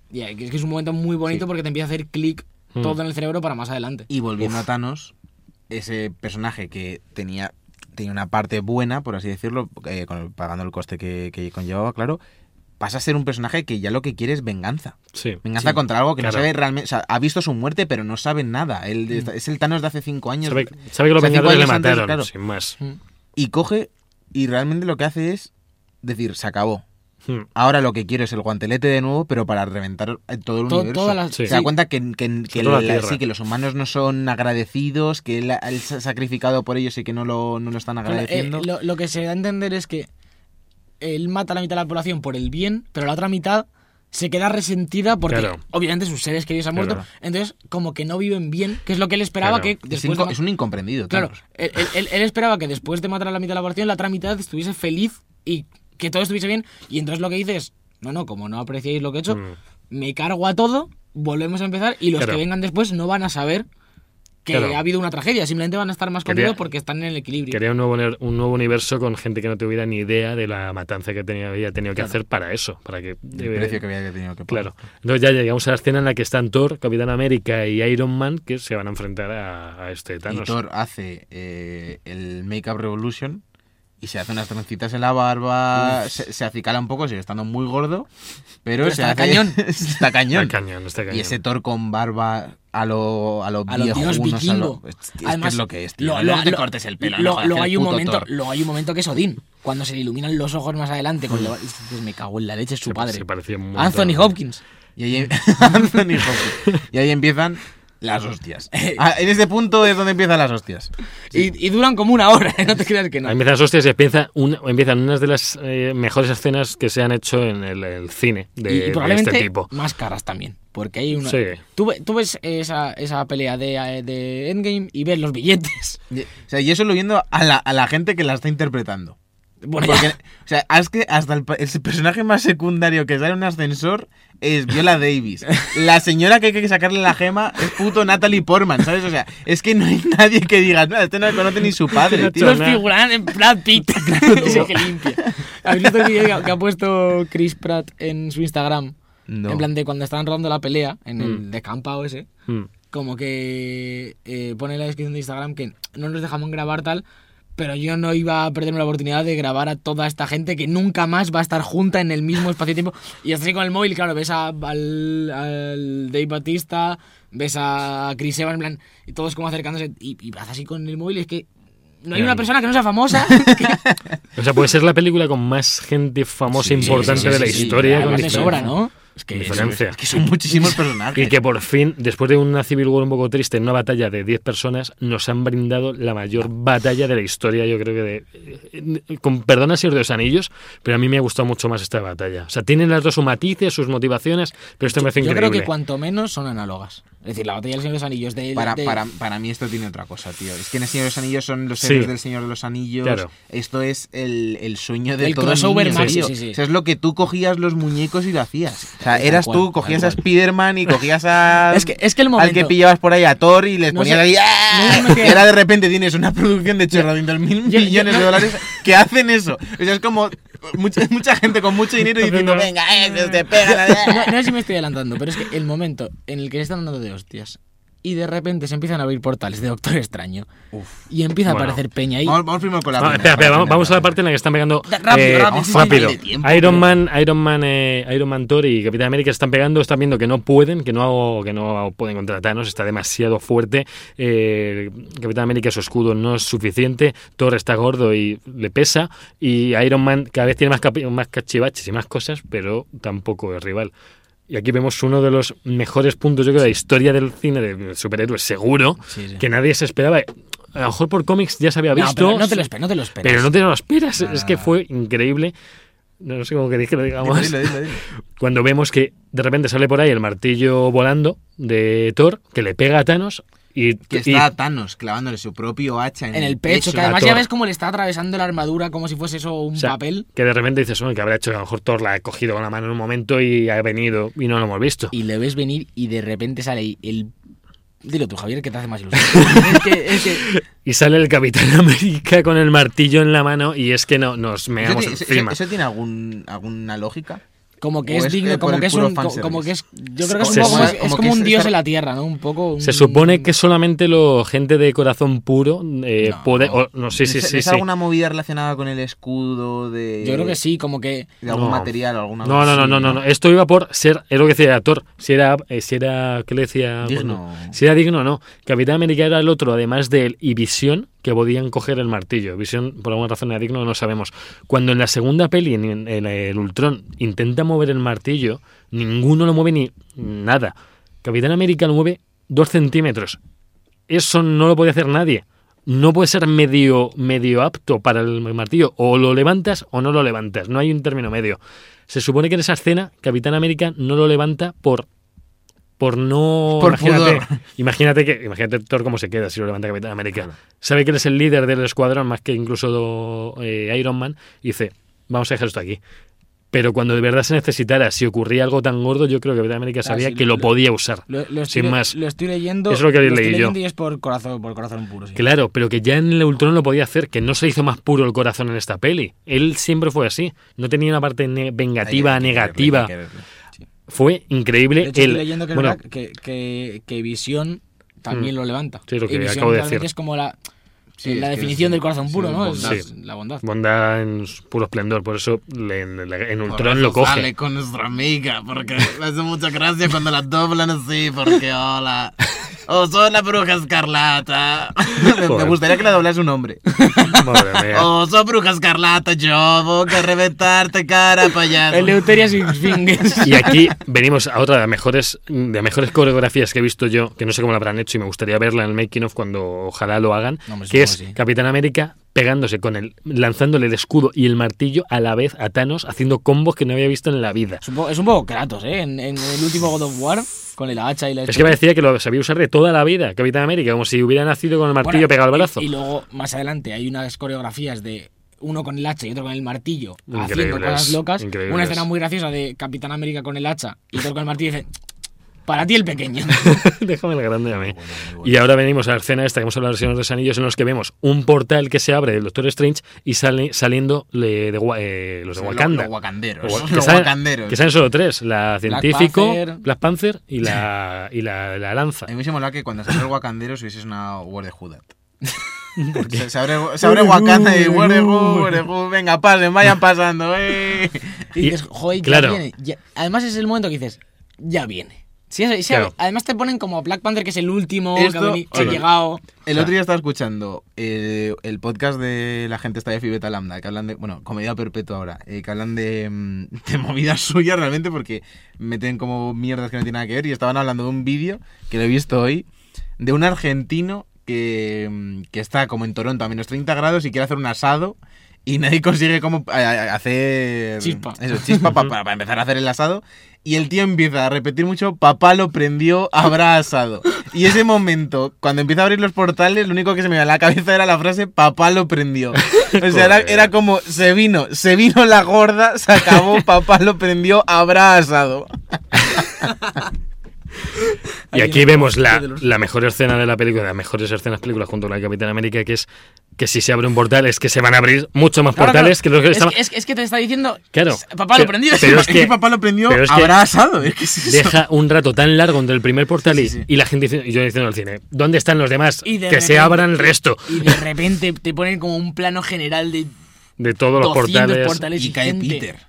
Speaker 3: Ya, que es que es un momento muy bonito porque te empieza a hacer clic
Speaker 1: Mm.
Speaker 3: todo en el cerebro para más adelante.
Speaker 2: Y volviendo a Thanos, ese personaje que tenía, tenía una parte buena, por así decirlo, eh, con el- pagando el coste que, que conllevaba, claro, pasa a ser un personaje que ya lo que quiere es venganza.
Speaker 1: Sí.
Speaker 2: Venganza contra algo que
Speaker 1: claro. Mm.
Speaker 2: no sabe realmente. O sea, ha visto su muerte, pero no sabe nada. Él de- es el Thanos de hace cinco años.
Speaker 1: Sabe, sabe que los
Speaker 2: O sea, cinco
Speaker 1: Vengadores le
Speaker 2: años antes,
Speaker 1: mataron,
Speaker 2: claro.
Speaker 1: sin más.
Speaker 3: Mm.
Speaker 2: Y coge y realmente lo que hace es decir, se acabó.
Speaker 1: Mm.
Speaker 2: Ahora lo que quiero es el guantelete de nuevo, pero para reventar a todo el
Speaker 3: To-
Speaker 2: universo.
Speaker 3: todas las-
Speaker 1: Sí.
Speaker 2: Se da cuenta que, que- que
Speaker 1: toda la
Speaker 2: la-
Speaker 1: Tierra.
Speaker 2: sí, que los humanos no son agradecidos, que él, él se ha sacrificado por ellos y que no lo, no lo están
Speaker 3: Claro, eh,
Speaker 2: agradeciendo.
Speaker 3: lo, lo que se da a entender es que él mata a la mitad de la población por el bien, pero la otra mitad se queda resentida porque
Speaker 1: Claro.
Speaker 3: obviamente sus seres queridos han
Speaker 1: Claro.
Speaker 3: muerto. Entonces, como que no viven bien, que es lo que él esperaba
Speaker 1: Claro.
Speaker 3: que
Speaker 2: es,
Speaker 3: después. de
Speaker 2: inco-
Speaker 3: ma-
Speaker 2: es un incomprendido.
Speaker 3: claro,
Speaker 2: Thanos.
Speaker 3: él, él- él- él esperaba que después de matar a la mitad de la población, la otra mitad estuviese feliz y que todo estuviese bien. Y entonces lo que dice es: No, no, como no apreciáis lo que he hecho,
Speaker 1: Mm.
Speaker 3: me cargo a todo, volvemos a empezar y los
Speaker 1: Claro.
Speaker 3: que vengan después no van a saber que
Speaker 1: Claro.
Speaker 3: ha habido una tragedia, simplemente van a estar más
Speaker 1: Quería-
Speaker 3: conmigo porque están en el equilibrio.
Speaker 1: Quería un nuevo, ner- un nuevo universo con gente que no tuviera ni idea de la matanza que tenía, había tenido que hacer para eso. Para que,
Speaker 2: El precio que había tenido que pagar.
Speaker 1: Eh, Claro. Entonces ya llegamos a la escena en la que están Thor, Capitán América y Iron Man que se van a enfrentar a, a este
Speaker 2: Y
Speaker 1: Thanos.
Speaker 2: Thor hace eh, el Make Up Revolution y se hace unas trencitas en la barba, se, se acicala un poco, sigue estando muy gordo, pero,
Speaker 3: Pero
Speaker 2: se
Speaker 3: está
Speaker 2: hace-
Speaker 3: cañón.
Speaker 2: está
Speaker 1: Está
Speaker 2: cañón.
Speaker 1: cañón, está cañón.
Speaker 2: Y ese Thor con barba a lo a lo
Speaker 3: a los
Speaker 2: viejo, unos
Speaker 3: dios
Speaker 2: a lo-
Speaker 3: vikingo.
Speaker 2: es, es que es lo que es, tío.
Speaker 3: lo-
Speaker 2: No
Speaker 3: lo-
Speaker 2: te
Speaker 3: lo-
Speaker 2: cortes el pelo.
Speaker 3: lo-
Speaker 2: no jodas,
Speaker 3: lo
Speaker 2: el
Speaker 3: hay un
Speaker 2: puto
Speaker 3: momento,
Speaker 2: Thor.
Speaker 3: lo hay un momento que es Odín. Cuando se le iluminan los ojos más adelante con la- dices, me cago en la leche es su
Speaker 1: Se-
Speaker 3: padre.
Speaker 1: se parecía un montón.
Speaker 3: Anthony Hopkins.
Speaker 2: Y ahí, em- Anthony Hopkins. y ahí empiezan las hostias. Ah, en este punto es donde empiezan las hostias.
Speaker 3: Y, y duran como una hora, no te creas que no.
Speaker 1: Ahí empiezan las hostias y empieza una- empiezan unas de las eh, mejores escenas que se han hecho en el, el cine de,
Speaker 3: y, y
Speaker 1: de
Speaker 3: probablemente
Speaker 1: este tipo.
Speaker 3: más caras también. Porque hay una.
Speaker 1: Sí.
Speaker 3: Tú, ve- tú ves esa, esa pelea de, de Endgame y ves los billetes.
Speaker 2: Y, o sea, y eso lo viendo a la, a la gente que la está interpretando.
Speaker 3: Bueno,
Speaker 2: Porque,
Speaker 3: ya-
Speaker 2: o sea, es que hasta el, pa- el personaje más secundario que sale en un ascensor es Viola Davis. La señora que hay que sacarle la gema es puto Natalie Portman, ¿sabes? O sea, es que no hay nadie que diga, no, este no conoce ni su padre, tío.
Speaker 3: los
Speaker 1: nada.
Speaker 3: figurantes, Brad Pitt. Dice que limpia. ¿Habéis visto el vídeo que- que ha puesto Chris Pratt en su Instagram?
Speaker 2: No.
Speaker 3: En plan de cuando estaban rodando la pelea en el descampado ese.
Speaker 1: Mm.
Speaker 3: como que eh, pone en la descripción de Instagram que no nos dejaban grabar tal, pero yo no iba a perderme la oportunidad de grabar a toda esta gente que nunca más va a estar junta en el mismo espacio-tiempo. Y así con el móvil, claro, ves a- al, al Dave Batista, ves a Chris Evans, en plan, y todos como acercándose, y, y vas así con el móvil, y es que no hay
Speaker 1: Ya,
Speaker 3: una
Speaker 1: no.
Speaker 3: persona que no sea famosa.
Speaker 1: O sea, puede ser la película con más gente famosa
Speaker 2: Sí,
Speaker 1: importante
Speaker 2: sí, sí,
Speaker 1: de la
Speaker 2: sí, sí.
Speaker 1: historia. con
Speaker 3: Además de
Speaker 1: diferencia.
Speaker 3: sobra, ¿no? Es
Speaker 1: Con
Speaker 3: que
Speaker 1: diferencia.
Speaker 2: Es que son muchísimos personajes.
Speaker 1: Y que por fin, después de una Civil War un poco triste, en una batalla de 10 personas, nos han brindado la mayor batalla de la historia, yo creo que de... eh, Con perdón a Señor de los Anillos, pero a mí me ha gustado mucho más esta batalla. O sea, tienen las dos sus matices, sus motivaciones, pero esto me hace
Speaker 3: yo
Speaker 1: increíble.
Speaker 3: creo que cuanto menos son análogas. Es decir, la batalla del Señor de los Anillos de...
Speaker 2: Para,
Speaker 3: de-
Speaker 2: para, para mí esto tiene otra cosa, tío. Es que en el Señor de los Anillos son los
Speaker 1: Sí.
Speaker 2: héroes del Señor de los Anillos.
Speaker 1: Claro.
Speaker 2: Esto es el, el sueño de
Speaker 3: El
Speaker 2: todo
Speaker 3: crossover
Speaker 2: niño,
Speaker 3: más,
Speaker 2: tío.
Speaker 3: sí, sí, sí.
Speaker 2: O sea, es lo que tú cogías los muñecos y lo hacías. O sea,
Speaker 3: Tal
Speaker 2: eras
Speaker 3: cual,
Speaker 2: tú, cogías
Speaker 3: tal
Speaker 2: a
Speaker 3: cual.
Speaker 2: Spider-Man y cogías a...
Speaker 3: Es que, es que el momento...
Speaker 2: Al que pillabas por ahí a Thor y les
Speaker 3: No
Speaker 2: ponías
Speaker 3: sé-
Speaker 2: ahí.
Speaker 3: no, no,
Speaker 2: ¡ah!
Speaker 3: no,
Speaker 2: Y ahora de repente tienes una producción de 800 mil
Speaker 3: yo-
Speaker 2: millones
Speaker 3: no.
Speaker 2: de dólares que hacen eso. O sea, es como mucha, mucha gente con mucho dinero diciendo: Venga, eh, que te pega la
Speaker 3: no, no sé si me estoy adelantando, pero es que el momento en el que se están dando de hostias y de repente se empiezan a abrir portales de Doctor Extraño y empieza
Speaker 1: Bueno.
Speaker 3: a aparecer Peña ahí.
Speaker 2: Vamos, vamos primero con la.
Speaker 1: Ah,
Speaker 2: primera,
Speaker 1: espera, espera,
Speaker 2: para
Speaker 1: vamos, vamos a la
Speaker 2: entenderlo.
Speaker 1: parte en la que están pegando
Speaker 3: Da- rápido,
Speaker 1: eh,
Speaker 3: rápido, sí, sí,
Speaker 1: rápido.
Speaker 2: dale tiempo,
Speaker 1: Iron
Speaker 2: tío.
Speaker 1: Man, Iron Man, eh, Iron Man Thor y Capitán América están pegando, están viendo que no pueden, que no, que no pueden contra Thanos, está demasiado fuerte. Eh, Capitán América su escudo no es suficiente, Thor está gordo y le pesa y Iron Man cada vez tiene más, capi- más cachivaches y más cosas, pero tampoco es rival. Y aquí vemos uno de los mejores puntos, yo creo, de la historia del cine de superhéroes, seguro,
Speaker 3: Sí, sí.
Speaker 1: que nadie se esperaba. A lo mejor por cómics ya se había
Speaker 3: No,
Speaker 1: visto.
Speaker 3: pero no te lo esperas, no te lo esperas.
Speaker 1: Pero no te lo esperas,
Speaker 3: Nada.
Speaker 1: es que fue increíble. No sé cómo queréis que lo digamos.
Speaker 2: Ah. Dilo, dilo, dilo.
Speaker 1: Cuando vemos que de repente sale por ahí el martillo volando de Thor, que le pega a Thanos y.
Speaker 2: Que
Speaker 1: y-
Speaker 2: está Thanos clavándole su propio hacha en,
Speaker 3: En el pecho, que
Speaker 1: a
Speaker 3: además ya
Speaker 1: Thor.
Speaker 3: ves cómo le está atravesando la armadura como si fuese eso un
Speaker 1: o sea,
Speaker 3: papel.
Speaker 1: Que de repente dices, bueno, que habrá hecho, a lo mejor Thor la ha cogido con la mano en un momento y ha venido y no lo hemos visto.
Speaker 3: Y le ves venir y de repente sale ahí el... Dilo tú, Javier, que te hace más ilusión. es que, es que...
Speaker 1: Y sale el Capitán América con el martillo en la mano y es que no, nos
Speaker 2: ¿Eso,
Speaker 1: meamos
Speaker 2: ti- eso-
Speaker 1: pues encima.
Speaker 2: eso tiene algún, alguna lógica?
Speaker 3: Como que
Speaker 2: O
Speaker 3: es,
Speaker 2: es, eh,
Speaker 3: digno,
Speaker 2: por
Speaker 3: como
Speaker 2: el
Speaker 3: que es
Speaker 2: puro
Speaker 3: un. co-
Speaker 2: fanservice.
Speaker 3: Como que es. Yo creo que es
Speaker 1: Se
Speaker 3: un, poco
Speaker 1: su-
Speaker 3: más- es
Speaker 2: como
Speaker 3: como
Speaker 2: que
Speaker 3: un
Speaker 2: es
Speaker 3: dios
Speaker 2: estar-
Speaker 3: en la tierra, ¿no? Un poco. un-
Speaker 1: Se supone que solamente lo gente de corazón puro eh,
Speaker 3: No.
Speaker 1: puede. o- no, sí, sí,
Speaker 2: ¿Es,
Speaker 1: sí.
Speaker 2: es
Speaker 1: sí.
Speaker 2: alguna movida relacionada con el escudo de.
Speaker 3: Yo creo que sí, como que.
Speaker 2: De algún
Speaker 1: No.
Speaker 2: material o alguna
Speaker 1: No,
Speaker 2: cosa
Speaker 1: no, no,
Speaker 2: así,
Speaker 1: no, no, no. Esto iba por ser, es lo que decía actor, si era, eh, si era, ¿qué le decía?
Speaker 2: Digno.
Speaker 1: Bueno, si era digno, no. Capitán América era el otro, además de él, y Visión, que podían coger el martillo. Visión, por alguna razón, era digno, no sabemos. Cuando en la segunda peli, en, en- en el Ultron, intenta mover el martillo, ninguno lo mueve ni nada. Capitán América lo mueve dos centímetros. Eso no lo puede hacer nadie. No puede ser medio, medio apto para el martillo. O lo levantas o no lo levantas. No hay un término medio. Se supone que en esa escena Capitán América no lo levanta por por no
Speaker 2: Por
Speaker 1: imagínate,
Speaker 2: pudor.
Speaker 1: imagínate que imagínate Thor cómo se queda si lo levanta Capitán América. Sabe que él es el líder del escuadrón más que incluso eh, Iron Man y dice, vamos a dejar esto aquí. Pero cuando de verdad se necesitara, si ocurría algo tan gordo, yo creo que Capitán América sabía
Speaker 3: sí,
Speaker 1: que
Speaker 3: lo-
Speaker 1: lo podía usar.
Speaker 3: Lo, lo estoy,
Speaker 1: Sin
Speaker 3: le-
Speaker 1: más.
Speaker 3: Lo estoy leyendo.
Speaker 1: Es lo que
Speaker 3: estoy
Speaker 1: leí yo.
Speaker 3: leyendo Y es por corazón, por corazón puro. sí.
Speaker 1: Claro, pero que ya en el Ultron lo podía hacer, que no se hizo más puro el corazón en esta peli. Él siempre fue así. No tenía una parte ne- vengativa,
Speaker 2: Hay que quererle,
Speaker 1: negativa.
Speaker 2: hay que quererle.
Speaker 1: Fue
Speaker 3: De
Speaker 1: increíble.
Speaker 3: hecho,
Speaker 1: el,
Speaker 3: estoy leyendo que, es
Speaker 1: bueno,
Speaker 3: verdad que, que, que Visión también
Speaker 1: Mm.
Speaker 3: lo levanta.
Speaker 1: Sí, lo que
Speaker 3: Y Visión
Speaker 1: acabo de
Speaker 3: realmente
Speaker 1: decir.
Speaker 3: es como la.
Speaker 2: Sí,
Speaker 3: la
Speaker 2: es que
Speaker 3: definición
Speaker 2: es-
Speaker 3: del corazón
Speaker 2: sí,
Speaker 3: puro,
Speaker 2: es
Speaker 3: ¿no?
Speaker 2: bondad.
Speaker 3: Es la bondad.
Speaker 1: bondad en su puro esplendor. Por eso le- en, en
Speaker 2: Por
Speaker 1: Ultron
Speaker 2: eso
Speaker 1: lo coge.
Speaker 2: Sale con nuestra amiga, porque me hace mucha gracia cuando la doblan así, porque hola. O son la bruja escarlata. Me- Me
Speaker 1: Joder.
Speaker 2: gustaría que la doblase un hombre.
Speaker 1: Madre mía.
Speaker 2: O son Oh, bruja escarlata, yo voy a reventarte cara, payaso.
Speaker 3: Eleuteria sin fingers.
Speaker 1: Y aquí venimos a otra de las mejores, de las mejores coreografías que he visto yo, que no sé cómo la habrán hecho y me gustaría verla en el making of cuando ojalá lo hagan,
Speaker 3: No, hombre,
Speaker 1: que es
Speaker 3: supongo que sí.
Speaker 1: Capitán América pegándose con el, lanzándole el escudo y el martillo a la vez a Thanos, haciendo combos que no había visto en la vida.
Speaker 3: Es un poco- es un poco Kratos, ¿eh? En, en el último God of War, con el hacha y la.
Speaker 1: Es que parecía que lo sabía usar de toda la vida, Capitán América, como si hubiera nacido con el martillo
Speaker 3: Bueno,
Speaker 1: pegado al
Speaker 3: y-
Speaker 1: brazo.
Speaker 3: Y, luego, más adelante, hay unas coreografías de uno con el hacha y otro con el martillo, haciendo
Speaker 1: Increíbles,
Speaker 3: cosas locas.
Speaker 1: increíbles.
Speaker 3: Una escena muy graciosa de Capitán América con el hacha y otro con el martillo y dice, para ti el pequeño.
Speaker 1: Déjame el grande a mí. Y ahora venimos a la escena esta que hemos hablado de los Señor de los Anillos, en los que vemos un portal que se abre del Doctor Strange y sale, saliendo le- de Wa- eh, los de
Speaker 2: Lo-
Speaker 1: Wakanda.
Speaker 2: Los wakanderos.
Speaker 1: Wa-
Speaker 2: Los
Speaker 1: salen-
Speaker 2: wakanderos.
Speaker 1: Pues que salen solo tres: la científico,
Speaker 3: Panther.
Speaker 1: Black Panther y la, y la, la lanza.
Speaker 2: A mí me se mola que cuando se abre el Wakandero hubiese una War de Judat. Se, se abre, se abre Wakanda y War de Hu, War de Hu, venga, pasen, vayan pasando, eh.
Speaker 3: Y dices, joder, ya
Speaker 1: claro.
Speaker 3: viene. ya- Además, es el momento que dices, ya viene. Sí, sí, sí,
Speaker 1: Claro.
Speaker 3: Además, te ponen como Black Panther, que es el último que ha
Speaker 2: Esto-
Speaker 3: veni- que ha
Speaker 2: sí.
Speaker 3: llegado.
Speaker 2: El otro día estaba escuchando eh, el podcast de la gente esta de Fibeta Lambda, que hablan de, bueno, comedia perpetua ahora, eh, que hablan de, mm, de movidas suyas realmente porque meten como mierdas que no tienen nada que ver y estaban hablando de un vídeo que lo he visto hoy de un argentino que, mm, que está como en Toronto a menos 30 grados y quiere hacer un asado y nadie consigue como a- a- hacer
Speaker 3: Chispa.
Speaker 2: eso, chispa pa- pa- para empezar a hacer el asado y el tío empieza a repetir mucho papá lo prendió habrá asado y ese momento cuando empieza a abrir los portales lo único que se me iba a la cabeza era la frase papá lo prendió o sea era,
Speaker 1: Joder.
Speaker 2: era como se vino se vino la gorda se acabó papá lo prendió habrá asado
Speaker 1: Y
Speaker 3: Ahí
Speaker 1: aquí
Speaker 3: en-
Speaker 1: vemos la,
Speaker 3: de los-
Speaker 1: la mejor escena de la película, las mejores escenas películas junto con la de Capitán América, que es que si se abre un portal es que se van a abrir mucho más
Speaker 3: Claro,
Speaker 1: portales que los que
Speaker 3: es,
Speaker 1: estaban...
Speaker 3: que, es, que- es que te está diciendo.
Speaker 1: Claro.
Speaker 3: Papá, lo
Speaker 1: Pero-
Speaker 3: prendí.
Speaker 1: pero es
Speaker 2: es
Speaker 1: que-
Speaker 2: que, papá lo prendió
Speaker 1: pero es que-
Speaker 2: habrá asado es que es eso.
Speaker 1: Deja un rato tan largo entre el primer portal y,
Speaker 2: Sí, sí, sí.
Speaker 1: y la gente diciendo, y yo diciendo al cine, ¿dónde están los demás?
Speaker 3: Y de
Speaker 1: que se
Speaker 3: repente-
Speaker 1: abran el resto
Speaker 3: Y de repente te ponen como un plano general de
Speaker 1: de todos los
Speaker 3: 200
Speaker 1: portales.
Speaker 3: portales.
Speaker 2: y cae
Speaker 3: gente.
Speaker 2: Peter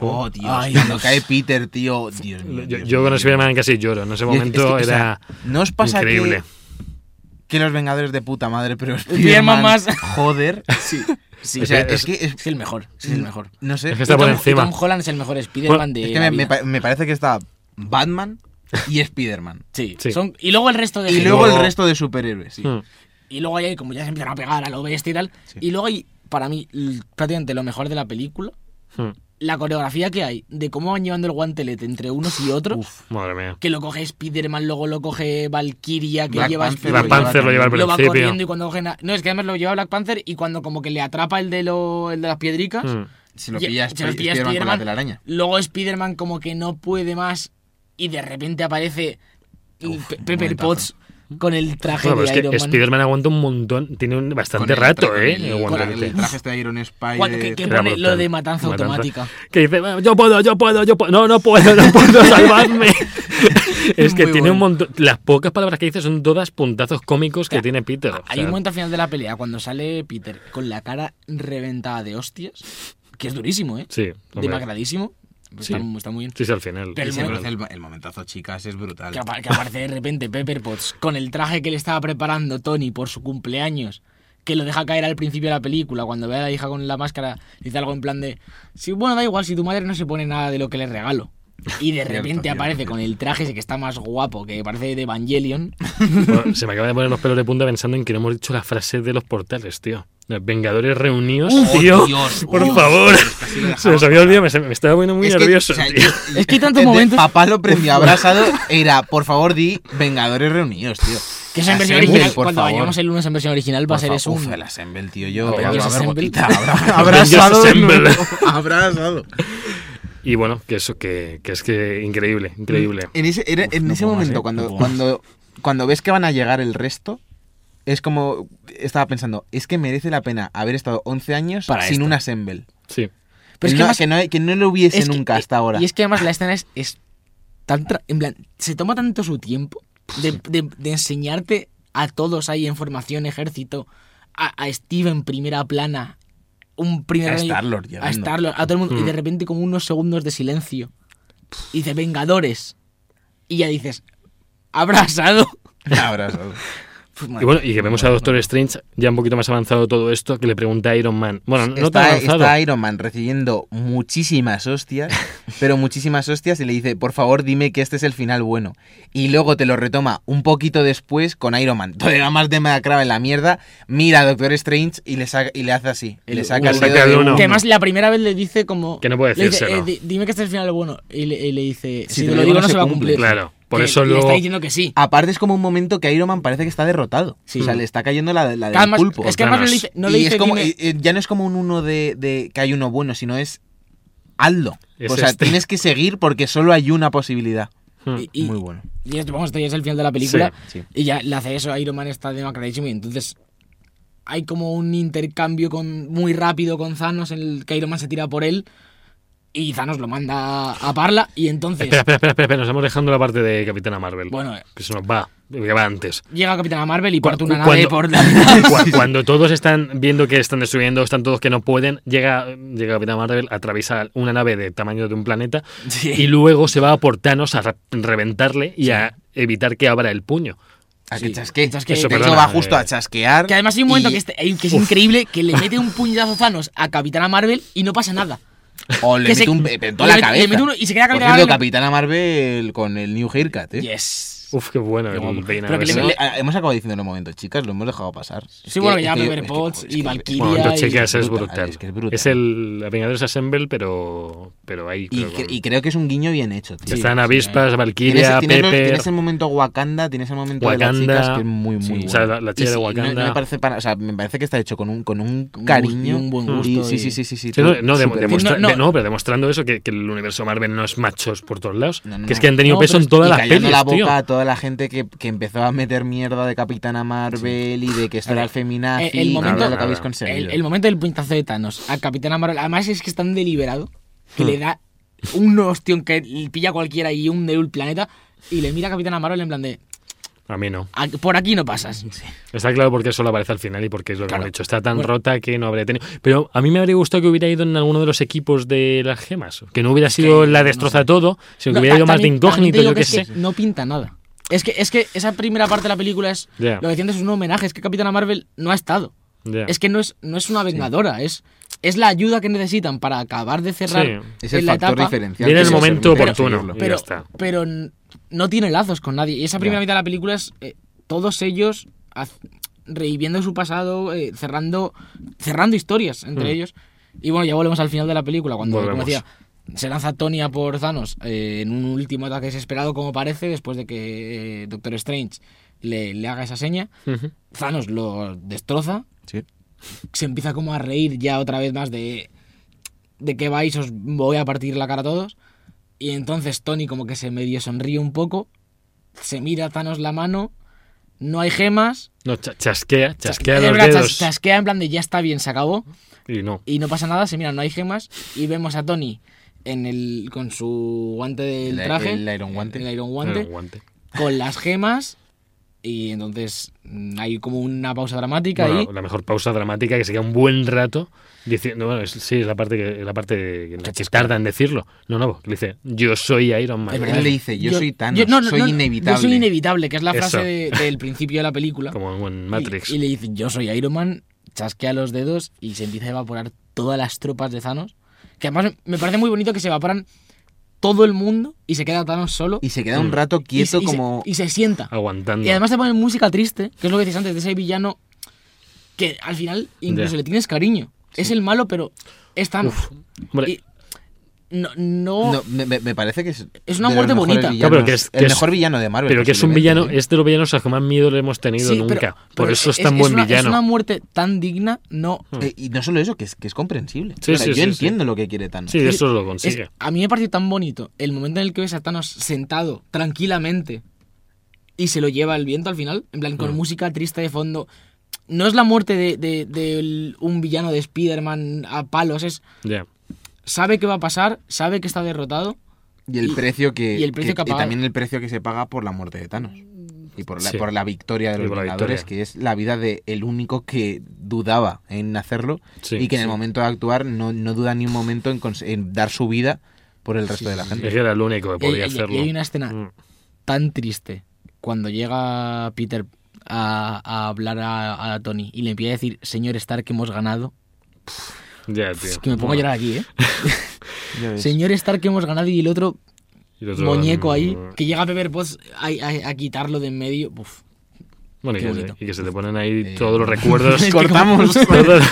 Speaker 2: Oh, tío.
Speaker 3: Ay,
Speaker 2: cuando
Speaker 3: Dios.
Speaker 2: cae Peter, tío. Dios mío.
Speaker 1: Yo,
Speaker 2: Dios
Speaker 1: yo con
Speaker 2: mío.
Speaker 1: Spider-Man casi lloro, en ese
Speaker 2: Y es- es que,
Speaker 1: momento
Speaker 2: o sea,
Speaker 1: era
Speaker 2: ¿No os pasa que-
Speaker 1: increíble.
Speaker 2: que los Vengadores de puta madre, pero
Speaker 3: Spiderman
Speaker 2: Spiderman
Speaker 3: más.
Speaker 2: Joder. Sí. sí o
Speaker 1: Es
Speaker 2: sea,
Speaker 1: que-
Speaker 2: es, que es,
Speaker 3: Es que el mejor. Es el mejor.
Speaker 2: No sé.
Speaker 1: Es que
Speaker 2: Es
Speaker 1: está
Speaker 3: Y
Speaker 1: por
Speaker 3: Tom- y
Speaker 1: encima.
Speaker 3: Tom Holland es el mejor Spider-Man de.
Speaker 2: que
Speaker 3: la
Speaker 2: me, me
Speaker 3: vida.
Speaker 2: pa- me parece que está Batman y Spiderman.
Speaker 3: Sí.
Speaker 1: Sí.
Speaker 3: Son, y luego el resto de
Speaker 2: Y
Speaker 3: gente.
Speaker 2: luego el
Speaker 1: luego-
Speaker 2: resto de superhéroes. sí.
Speaker 1: Mm.
Speaker 3: Y luego ahí hay, como ya se empiezan a pegar a lo bestia y tal.
Speaker 2: Sí.
Speaker 3: Y luego hay, para mí, l- prácticamente lo mejor de la película.
Speaker 1: Mm.
Speaker 3: La coreografía que hay de cómo van llevando el guantelete entre unos y otros.
Speaker 1: Madre mía.
Speaker 3: Que lo coge Spider-Man, luego lo coge Valkyria, que
Speaker 2: Black
Speaker 3: lleva
Speaker 2: Panther
Speaker 1: Black
Speaker 2: lo
Speaker 3: Spider-Man.
Speaker 2: lleva
Speaker 1: Panther lo lleva al
Speaker 3: lo va
Speaker 1: principio.
Speaker 3: corriendo y cuando cogen a- No, es que además lo lleva Black Panther y cuando como que le atrapa el de, lo, el de las piedricas,
Speaker 2: Hmm.
Speaker 1: Mm.
Speaker 2: Se lo
Speaker 3: Ye-
Speaker 2: pilla,
Speaker 3: se lo
Speaker 2: Sp-
Speaker 3: pilla
Speaker 2: Spiderman con la
Speaker 3: Spiderman.
Speaker 2: telaraña.
Speaker 3: luego Spider-Man como que no puede más y de repente aparece
Speaker 2: Uf,
Speaker 3: Pe-
Speaker 2: un
Speaker 3: Pepper
Speaker 2: momentazo.
Speaker 3: Potts con el traje
Speaker 1: Bueno, pero
Speaker 3: de
Speaker 1: es que
Speaker 3: Iron Man.
Speaker 1: Spider-Man aguanta un montón, tiene un bastante
Speaker 2: Con el
Speaker 1: rato,
Speaker 2: traje-
Speaker 1: ¿eh?
Speaker 2: con
Speaker 1: el
Speaker 2: el-
Speaker 1: guantelete.
Speaker 2: Con el traje este de Iron Spider.
Speaker 3: Cuando- que, que
Speaker 1: Era
Speaker 3: pone
Speaker 1: brutal.
Speaker 3: lo de matanza,
Speaker 1: Matanza.
Speaker 3: automática.
Speaker 1: que dice, "Ah, yo puedo, yo puedo, yo puedo, no, no puedo, no puedo, salvarme. es que
Speaker 2: Muy
Speaker 1: tiene un
Speaker 2: bueno.
Speaker 1: montón, las pocas palabras que dice son todas puntazos cómicos que
Speaker 3: sea,
Speaker 1: tiene Peter.
Speaker 2: ah,
Speaker 1: o
Speaker 3: Hay
Speaker 1: sea,
Speaker 3: un momento al final de la pelea cuando sale Peter con la cara reventada de hostias, que es durísimo, ¿eh?
Speaker 1: Sí, hombre,
Speaker 3: Demacradísimo. Está,
Speaker 1: Sí.
Speaker 3: está muy bien.
Speaker 1: sí, es al final.
Speaker 3: Pero
Speaker 2: Y
Speaker 1: Sí,
Speaker 3: el
Speaker 2: se
Speaker 3: momento-
Speaker 2: produce el, el momentazo, chicas, es brutal.
Speaker 3: Que, apa- que aparece de repente Pepper Potts con el traje que le estaba preparando Tony por su cumpleaños, que lo deja caer al principio de la película, cuando ve a la hija con la máscara, dice algo en plan de, sí, bueno, da igual si tu madre no se pone nada de lo que le regalo. Y de repente
Speaker 2: cierto,
Speaker 3: aparece
Speaker 2: cierto.
Speaker 3: con el traje ese que está más guapo, que parece de Evangelion.
Speaker 1: bueno, se me acaba de poner los pelos de punta pensando en que no hemos dicho la frase de los portales, tío. Los Vengadores reunidos,
Speaker 2: Oh,
Speaker 1: tío.
Speaker 2: Dios,
Speaker 1: por
Speaker 2: Dios.
Speaker 1: favor.
Speaker 2: Es que así lo
Speaker 1: Se nos
Speaker 2: dejamos.
Speaker 1: había olvidado, me, me estaba poniendo muy
Speaker 2: Es que,
Speaker 1: nervioso,
Speaker 2: o sea,
Speaker 1: tío.
Speaker 2: yo-
Speaker 3: Es que hay tantos
Speaker 2: de-
Speaker 3: momentos-
Speaker 2: Papá lo prendió abrazado. Era, por favor, di Vengadores Reunidos, tío.
Speaker 3: Que esa en
Speaker 2: Assemble,
Speaker 3: versión original,
Speaker 2: Ah, por
Speaker 3: cuando
Speaker 2: favor.
Speaker 3: vayamos el lunes en versión original, va a
Speaker 2: Por
Speaker 3: ser
Speaker 2: fa-
Speaker 3: eso
Speaker 2: Uf,
Speaker 3: un...
Speaker 2: el Assemble, tío. Yo.
Speaker 3: Avengers
Speaker 2: Habrá-
Speaker 3: Assemble.
Speaker 2: gotita, habrá- habrá
Speaker 1: Avengers
Speaker 2: asado de
Speaker 1: Assemble.
Speaker 2: nuevo. Habrá asado.
Speaker 1: Y bueno, que eso, que, que es que increíble, increíble.
Speaker 2: En ese, era- en
Speaker 3: no
Speaker 2: ese
Speaker 3: puedo más,
Speaker 2: momento,
Speaker 3: eh,
Speaker 2: cuando,
Speaker 3: no puedo
Speaker 2: cuando, cuando ves que van a llegar el resto, es como. Estaba pensando, es que merece la pena haber estado 11 años
Speaker 3: Para
Speaker 2: sin
Speaker 3: esto.
Speaker 2: un Assemble.
Speaker 1: Sí.
Speaker 3: Pero es que
Speaker 2: No-
Speaker 3: además-
Speaker 2: que, no, que no lo hubiese
Speaker 3: Es que-
Speaker 2: nunca hasta
Speaker 3: y-
Speaker 2: ahora.
Speaker 3: Y es que además la escena es, es tan tra- en plan, se toma tanto su tiempo de, de- de enseñarte a todos ahí en formación, ejército, a, a Steve en primera plana, un primer
Speaker 2: A
Speaker 3: plano y-
Speaker 2: Star-Lord
Speaker 3: a
Speaker 2: llorando.
Speaker 3: Star-Lord, a todo el mundo, y
Speaker 1: Mm.
Speaker 3: de repente como unos segundos de silencio, y de Vengadores, y ya dices, abrazado.
Speaker 2: Habrá asado.
Speaker 3: Pues,
Speaker 1: Y
Speaker 3: madre,
Speaker 1: bueno, y que vemos a Doctor Strange ya un poquito más avanzado todo esto, que le pregunta a Iron Man. Bueno, no tan
Speaker 2: está,
Speaker 1: avanzado.
Speaker 2: está Iron Man recibiendo muchísimas hostias, pero muchísimas hostias, y le dice, por favor, dime que este es el final bueno. Y luego te lo retoma un poquito después con Iron Man. Todavía más de crava en la mierda, mira a Doctor Strange y le, saca- y le hace así. y le
Speaker 3: El-
Speaker 2: saca
Speaker 1: le
Speaker 2: el, dedo
Speaker 1: saca el
Speaker 2: de
Speaker 1: uno.
Speaker 2: uno.
Speaker 3: que además la primera vez le dice como...
Speaker 1: Que no puede
Speaker 3: le dice,
Speaker 1: decírselo.
Speaker 3: "Eh, di- dime que este es el final bueno. Y le, y le dice, si, te lo digo no se va a cumplir.
Speaker 1: Claro, por
Speaker 3: Que
Speaker 1: eso
Speaker 3: le está
Speaker 1: luego...
Speaker 3: diciendo que sí.
Speaker 2: Aparte es como un momento que Iron Man parece que está derrotado.
Speaker 3: Sí.
Speaker 2: O sea, le está cayendo la, la del
Speaker 3: Además,
Speaker 2: pulpo.
Speaker 3: es que además no
Speaker 1: Thanos.
Speaker 3: le dice, no le
Speaker 2: y
Speaker 3: dice
Speaker 2: es como,
Speaker 3: dime-
Speaker 2: eh, eh, ya no es como un uno de, de que hay uno bueno, sino es hazlo.
Speaker 1: Es
Speaker 2: o sea,
Speaker 1: este.
Speaker 2: tienes que seguir porque solo hay una posibilidad.
Speaker 1: Hmm.
Speaker 3: y, y-
Speaker 2: Muy bueno.
Speaker 3: y esto, vamos, esto ya es el final de la película.
Speaker 2: Sí, sí.
Speaker 3: Y ya le hace eso, Iron Man está demacradísimo. Y entonces hay como un intercambio con, muy rápido con Thanos en el que Iron Man se tira por él. Y Thanos lo manda a Parla. Y entonces
Speaker 1: Espera, espera, espera, espera, espera, nos estamos dejando la parte de Capitana Marvel.
Speaker 3: Bueno, eh.
Speaker 1: que se nos va, que va antes.
Speaker 3: llega Capitana Marvel y
Speaker 1: Cu-
Speaker 3: parte una
Speaker 1: cuando-
Speaker 3: nave por la mitad.
Speaker 1: Cu- Cuando todos están viendo que están destruyendo, están todos que no pueden, llega, llega Capitán Marvel, atraviesa una nave de tamaño de un planeta
Speaker 3: Sí.
Speaker 1: y luego se va a por Thanos a re- reventarle y a evitar que abra el puño.
Speaker 2: A
Speaker 3: Sí.
Speaker 2: que chasque.
Speaker 3: Chasque.
Speaker 2: Eso,
Speaker 1: Eso,
Speaker 2: de hecho,
Speaker 1: perdona,
Speaker 2: va justo
Speaker 1: eh.
Speaker 2: a chasquear.
Speaker 3: Que además hay un momento
Speaker 2: y-
Speaker 3: que, este- que es increíble que le mete un puñetazo a Thanos a Capitana Marvel y no pasa nada.
Speaker 2: O le
Speaker 3: que
Speaker 2: mete
Speaker 3: se-
Speaker 2: un. pe- pe- en
Speaker 3: le
Speaker 2: toda la
Speaker 3: mete- le
Speaker 2: cabeza.
Speaker 3: mete uno y se queda
Speaker 2: Por
Speaker 3: Capitana
Speaker 2: cierto,
Speaker 3: Marvel-
Speaker 2: Capitana Marvel con el New Haircut, ¿eh?
Speaker 3: Yes.
Speaker 1: Uf, qué bueno
Speaker 3: Qué guapo.
Speaker 1: el Dana
Speaker 3: Pero que
Speaker 1: ese.
Speaker 3: le- le-
Speaker 2: Ah, Hemos acabado diciendo en un momento, chicas, lo hemos dejado pasar. Es
Speaker 3: Sí, bueno, ya
Speaker 2: es
Speaker 3: Pepper
Speaker 2: es
Speaker 3: Potts
Speaker 2: es
Speaker 3: y
Speaker 2: es-
Speaker 3: Valkyria
Speaker 1: Bueno,
Speaker 3: y-
Speaker 1: chicas, es
Speaker 2: brutal,
Speaker 1: brutal.
Speaker 2: es que es brutal.
Speaker 1: el Vengadores Assemble, pero, pero ahí.
Speaker 2: Y,
Speaker 1: pero
Speaker 2: cre-
Speaker 1: con-
Speaker 2: y creo que es un guiño bien hecho, tío.
Speaker 3: Sí,
Speaker 1: Están
Speaker 3: sí,
Speaker 1: avispas,
Speaker 2: Tienes,
Speaker 1: Valkyria,
Speaker 2: tienes los-
Speaker 1: Pepper.
Speaker 2: tienes el momento Wakanda, tienes el momento de
Speaker 1: Wakanda,
Speaker 2: las chicas que es muy, muy
Speaker 3: sí,
Speaker 2: bueno.
Speaker 1: o sea, la- la chica
Speaker 2: Y
Speaker 1: de
Speaker 2: sí, no-
Speaker 1: Wakanda.
Speaker 2: No, me parece para, o sea, me parece que está hecho con un, con un
Speaker 3: gu-
Speaker 2: cariño.
Speaker 3: y un buen
Speaker 2: y-
Speaker 3: gusto
Speaker 2: sí,
Speaker 3: y-
Speaker 2: sí, sí, sí, sí.
Speaker 1: Sí, no,
Speaker 2: tú-
Speaker 1: no, de-
Speaker 2: súper-
Speaker 1: demostra-
Speaker 3: No, no.
Speaker 1: de- no, pero demostrando eso, que, que el universo Marvel no es machos por todos lados.
Speaker 2: No, no,
Speaker 1: que es
Speaker 2: no.
Speaker 1: que han tenido
Speaker 3: No,
Speaker 1: peso
Speaker 3: pero
Speaker 1: en
Speaker 3: es-
Speaker 1: todas
Speaker 2: y
Speaker 1: las
Speaker 2: callando
Speaker 1: pelis,
Speaker 2: la boca
Speaker 1: tío.
Speaker 2: a toda la gente que, que empezó a meter mierda de Capitana Marvel y de que esto
Speaker 3: A
Speaker 2: era el
Speaker 3: ver,
Speaker 2: feminazi
Speaker 3: eh, el
Speaker 2: y
Speaker 3: momento-
Speaker 2: mira lo que
Speaker 1: Nada,
Speaker 2: habéis
Speaker 1: nada.
Speaker 2: conseguido.
Speaker 3: El, el momento del puntazo de Thanos a Capitán Marvel, además es que es tan deliberado
Speaker 1: Hmm.
Speaker 3: que le da un ostión que pilla cualquiera y un el planeta y le mira a Capitán Marvel en plan de
Speaker 1: A mí no.
Speaker 3: "A- por aquí no pasas.
Speaker 1: Está claro porque solo aparece al final y porque es lo que
Speaker 3: Claro.
Speaker 1: hemos dicho. Está tan
Speaker 3: Bueno.
Speaker 1: rota que no habría tenido. Pero a mí me habría gustado que hubiera ido en alguno de los equipos de las gemas. Que no hubiera sido
Speaker 3: que,
Speaker 1: la
Speaker 3: no
Speaker 1: destroza
Speaker 3: sé.
Speaker 1: todo, sino que
Speaker 3: No,
Speaker 1: hubiera
Speaker 3: ta-
Speaker 1: ido más de
Speaker 3: también- también te
Speaker 1: incógnito,
Speaker 3: digo
Speaker 1: yo qué
Speaker 3: es
Speaker 1: sé.
Speaker 3: No pinta nada. Es que, es que esa primera parte de la película es.
Speaker 1: Ya.
Speaker 3: Lo que sientes es un homenaje, es que Capitana Marvel no ha estado.
Speaker 1: Ya.
Speaker 3: Es que no es, no es una vengadora, es, es la ayuda que necesitan para acabar de cerrar
Speaker 1: Sí.
Speaker 2: es el
Speaker 3: la
Speaker 2: factor
Speaker 3: etapa.
Speaker 2: diferencial.
Speaker 1: Viene
Speaker 2: que
Speaker 1: el
Speaker 2: se
Speaker 1: momento
Speaker 2: permite
Speaker 1: oportuno.
Speaker 2: conseguirlo.
Speaker 1: Y ya
Speaker 3: pero,
Speaker 1: está.
Speaker 3: pero n- no tiene lazos con nadie. Y esa primera
Speaker 2: Ya.
Speaker 3: mitad de la película es eh, todos ellos haz- reviviendo su pasado, eh, cerrando, cerrando historias entre
Speaker 1: Mm.
Speaker 3: ellos. Y bueno, ya volvemos al final de la película, cuando,
Speaker 1: Volvemos.
Speaker 3: como decía, se lanza Tonya por Thanos eh, en un último ataque desesperado, como parece, después de que eh, Doctor Strange le, le haga esa seña.
Speaker 1: Ujú.
Speaker 3: Thanos lo destroza,
Speaker 2: Sí.
Speaker 3: se empieza como a reír ya otra vez más de de que vais, os voy a partir la cara a todos. Y entonces Tony como que se medio sonríe un poco, se mira a Thanos la mano, no hay gemas,
Speaker 1: No, cha- chasquea, chasquea
Speaker 3: de
Speaker 1: los
Speaker 3: verdad, chas-
Speaker 1: dedos.
Speaker 3: chasquea en plan de ya está bien, se acabó,
Speaker 1: Y no.
Speaker 3: y no pasa nada, se mira, no hay gemas, y vemos a Tony en el, con su guante del
Speaker 2: El-
Speaker 3: traje,
Speaker 2: el Iron Guante.
Speaker 3: el Iron
Speaker 1: no,
Speaker 3: Guante,
Speaker 1: guante.
Speaker 3: con las gemas, y entonces mm, hay como una pausa dramática
Speaker 1: Bueno,
Speaker 3: ahí.
Speaker 1: la mejor pausa dramática que se queda un buen rato diciendo, bueno, es- sí, es la parte que, la parte en la que tarda en decirlo. No, no, le dice, yo soy Iron Man.
Speaker 2: Es verdad. Él le dice, yo soy Thanos, soy
Speaker 3: Yo soy
Speaker 2: inevitable.
Speaker 3: inevitable, que es la
Speaker 1: Eso.
Speaker 3: frase de- del principio de la película.
Speaker 1: Como en
Speaker 3: Y-
Speaker 1: Matrix.
Speaker 3: Y, le dice, yo soy Iron Man, chasquea los dedos y se empieza a evaporar todas las tropas de Thanos. Que además me parece muy bonito que se evaporan todo el mundo y se queda Thanos solo.
Speaker 2: Y se queda un
Speaker 1: Mm.
Speaker 2: rato
Speaker 3: y se-
Speaker 2: quieto
Speaker 3: y se-
Speaker 2: como.
Speaker 3: y se sienta.
Speaker 1: Aguantando.
Speaker 3: Y además te ponen música triste, que es lo que decís antes, de ese villano que al final incluso
Speaker 1: Ya.
Speaker 3: le tienes cariño. Es el malo, pero es Thanos.
Speaker 1: Uf, hombre,
Speaker 3: Y no, no,
Speaker 2: No, me, me- me parece que es.
Speaker 3: Es una
Speaker 2: de los
Speaker 3: muerte
Speaker 2: mejores
Speaker 3: bonita.
Speaker 2: villanos-
Speaker 1: Claro, que es- que
Speaker 2: el
Speaker 1: es-
Speaker 2: mejor villano de Marvel.
Speaker 1: pero que es un
Speaker 2: posiblemente,
Speaker 1: villano,
Speaker 2: ¿eh?
Speaker 1: es de los villanos a los que más miedo le hemos tenido
Speaker 3: sí,
Speaker 1: nunca.
Speaker 3: pero-
Speaker 1: Por
Speaker 3: pero
Speaker 1: eso es tan buen
Speaker 3: una-
Speaker 1: villano. Mm,
Speaker 3: Es una muerte tan digna, no.
Speaker 2: Eh, y no solo eso, que es, que es comprensible.
Speaker 1: Sí,
Speaker 2: O sea,
Speaker 1: sí, sí,
Speaker 2: yo entiendo lo que quiere Thanos.
Speaker 1: Sí,
Speaker 3: Es-
Speaker 1: eso lo
Speaker 3: es-
Speaker 1: consigue.
Speaker 3: a mí me pareció tan bonito el momento en el que ves a Thanos sentado tranquilamente y se lo lleva el viento al final, en plan con
Speaker 1: Mm.
Speaker 3: música triste de fondo. No es la muerte de, de- de el- un villano de Spider-Man a palos, es
Speaker 1: Ya.
Speaker 3: sabe qué va a pasar, sabe que está derrotado.
Speaker 2: Y el precio que.
Speaker 3: y el precio que ha pagado.
Speaker 2: también el precio que se paga por la muerte de Thanos. Y por la,
Speaker 1: Sí.
Speaker 2: por la victoria de
Speaker 1: Y
Speaker 2: los
Speaker 1: por la
Speaker 2: Vengadores,
Speaker 1: victoria.
Speaker 2: que es la vida de el único que dudaba en hacerlo
Speaker 1: Sí,
Speaker 2: y que en
Speaker 1: sí.
Speaker 2: el momento de actuar no, no duda ni un momento en, cons- en dar su vida por el resto
Speaker 3: Sí,
Speaker 2: de la
Speaker 3: sí,
Speaker 2: gente.
Speaker 1: Es que era el único que
Speaker 3: Y hay-
Speaker 1: podía
Speaker 3: y hay-
Speaker 1: hacerlo.
Speaker 3: y hay una escena
Speaker 1: Mm.
Speaker 3: tan triste cuando llega Peter a, a hablar a, a Tony y le empieza a decir, señor Stark, que hemos ganado.
Speaker 1: Mm. Ya, tío.
Speaker 3: Es que me pongo a llorar aquí, ¿eh?
Speaker 2: Ya ves.
Speaker 3: Señor Stark, que hemos ganado y el otro
Speaker 1: Y el otro-
Speaker 3: muñeco ahí,
Speaker 1: Mm.
Speaker 3: que llega Pepper Potts a, a- a quitarlo de en medio. Uf.
Speaker 1: Bueno, y
Speaker 3: Qué
Speaker 1: que,
Speaker 3: bonito.
Speaker 1: y que se te ponen ahí
Speaker 2: Eh,
Speaker 1: todos los recuerdos.
Speaker 2: Cortamos.
Speaker 1: todos,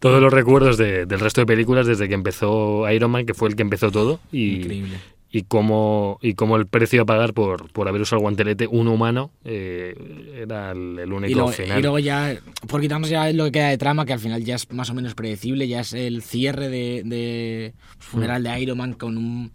Speaker 1: todos los recuerdos de- del resto de películas desde que empezó Iron Man, que fue el que empezó todo. Y,
Speaker 3: Increíble.
Speaker 1: y cómo, y cómo el precio a pagar por, por haber usado el guantelete, un humano, eh, era el, el único
Speaker 3: Y luego,
Speaker 1: final.
Speaker 3: y luego ya, por quitarnos ya lo que queda de trama, que al final ya es más o menos predecible, ya es el cierre de, de funeral de Iron Man con un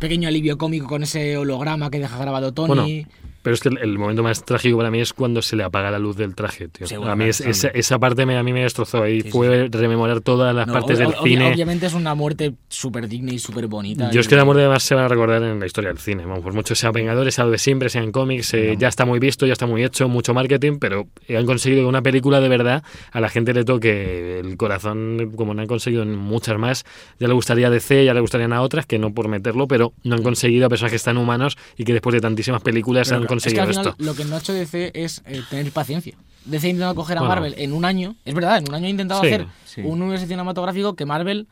Speaker 3: pequeño alivio cómico con ese holograma que deja grabado Tony.
Speaker 1: Bueno, pero es que el, el momento más trágico para mí es cuando se le apaga la luz del traje, tío.
Speaker 3: Sí, bueno,
Speaker 1: a mí es-
Speaker 3: claro.
Speaker 1: esa, esa parte me, a mí me destrozó ahí.
Speaker 3: sí,
Speaker 1: fue rememorar todas las
Speaker 3: No,
Speaker 1: partes
Speaker 3: ob-
Speaker 1: del
Speaker 3: ob-
Speaker 1: cine.
Speaker 3: Obviamente es una muerte súper digna y súper bonita.
Speaker 1: Yo es que el amor de más se van a recordar en la historia del cine. Vamos, por mucho sea Vengadores, sea lo de siempre, sean cómics, eh, ya está muy visto, ya está muy hecho, mucho marketing, pero han conseguido que una película de verdad a la gente le toque el corazón, como no han conseguido en muchas más. Ya le gustaría a DC, ya le gustarían a otras, que no por meterlo, pero no han conseguido a personajes tan humanos y que después de tantísimas películas
Speaker 3: Pero
Speaker 1: han
Speaker 3: claro,
Speaker 1: conseguido
Speaker 3: es que al final
Speaker 1: esto.
Speaker 3: Lo que no ha hecho DC es eh, tener paciencia. DC ha intentado coger a
Speaker 1: Bueno.
Speaker 3: Marvel en un año. Es verdad, en un año ha intentado
Speaker 1: Sí,
Speaker 3: hacer
Speaker 2: sí.
Speaker 3: un universo cinematográfico que Marvel.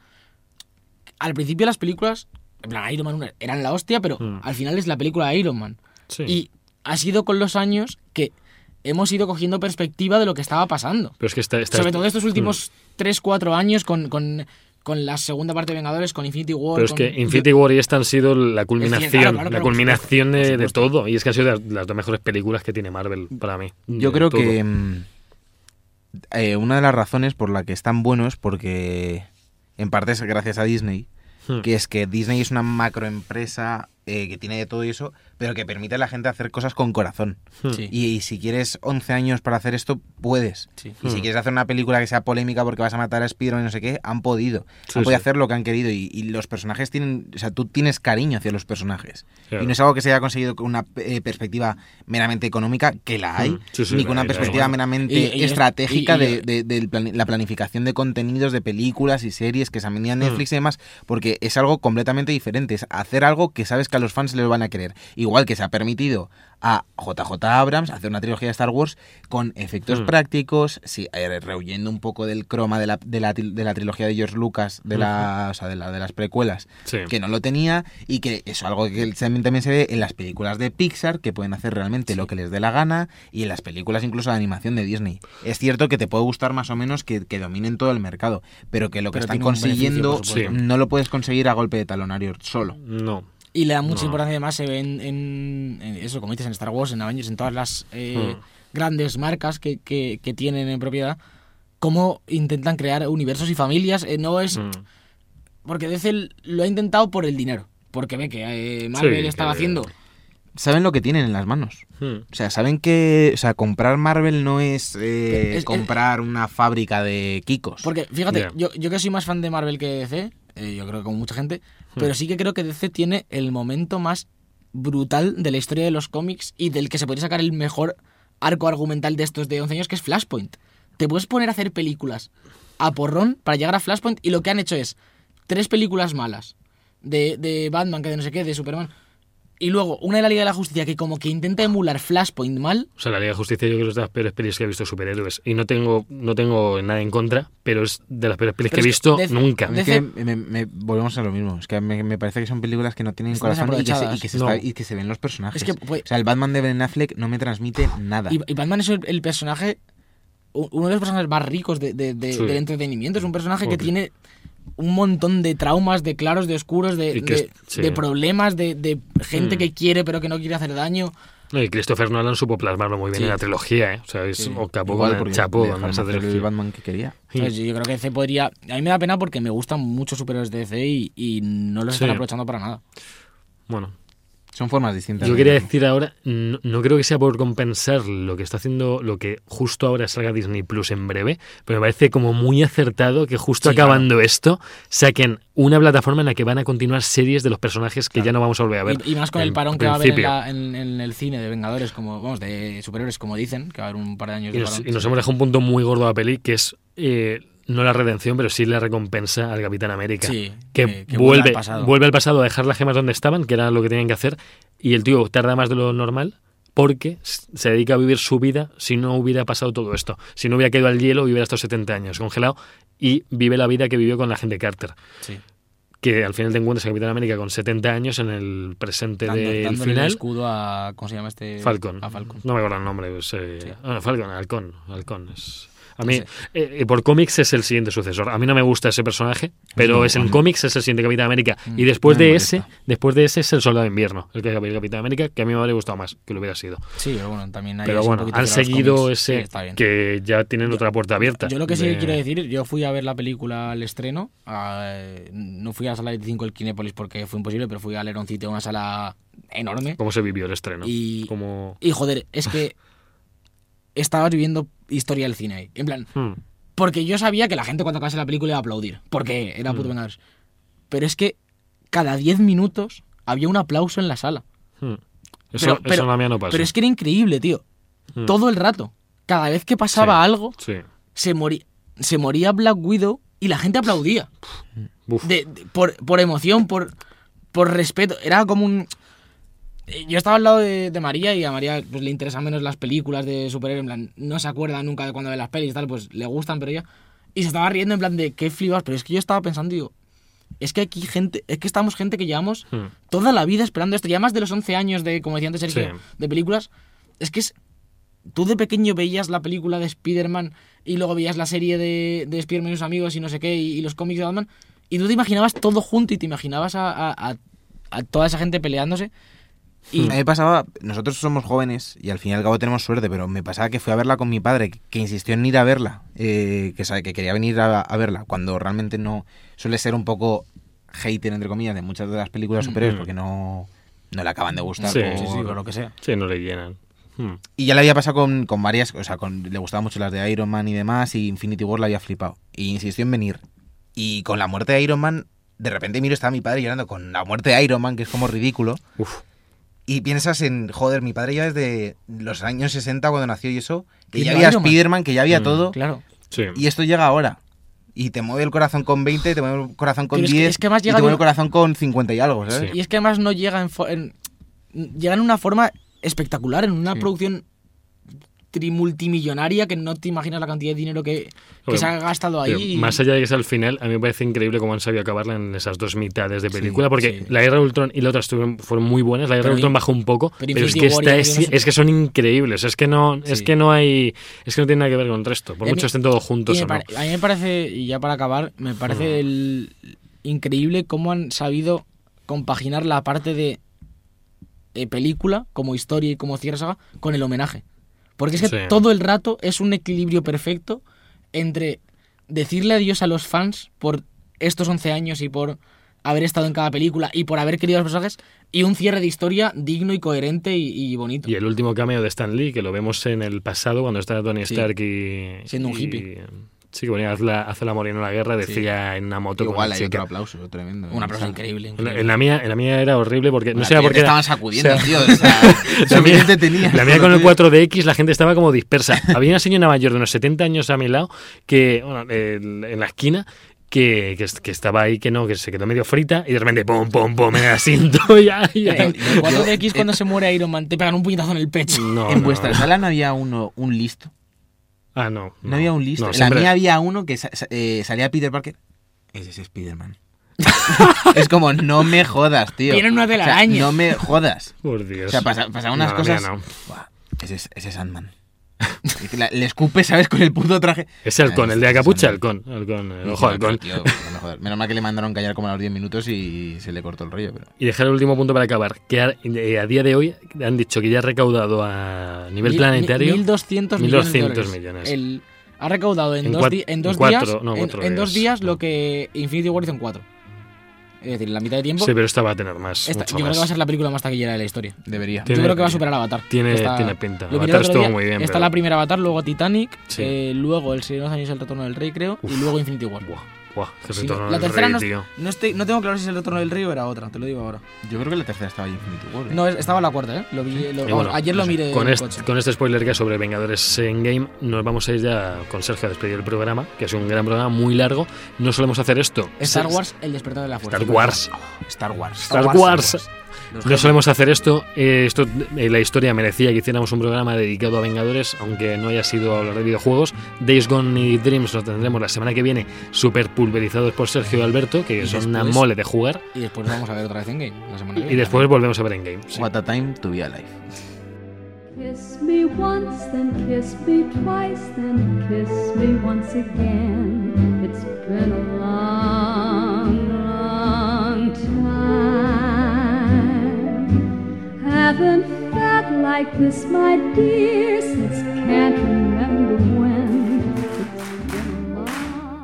Speaker 3: Al principio de las películas. En plan, Iron Man 1 eran la hostia, pero
Speaker 1: Mm.
Speaker 3: al final es la película de Iron Man.
Speaker 1: Sí.
Speaker 3: Y ha sido con los años que hemos ido cogiendo perspectiva de lo que estaba pasando.
Speaker 1: Pero es que está, está- Hmm.
Speaker 3: Sobre todo estos últimos 3-4 años con, con, con la segunda parte de Vengadores, con Infinity War.
Speaker 1: Pero es
Speaker 3: con-
Speaker 1: que Infinity War y esta han sido la culminación,
Speaker 3: claro, claro,
Speaker 1: la
Speaker 3: por
Speaker 1: culminación de,
Speaker 3: supuesto.
Speaker 1: de todo. Y es que han sido las, las dos mejores películas que tiene Marvel para mí.
Speaker 2: Yo
Speaker 1: De
Speaker 2: creo
Speaker 1: todo.
Speaker 2: que mm, eh, una de las razones por la que están buenos, porque en parte es gracias a Disney,
Speaker 1: Hmm.
Speaker 2: que es que Disney es una macroempresa eh, que tiene de todo eso, pero que permite a la gente hacer cosas con corazón.
Speaker 1: Hmm.
Speaker 3: Sí.
Speaker 2: Y, y si quieres 11 años para hacer esto, puedes.
Speaker 3: Sí.
Speaker 2: Y
Speaker 1: Hmm.
Speaker 2: si quieres hacer una película que sea polémica porque vas a matar a Spider-Man y no sé qué, han podido.
Speaker 1: Sí,
Speaker 2: han podido
Speaker 1: sí.
Speaker 2: hacer lo que han querido. Y, y los personajes tienen. O sea, tú tienes cariño hacia los personajes.
Speaker 1: Claro.
Speaker 2: Y no es algo que se haya conseguido con una eh, perspectiva meramente económica, que la hay,
Speaker 1: Mm, sí, sí,
Speaker 2: ni
Speaker 1: la
Speaker 2: con una
Speaker 1: hay, la hay.
Speaker 2: perspectiva
Speaker 1: Bueno,
Speaker 2: meramente
Speaker 3: y- y es-
Speaker 2: estratégica
Speaker 3: y- y-
Speaker 2: de, de- del plan- la planificación de contenidos, de películas y series que se han vendido
Speaker 3: Hmm.
Speaker 2: en Netflix y demás, porque es algo completamente diferente. Es hacer algo que sabes que a los fans les van a querer. Igual que se ha permitido a JJ Abrams hacer una trilogía de Star Wars con efectos
Speaker 3: Hmm.
Speaker 1: Mm.
Speaker 2: prácticos, sí, eh, rehuyendo un poco del croma de la, de la, tri- de la trilogía de George Lucas,
Speaker 3: Hmm.
Speaker 2: de, la, o sea, de, la, de las precuelas
Speaker 1: Sí.
Speaker 2: que no lo tenía y que eso algo que también, también se ve en las películas de Pixar que pueden hacer realmente lo que les dé la gana y en las películas incluso de animación de Disney. Es cierto que te puede gustar más o menos que, que dominen todo el mercado, pero que lo que
Speaker 3: Pero
Speaker 2: están
Speaker 3: tiene un
Speaker 2: consiguiendo
Speaker 3: beneficio,
Speaker 1: por supuesto.
Speaker 2: no lo puedes conseguir a golpe de talonario solo.
Speaker 1: No.
Speaker 3: Y le da mucha
Speaker 1: No.
Speaker 3: importancia, además, se ve en, en- en eso, como dices, en Star Wars, en Avengers, en todas las eh,
Speaker 1: Mm.
Speaker 3: grandes marcas que, que- que tienen en propiedad, cómo intentan crear universos y familias. Eh, no es.
Speaker 1: Mm.
Speaker 3: Porque DC l- lo ha intentado por el dinero. Porque ve que eh, Marvel
Speaker 1: Sí,
Speaker 3: estaba
Speaker 1: que-
Speaker 3: haciendo.
Speaker 2: Saben lo que tienen en las manos.
Speaker 1: Hmm.
Speaker 2: O sea, saben que o sea, comprar Marvel no es, eh,
Speaker 3: Es- es-
Speaker 2: comprar una fábrica de Kikos.
Speaker 3: Porque, fíjate,
Speaker 1: Ya.
Speaker 3: yo, yo que soy más fan de Marvel que de DC, eh, yo creo que como mucha gente, pero sí que creo que DC tiene el momento más brutal de la historia de los cómics y del que se podría sacar el mejor arco argumental de estos de 11 años, que es Flashpoint. Te puedes poner a hacer películas a porrón para llegar a Flashpoint y lo que han hecho es tres películas malas de, de Batman, que de no sé qué, de Superman, y luego una de la Liga de la Justicia que como que intenta emular Flashpoint mal.
Speaker 1: O sea, la Liga de Justicia yo creo que es de las peores pelis que he visto de superhéroes. Y no tengo, no tengo nada en contra, pero es de las peores pelis
Speaker 3: Pero
Speaker 1: que he
Speaker 3: es que
Speaker 1: visto
Speaker 3: de-
Speaker 1: nunca.
Speaker 2: A mí
Speaker 3: de-
Speaker 2: es que
Speaker 3: DC
Speaker 2: me- me- volvemos a lo mismo. Es que me, me parece que son películas que no tienen
Speaker 3: Están
Speaker 2: corazón y que, se,
Speaker 3: desaprovechadas.
Speaker 2: y que se
Speaker 1: No.
Speaker 2: está- y que se ven los personajes.
Speaker 3: Es que, pues-
Speaker 2: o sea, el Batman de Ben Affleck no me transmite nada.
Speaker 3: Y, y Batman es el, el personaje, u- uno de los personajes más ricos de- de- de-
Speaker 1: Sí.
Speaker 3: del entretenimiento. Es un personaje
Speaker 1: Ok.
Speaker 3: que tiene un montón de traumas, de claros, de oscuros, de,
Speaker 1: Y que
Speaker 3: de-
Speaker 1: es- sí. Mm.
Speaker 3: de problemas, de, de gente que quiere pero que no quiere hacer daño.
Speaker 1: No, y Christopher Nolan supo plasmarlo muy bien
Speaker 3: Sí.
Speaker 1: en la trilogía, ¿eh? O sea, es
Speaker 3: Sí.
Speaker 1: o capó
Speaker 2: Igual,
Speaker 1: con
Speaker 2: porque
Speaker 1: el chapo
Speaker 2: dejaron
Speaker 1: con esa
Speaker 2: hacer el
Speaker 1: trilogía.
Speaker 2: Batman que quería.
Speaker 1: Sí.
Speaker 3: Entonces, yo creo que DC podría... A mí me da pena porque me gustan muchos superhéroes de DC y, y no los
Speaker 1: Sí.
Speaker 3: están aprovechando para nada.
Speaker 1: Bueno,
Speaker 2: Son formas distintas.
Speaker 1: Yo
Speaker 2: de
Speaker 1: quería
Speaker 2: verlo.
Speaker 1: decir ahora, no, no creo que sea por compensar lo que está haciendo, lo que justo ahora salga Disney Plus en breve, pero me parece como muy acertado que justo
Speaker 3: Sí,
Speaker 1: acabando esto saquen una plataforma en la que van a continuar series de los personajes que ya no vamos a volver a ver.
Speaker 3: Y, y más con el
Speaker 1: en
Speaker 3: parón que va a haber en,
Speaker 1: principio.
Speaker 3: la- en- en el cine de Vengadores, como vamos, de superhéroes, como dicen, que va a haber un par de años
Speaker 1: Y
Speaker 3: de
Speaker 1: nos,
Speaker 3: parón.
Speaker 1: y nos hemos dejado un punto muy gordo a la peli, que es eh, no la redención, pero sí la recompensa al Capitán América.
Speaker 3: Sí,
Speaker 1: que,
Speaker 3: Eh, que- que vuelve
Speaker 1: vuelve,
Speaker 3: al pasado.
Speaker 1: vuelve al pasado a dejar las gemas donde estaban, que era lo que tenían que hacer, y el tío tarda más de lo normal porque s- se dedica a vivir su vida si no hubiera pasado todo esto, si no hubiera quedado al hielo y hubiera estado 70 años congelado y vive la vida que vivió con la gente Carter,
Speaker 3: Sí.
Speaker 1: que al final te encuentras a Capitán América con 70 años en el presente
Speaker 3: Dando-
Speaker 1: del
Speaker 3: dándole el
Speaker 1: final.
Speaker 3: escudo a... ¿Cómo se llama este?
Speaker 1: Falcon.
Speaker 3: A Falcon.
Speaker 1: No me acuerdo el nombre. es, eh,
Speaker 3: Sí.
Speaker 1: ah, Falcon, Halcón. Halcón es. A mí,
Speaker 3: Sí.
Speaker 1: eh, eh, por cómics es el siguiente sucesor. A mí no me gusta ese personaje, pero
Speaker 2: No,
Speaker 1: es
Speaker 2: a
Speaker 1: en
Speaker 2: mí-
Speaker 1: cómics es el siguiente Capitán América. Y
Speaker 3: Mm,
Speaker 1: después
Speaker 2: no me
Speaker 1: de
Speaker 2: molesta.
Speaker 1: ese, después de ese es el Soldado de Invierno, el que es el Capitán América, que a mí me habría gustado más que lo hubiera sido.
Speaker 3: Sí, pero bueno, también hay
Speaker 1: Pero
Speaker 3: así un
Speaker 1: bueno,
Speaker 3: poquito
Speaker 1: han
Speaker 3: fiel a los
Speaker 1: seguido
Speaker 3: cómics. Sí,
Speaker 1: ese
Speaker 3: está bien.
Speaker 1: que ya tienen otra puerta abierta.
Speaker 3: Yo lo que sí
Speaker 1: de-
Speaker 3: que quiero decir, yo fui a ver la película al estreno, a- no fui a la sala 25 del Kinépolis porque fue imposible, pero fui a Leroncito, una sala enorme.
Speaker 1: ¿Cómo se vivió el estreno?
Speaker 3: Y-
Speaker 1: Como...
Speaker 3: Y joder, es que estabas viviendo historia del cine ahí. En plan,
Speaker 1: Hmm,
Speaker 3: porque yo sabía que la gente cuando acabase la película iba a aplaudir, porque
Speaker 1: Mm.
Speaker 3: era puto Vengadores. Pero es que cada 10 minutos había un aplauso en la sala.
Speaker 1: hmm. Eso, eso en la mía no pasa.
Speaker 3: Pero es que era increíble, tío.
Speaker 1: Hmm.
Speaker 3: Todo el rato. Cada vez que pasaba
Speaker 1: Sí.
Speaker 3: algo,
Speaker 1: Sí.
Speaker 3: se, mori- se moría Black Widow y la gente aplaudía.
Speaker 1: Uf.
Speaker 3: De- de- por, por emoción, por, por respeto. Era como un... Eh, Yo estaba al lado de, de María y a María pues, le interesan menos las películas de superhéroes. En plan, no se acuerda nunca de cuando ve las pelis y tal, pues le gustan, pero ella... Y se estaba riendo en plan de qué flipas, pero es que yo estaba pensando, digo... es que aquí gente, es que estamos gente que llevamos
Speaker 1: Hmm.
Speaker 3: toda la vida esperando esto, ya más de los 11 años de, como decía antes Sergio,
Speaker 1: Sí.
Speaker 3: de películas, es que es, tú de pequeño veías la película de Spider-Man y luego veías la serie de, de Spider-Man y sus amigos y no sé qué, y, y los cómics de Batman, y tú te imaginabas todo junto y te imaginabas a, a- a- a toda esa gente peleándose. Y,
Speaker 1: Hmm.
Speaker 2: A
Speaker 1: Eh,
Speaker 2: mí me pasaba, nosotros somos jóvenes y al fin y al cabo tenemos suerte, pero me pasaba que fui a verla con mi padre, que- que insistió en ir a verla, eh, que sabe que quería venir a, a verla, cuando realmente no suele ser un poco hater, entre comillas, de muchas de las películas superiores
Speaker 1: Mm.
Speaker 2: porque no, no le acaban de gustar
Speaker 1: Sí.
Speaker 2: por
Speaker 1: Sí, sí, por
Speaker 2: lo que sea.
Speaker 1: Sí, no le llenan. Hmm.
Speaker 2: Y ya le había pasado con, con varias, o sea, con- le gustaban mucho las de Iron Man y demás, y Infinity War la había flipado. Y insistió en venir. Y con la muerte de Iron Man, de repente miro, estaba mi padre llorando con la muerte de Iron Man, que es como ridículo.
Speaker 1: Uf.
Speaker 2: Y piensas en, joder, mi padre ya desde los años 60 cuando nació y eso, que ya
Speaker 3: Viendo
Speaker 2: había
Speaker 3: Iron Man.
Speaker 2: Spider-Man, que ya había
Speaker 1: Mm,
Speaker 2: todo,
Speaker 3: claro.
Speaker 1: Sí.
Speaker 2: y esto llega ahora. Y te mueve el corazón con 20, te mueve el corazón con
Speaker 3: Pero es que-
Speaker 2: 10,
Speaker 3: es que más
Speaker 2: y
Speaker 3: llega
Speaker 2: te
Speaker 3: de
Speaker 2: mueve el
Speaker 3: una-
Speaker 2: corazón con 50 y algo, ¿sabes?
Speaker 1: Sí.
Speaker 3: Y es que además no llega en, fo- en- llega en una forma espectacular, en una
Speaker 2: Sí.
Speaker 3: producción trimultimillonaria que no te imaginas la cantidad de dinero que, que
Speaker 1: Oye,
Speaker 3: se ha gastado ahí.
Speaker 1: Pero más allá de que es al final, a mí me parece increíble cómo han sabido acabarla en esas dos mitades de
Speaker 2: Sí,
Speaker 1: película, porque
Speaker 3: sí.
Speaker 1: la Guerra de Ultron y la otra estuvieron, fueron muy buenas, la Guerra
Speaker 3: Pero
Speaker 1: de Ultron
Speaker 3: in-
Speaker 1: bajó un poco,
Speaker 3: pero
Speaker 1: pero, es
Speaker 3: Infinity
Speaker 1: que
Speaker 3: War
Speaker 1: esta
Speaker 3: y
Speaker 1: es,
Speaker 3: Avengers-
Speaker 1: es que son increíbles, es que no, es
Speaker 3: Sí.
Speaker 1: que no hay, es que no tiene nada que ver con el resto, por
Speaker 3: Y a
Speaker 1: mucho
Speaker 3: mí-
Speaker 1: estén todos
Speaker 3: Y me
Speaker 1: juntos o no.
Speaker 3: pare- A mí me parece, y ya para acabar, me parece el- increíble cómo han sabido compaginar la parte de eh, película, como historia y como cierre saga, con el homenaje. Porque es que
Speaker 1: Sí.
Speaker 3: todo el rato es un equilibrio perfecto entre decirle adiós a los fans por estos 11 años y por haber estado en cada película y por haber querido a los personajes y un cierre de historia digno y coherente y, y bonito.
Speaker 1: Y el último cameo de Stan Lee, que lo vemos en el pasado cuando está Tony
Speaker 3: Sí.
Speaker 1: Stark y...
Speaker 3: Siendo un
Speaker 1: y-
Speaker 3: hippie.
Speaker 1: Sí, que venía a hacer la, hace la morir en la guerra, decía en una moto con
Speaker 2: Igual
Speaker 1: una
Speaker 2: hay
Speaker 1: chica.
Speaker 2: otro aplauso, tremendo.
Speaker 3: Un aplauso
Speaker 2: Sí.
Speaker 3: increíble.
Speaker 1: En la-
Speaker 3: increíble.
Speaker 1: en la mía, en la mía era horrible porque no
Speaker 2: Bueno,
Speaker 1: sé
Speaker 2: tío,
Speaker 1: por
Speaker 2: te
Speaker 1: qué era-
Speaker 2: estaban sacudiendo,
Speaker 1: o sea,
Speaker 2: tío. O sea,
Speaker 1: La mía,
Speaker 2: suficiente tenías.
Speaker 1: la mía con
Speaker 2: lo
Speaker 1: el
Speaker 2: tuyo.
Speaker 1: 4DX la gente estaba como dispersa. Había una señora mayor de unos 70 años a mi lado que, bueno, eh, en la esquina. Que, que, que estaba ahí, que no, que se quedó medio frita y de repente pum, pum, pum, en el asiento y ay,
Speaker 3: En
Speaker 1: ay.
Speaker 3: en 4DX cuando se muere Iron Man te pegan un puñetazo en el pecho.
Speaker 1: No,
Speaker 2: en
Speaker 1: no,
Speaker 2: vuestra
Speaker 1: no.
Speaker 2: sala no había uno, un listo.
Speaker 1: Ah, no.
Speaker 2: No, había un listo.
Speaker 1: no,
Speaker 2: en
Speaker 1: siempre-
Speaker 2: la mía había uno que sa- sa- eh, salía Peter Parker. Ese es Spider-Man. es como, no me jodas, tío.
Speaker 3: Tienen una
Speaker 2: O sea,
Speaker 3: telaraña.
Speaker 2: no me jodas.
Speaker 1: Por
Speaker 2: O
Speaker 1: Dios.
Speaker 2: sea, pasa- pasaban unas
Speaker 1: No, la mía
Speaker 2: cosas.
Speaker 1: no.
Speaker 2: Buah, ese, es, ese es Ant-Man. Y te la- le escupe, ¿sabes? Con el puto traje.
Speaker 1: Ese halcón,
Speaker 2: Ah,
Speaker 1: el de la
Speaker 2: ese es
Speaker 1: capucha,
Speaker 2: Ant-Man.
Speaker 1: halcón. halcón, el ojo, halcón.
Speaker 2: Tío, no me jodas. Menos mal que le mandaron callar como a los 10 minutos y se le cortó el rollo. Pero...
Speaker 1: Y dejar el último punto para acabar. Que a, eh, a día de hoy han dicho que ya ha recaudado a nivel
Speaker 3: Mil-
Speaker 1: planetario.
Speaker 3: mil- 1.200 millones. de
Speaker 1: 1.200
Speaker 3: dólares.
Speaker 1: millones.
Speaker 3: El- ha recaudado en,
Speaker 1: En
Speaker 3: dos,
Speaker 1: cuat-
Speaker 3: di- en dos
Speaker 1: en cuatro,
Speaker 3: días,
Speaker 1: no,
Speaker 3: en,
Speaker 1: cuatro
Speaker 3: en dos
Speaker 1: días,
Speaker 3: días
Speaker 1: no.
Speaker 3: lo que Infinity War hizo en cuatro. Es decir, la mitad de tiempo.
Speaker 1: Sí, pero esta va a tener más.
Speaker 3: esta-
Speaker 1: mucho
Speaker 3: yo creo que
Speaker 1: más.
Speaker 3: va a ser la película más taquillera de la historia.
Speaker 2: Debería.
Speaker 1: Tiene-
Speaker 3: yo creo que va a superar a Avatar.
Speaker 1: tiene-
Speaker 3: que está-
Speaker 1: tiene pinta.
Speaker 3: lo miré el
Speaker 1: Avatar
Speaker 3: otro
Speaker 1: estuvo
Speaker 3: día,
Speaker 1: muy bien,
Speaker 3: Está
Speaker 1: pero-
Speaker 3: la primera Avatar, luego Titanic,
Speaker 1: Sí.
Speaker 3: eh, luego El Señor de los Anillos, El Retorno del Rey, creo, y
Speaker 1: Uf.
Speaker 3: luego Infinity War.
Speaker 1: Buah, buah, que
Speaker 3: Sí,
Speaker 1: retorno
Speaker 3: la
Speaker 1: del
Speaker 3: tercera
Speaker 1: rey,
Speaker 3: no,
Speaker 1: tío.
Speaker 3: no estoy, no tengo claro si es El Retorno del Rey o era otra, te lo digo ahora.
Speaker 2: Yo creo que la tercera estaba ahí Infinity War. ¿eh?
Speaker 3: No, es- estaba la cuarta, ¿eh? Lo vi, lo-
Speaker 1: Y
Speaker 3: vamos,
Speaker 1: bueno,
Speaker 3: ayer lo
Speaker 1: no sé,
Speaker 3: miré
Speaker 1: Con
Speaker 3: en el
Speaker 1: este,
Speaker 3: coche.
Speaker 1: con este spoiler que hay sobre Vengadores en Game, nos vamos a ir ya con Sergio a despedir el programa, que ha sido un gran programa, muy largo. No solemos hacer esto.
Speaker 3: Star
Speaker 1: Se-
Speaker 3: Wars, El Despertar de la Fuerza.
Speaker 1: Star Wars.
Speaker 2: Star Wars.
Speaker 1: Star Wars. No solemos hacer esto. eh, esto eh, la historia merecía que hiciéramos un programa dedicado a Vengadores, aunque no haya sido hablar de videojuegos. Days Gone y Dreams lo tendremos la semana que viene, super pulverizados por Sergio y Alberto, que
Speaker 3: Y
Speaker 1: son una
Speaker 3: después-
Speaker 1: mole de jugar.
Speaker 3: Y después vamos a ver otra vez en game la semana que
Speaker 1: Y
Speaker 3: viene.
Speaker 1: después volvemos a ver en Game.
Speaker 2: What a time to be alive.
Speaker 4: Kiss me once, then kiss me twice, then kiss me once again. It's been a long, long time. Haven't felt like this, my dear, since can't remember when. It's been a long.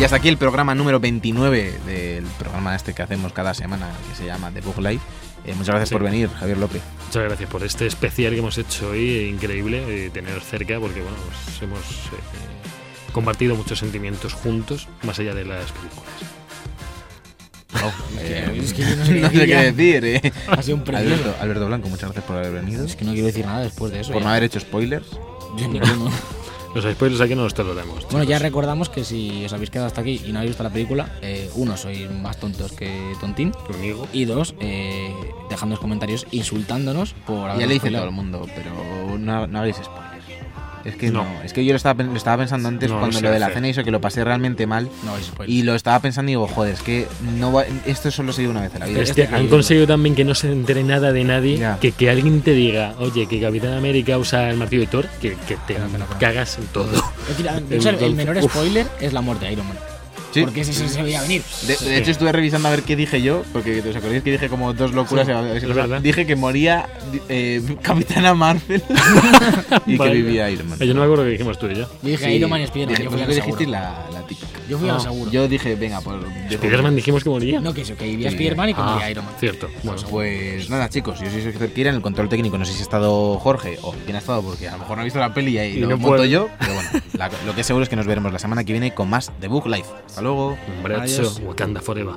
Speaker 2: Y hasta aquí el programa número 29 del programa este que hacemos cada semana, que se llama The Book Live. Eh, muchas gracias
Speaker 1: Sí.
Speaker 2: por venir, Javier López.
Speaker 1: Muchas gracias por este especial que hemos hecho hoy, eh, increíble eh, teneros cerca, porque bueno, pues, hemos eh, compartido muchos sentimientos juntos, más allá de las películas.
Speaker 2: Eh,
Speaker 3: es que yo no sé qué
Speaker 2: sé
Speaker 3: decir ya.
Speaker 2: qué decir. eh.
Speaker 3: Ha sido un precioso.
Speaker 2: Alberto, Alberto Blanco, muchas gracias por haber venido,
Speaker 3: Es que no quiero decir nada después de eso.
Speaker 2: por
Speaker 3: ya.
Speaker 2: no haber hecho spoilers.
Speaker 3: Yo ninguno.
Speaker 1: Los spoilers aquí no los toleramos.
Speaker 3: bueno, ya
Speaker 1: chicos.
Speaker 3: recordamos que si os habéis quedado hasta aquí y no habéis visto la película, eh, uno, sois más tontos que tontín.
Speaker 1: Conmigo.
Speaker 3: Y dos, eh, dejadnos comentarios insultándonos
Speaker 2: Ya
Speaker 3: por
Speaker 2: le
Speaker 3: habernos
Speaker 2: dice
Speaker 3: colado.
Speaker 2: todo el mundo, pero no, no hagáis spoilers. Es que no.
Speaker 1: No.
Speaker 2: es que yo lo estaba, pen- lo estaba pensando antes
Speaker 1: No, no
Speaker 2: cuando
Speaker 1: se
Speaker 2: lo de la
Speaker 1: hace.
Speaker 2: cena hizo que lo pasé realmente mal.
Speaker 3: No, es spoiler.
Speaker 2: Y lo estaba pensando y digo, joder, es que no va- esto solo se dio una vez en la vida.
Speaker 1: Es que
Speaker 2: Esto
Speaker 1: han
Speaker 2: que-
Speaker 1: conseguido también que no se entere nada de nadie,
Speaker 2: Ya.
Speaker 1: que, que alguien te diga, oye, que Capitán América usa el martillo de Thor, que, que te
Speaker 3: Pero, pero, pero.
Speaker 1: cagas en todo.
Speaker 3: Es que, de hecho, el, el menor
Speaker 1: Uf.
Speaker 3: spoiler es la muerte de Iron Man.
Speaker 2: Sí.
Speaker 3: Porque ese sí se veía venir.
Speaker 2: De, de hecho, estuve revisando a ver qué dije yo, porque os acordáis que dije como dos locuras.
Speaker 1: Sí,
Speaker 2: a ver si-
Speaker 1: es verdad.
Speaker 2: dije que moría eh, Capitana Marvel y que
Speaker 1: Vale.
Speaker 2: vivía Iron Man.
Speaker 1: Yo no me acuerdo que dijimos tú y yo.
Speaker 3: Yo dije
Speaker 2: Sí,
Speaker 3: Iron Man y Spider-Man.
Speaker 2: dije-
Speaker 3: Yo fui a
Speaker 2: vosotros
Speaker 3: lo
Speaker 2: dijisteis
Speaker 3: seguro.
Speaker 2: la, la típica.
Speaker 3: Yo fui a
Speaker 1: No,
Speaker 3: lo seguro.
Speaker 2: Yo dije, venga, por.
Speaker 1: Spider-Man dijimos que moría.
Speaker 3: No, que eso, que vivía
Speaker 2: Sí.
Speaker 3: Spider-Man y que
Speaker 1: Ah,
Speaker 3: moría Iron Man.
Speaker 1: Cierto. Bueno,
Speaker 2: Pues nada, chicos, yo soy Sergio Kira en el control técnico. No sé si ha estado Jorge o quién ha estado, porque a lo mejor no ha visto la peli y, ahí
Speaker 1: Y
Speaker 2: lo
Speaker 1: no
Speaker 2: monto
Speaker 1: puedo.
Speaker 2: yo. Pero bueno, la- lo que es seguro es que nos veremos la semana que viene con más de Book Life. Hasta luego.
Speaker 1: hombre,
Speaker 3: Adiós.
Speaker 1: eso, Wakanda Forever.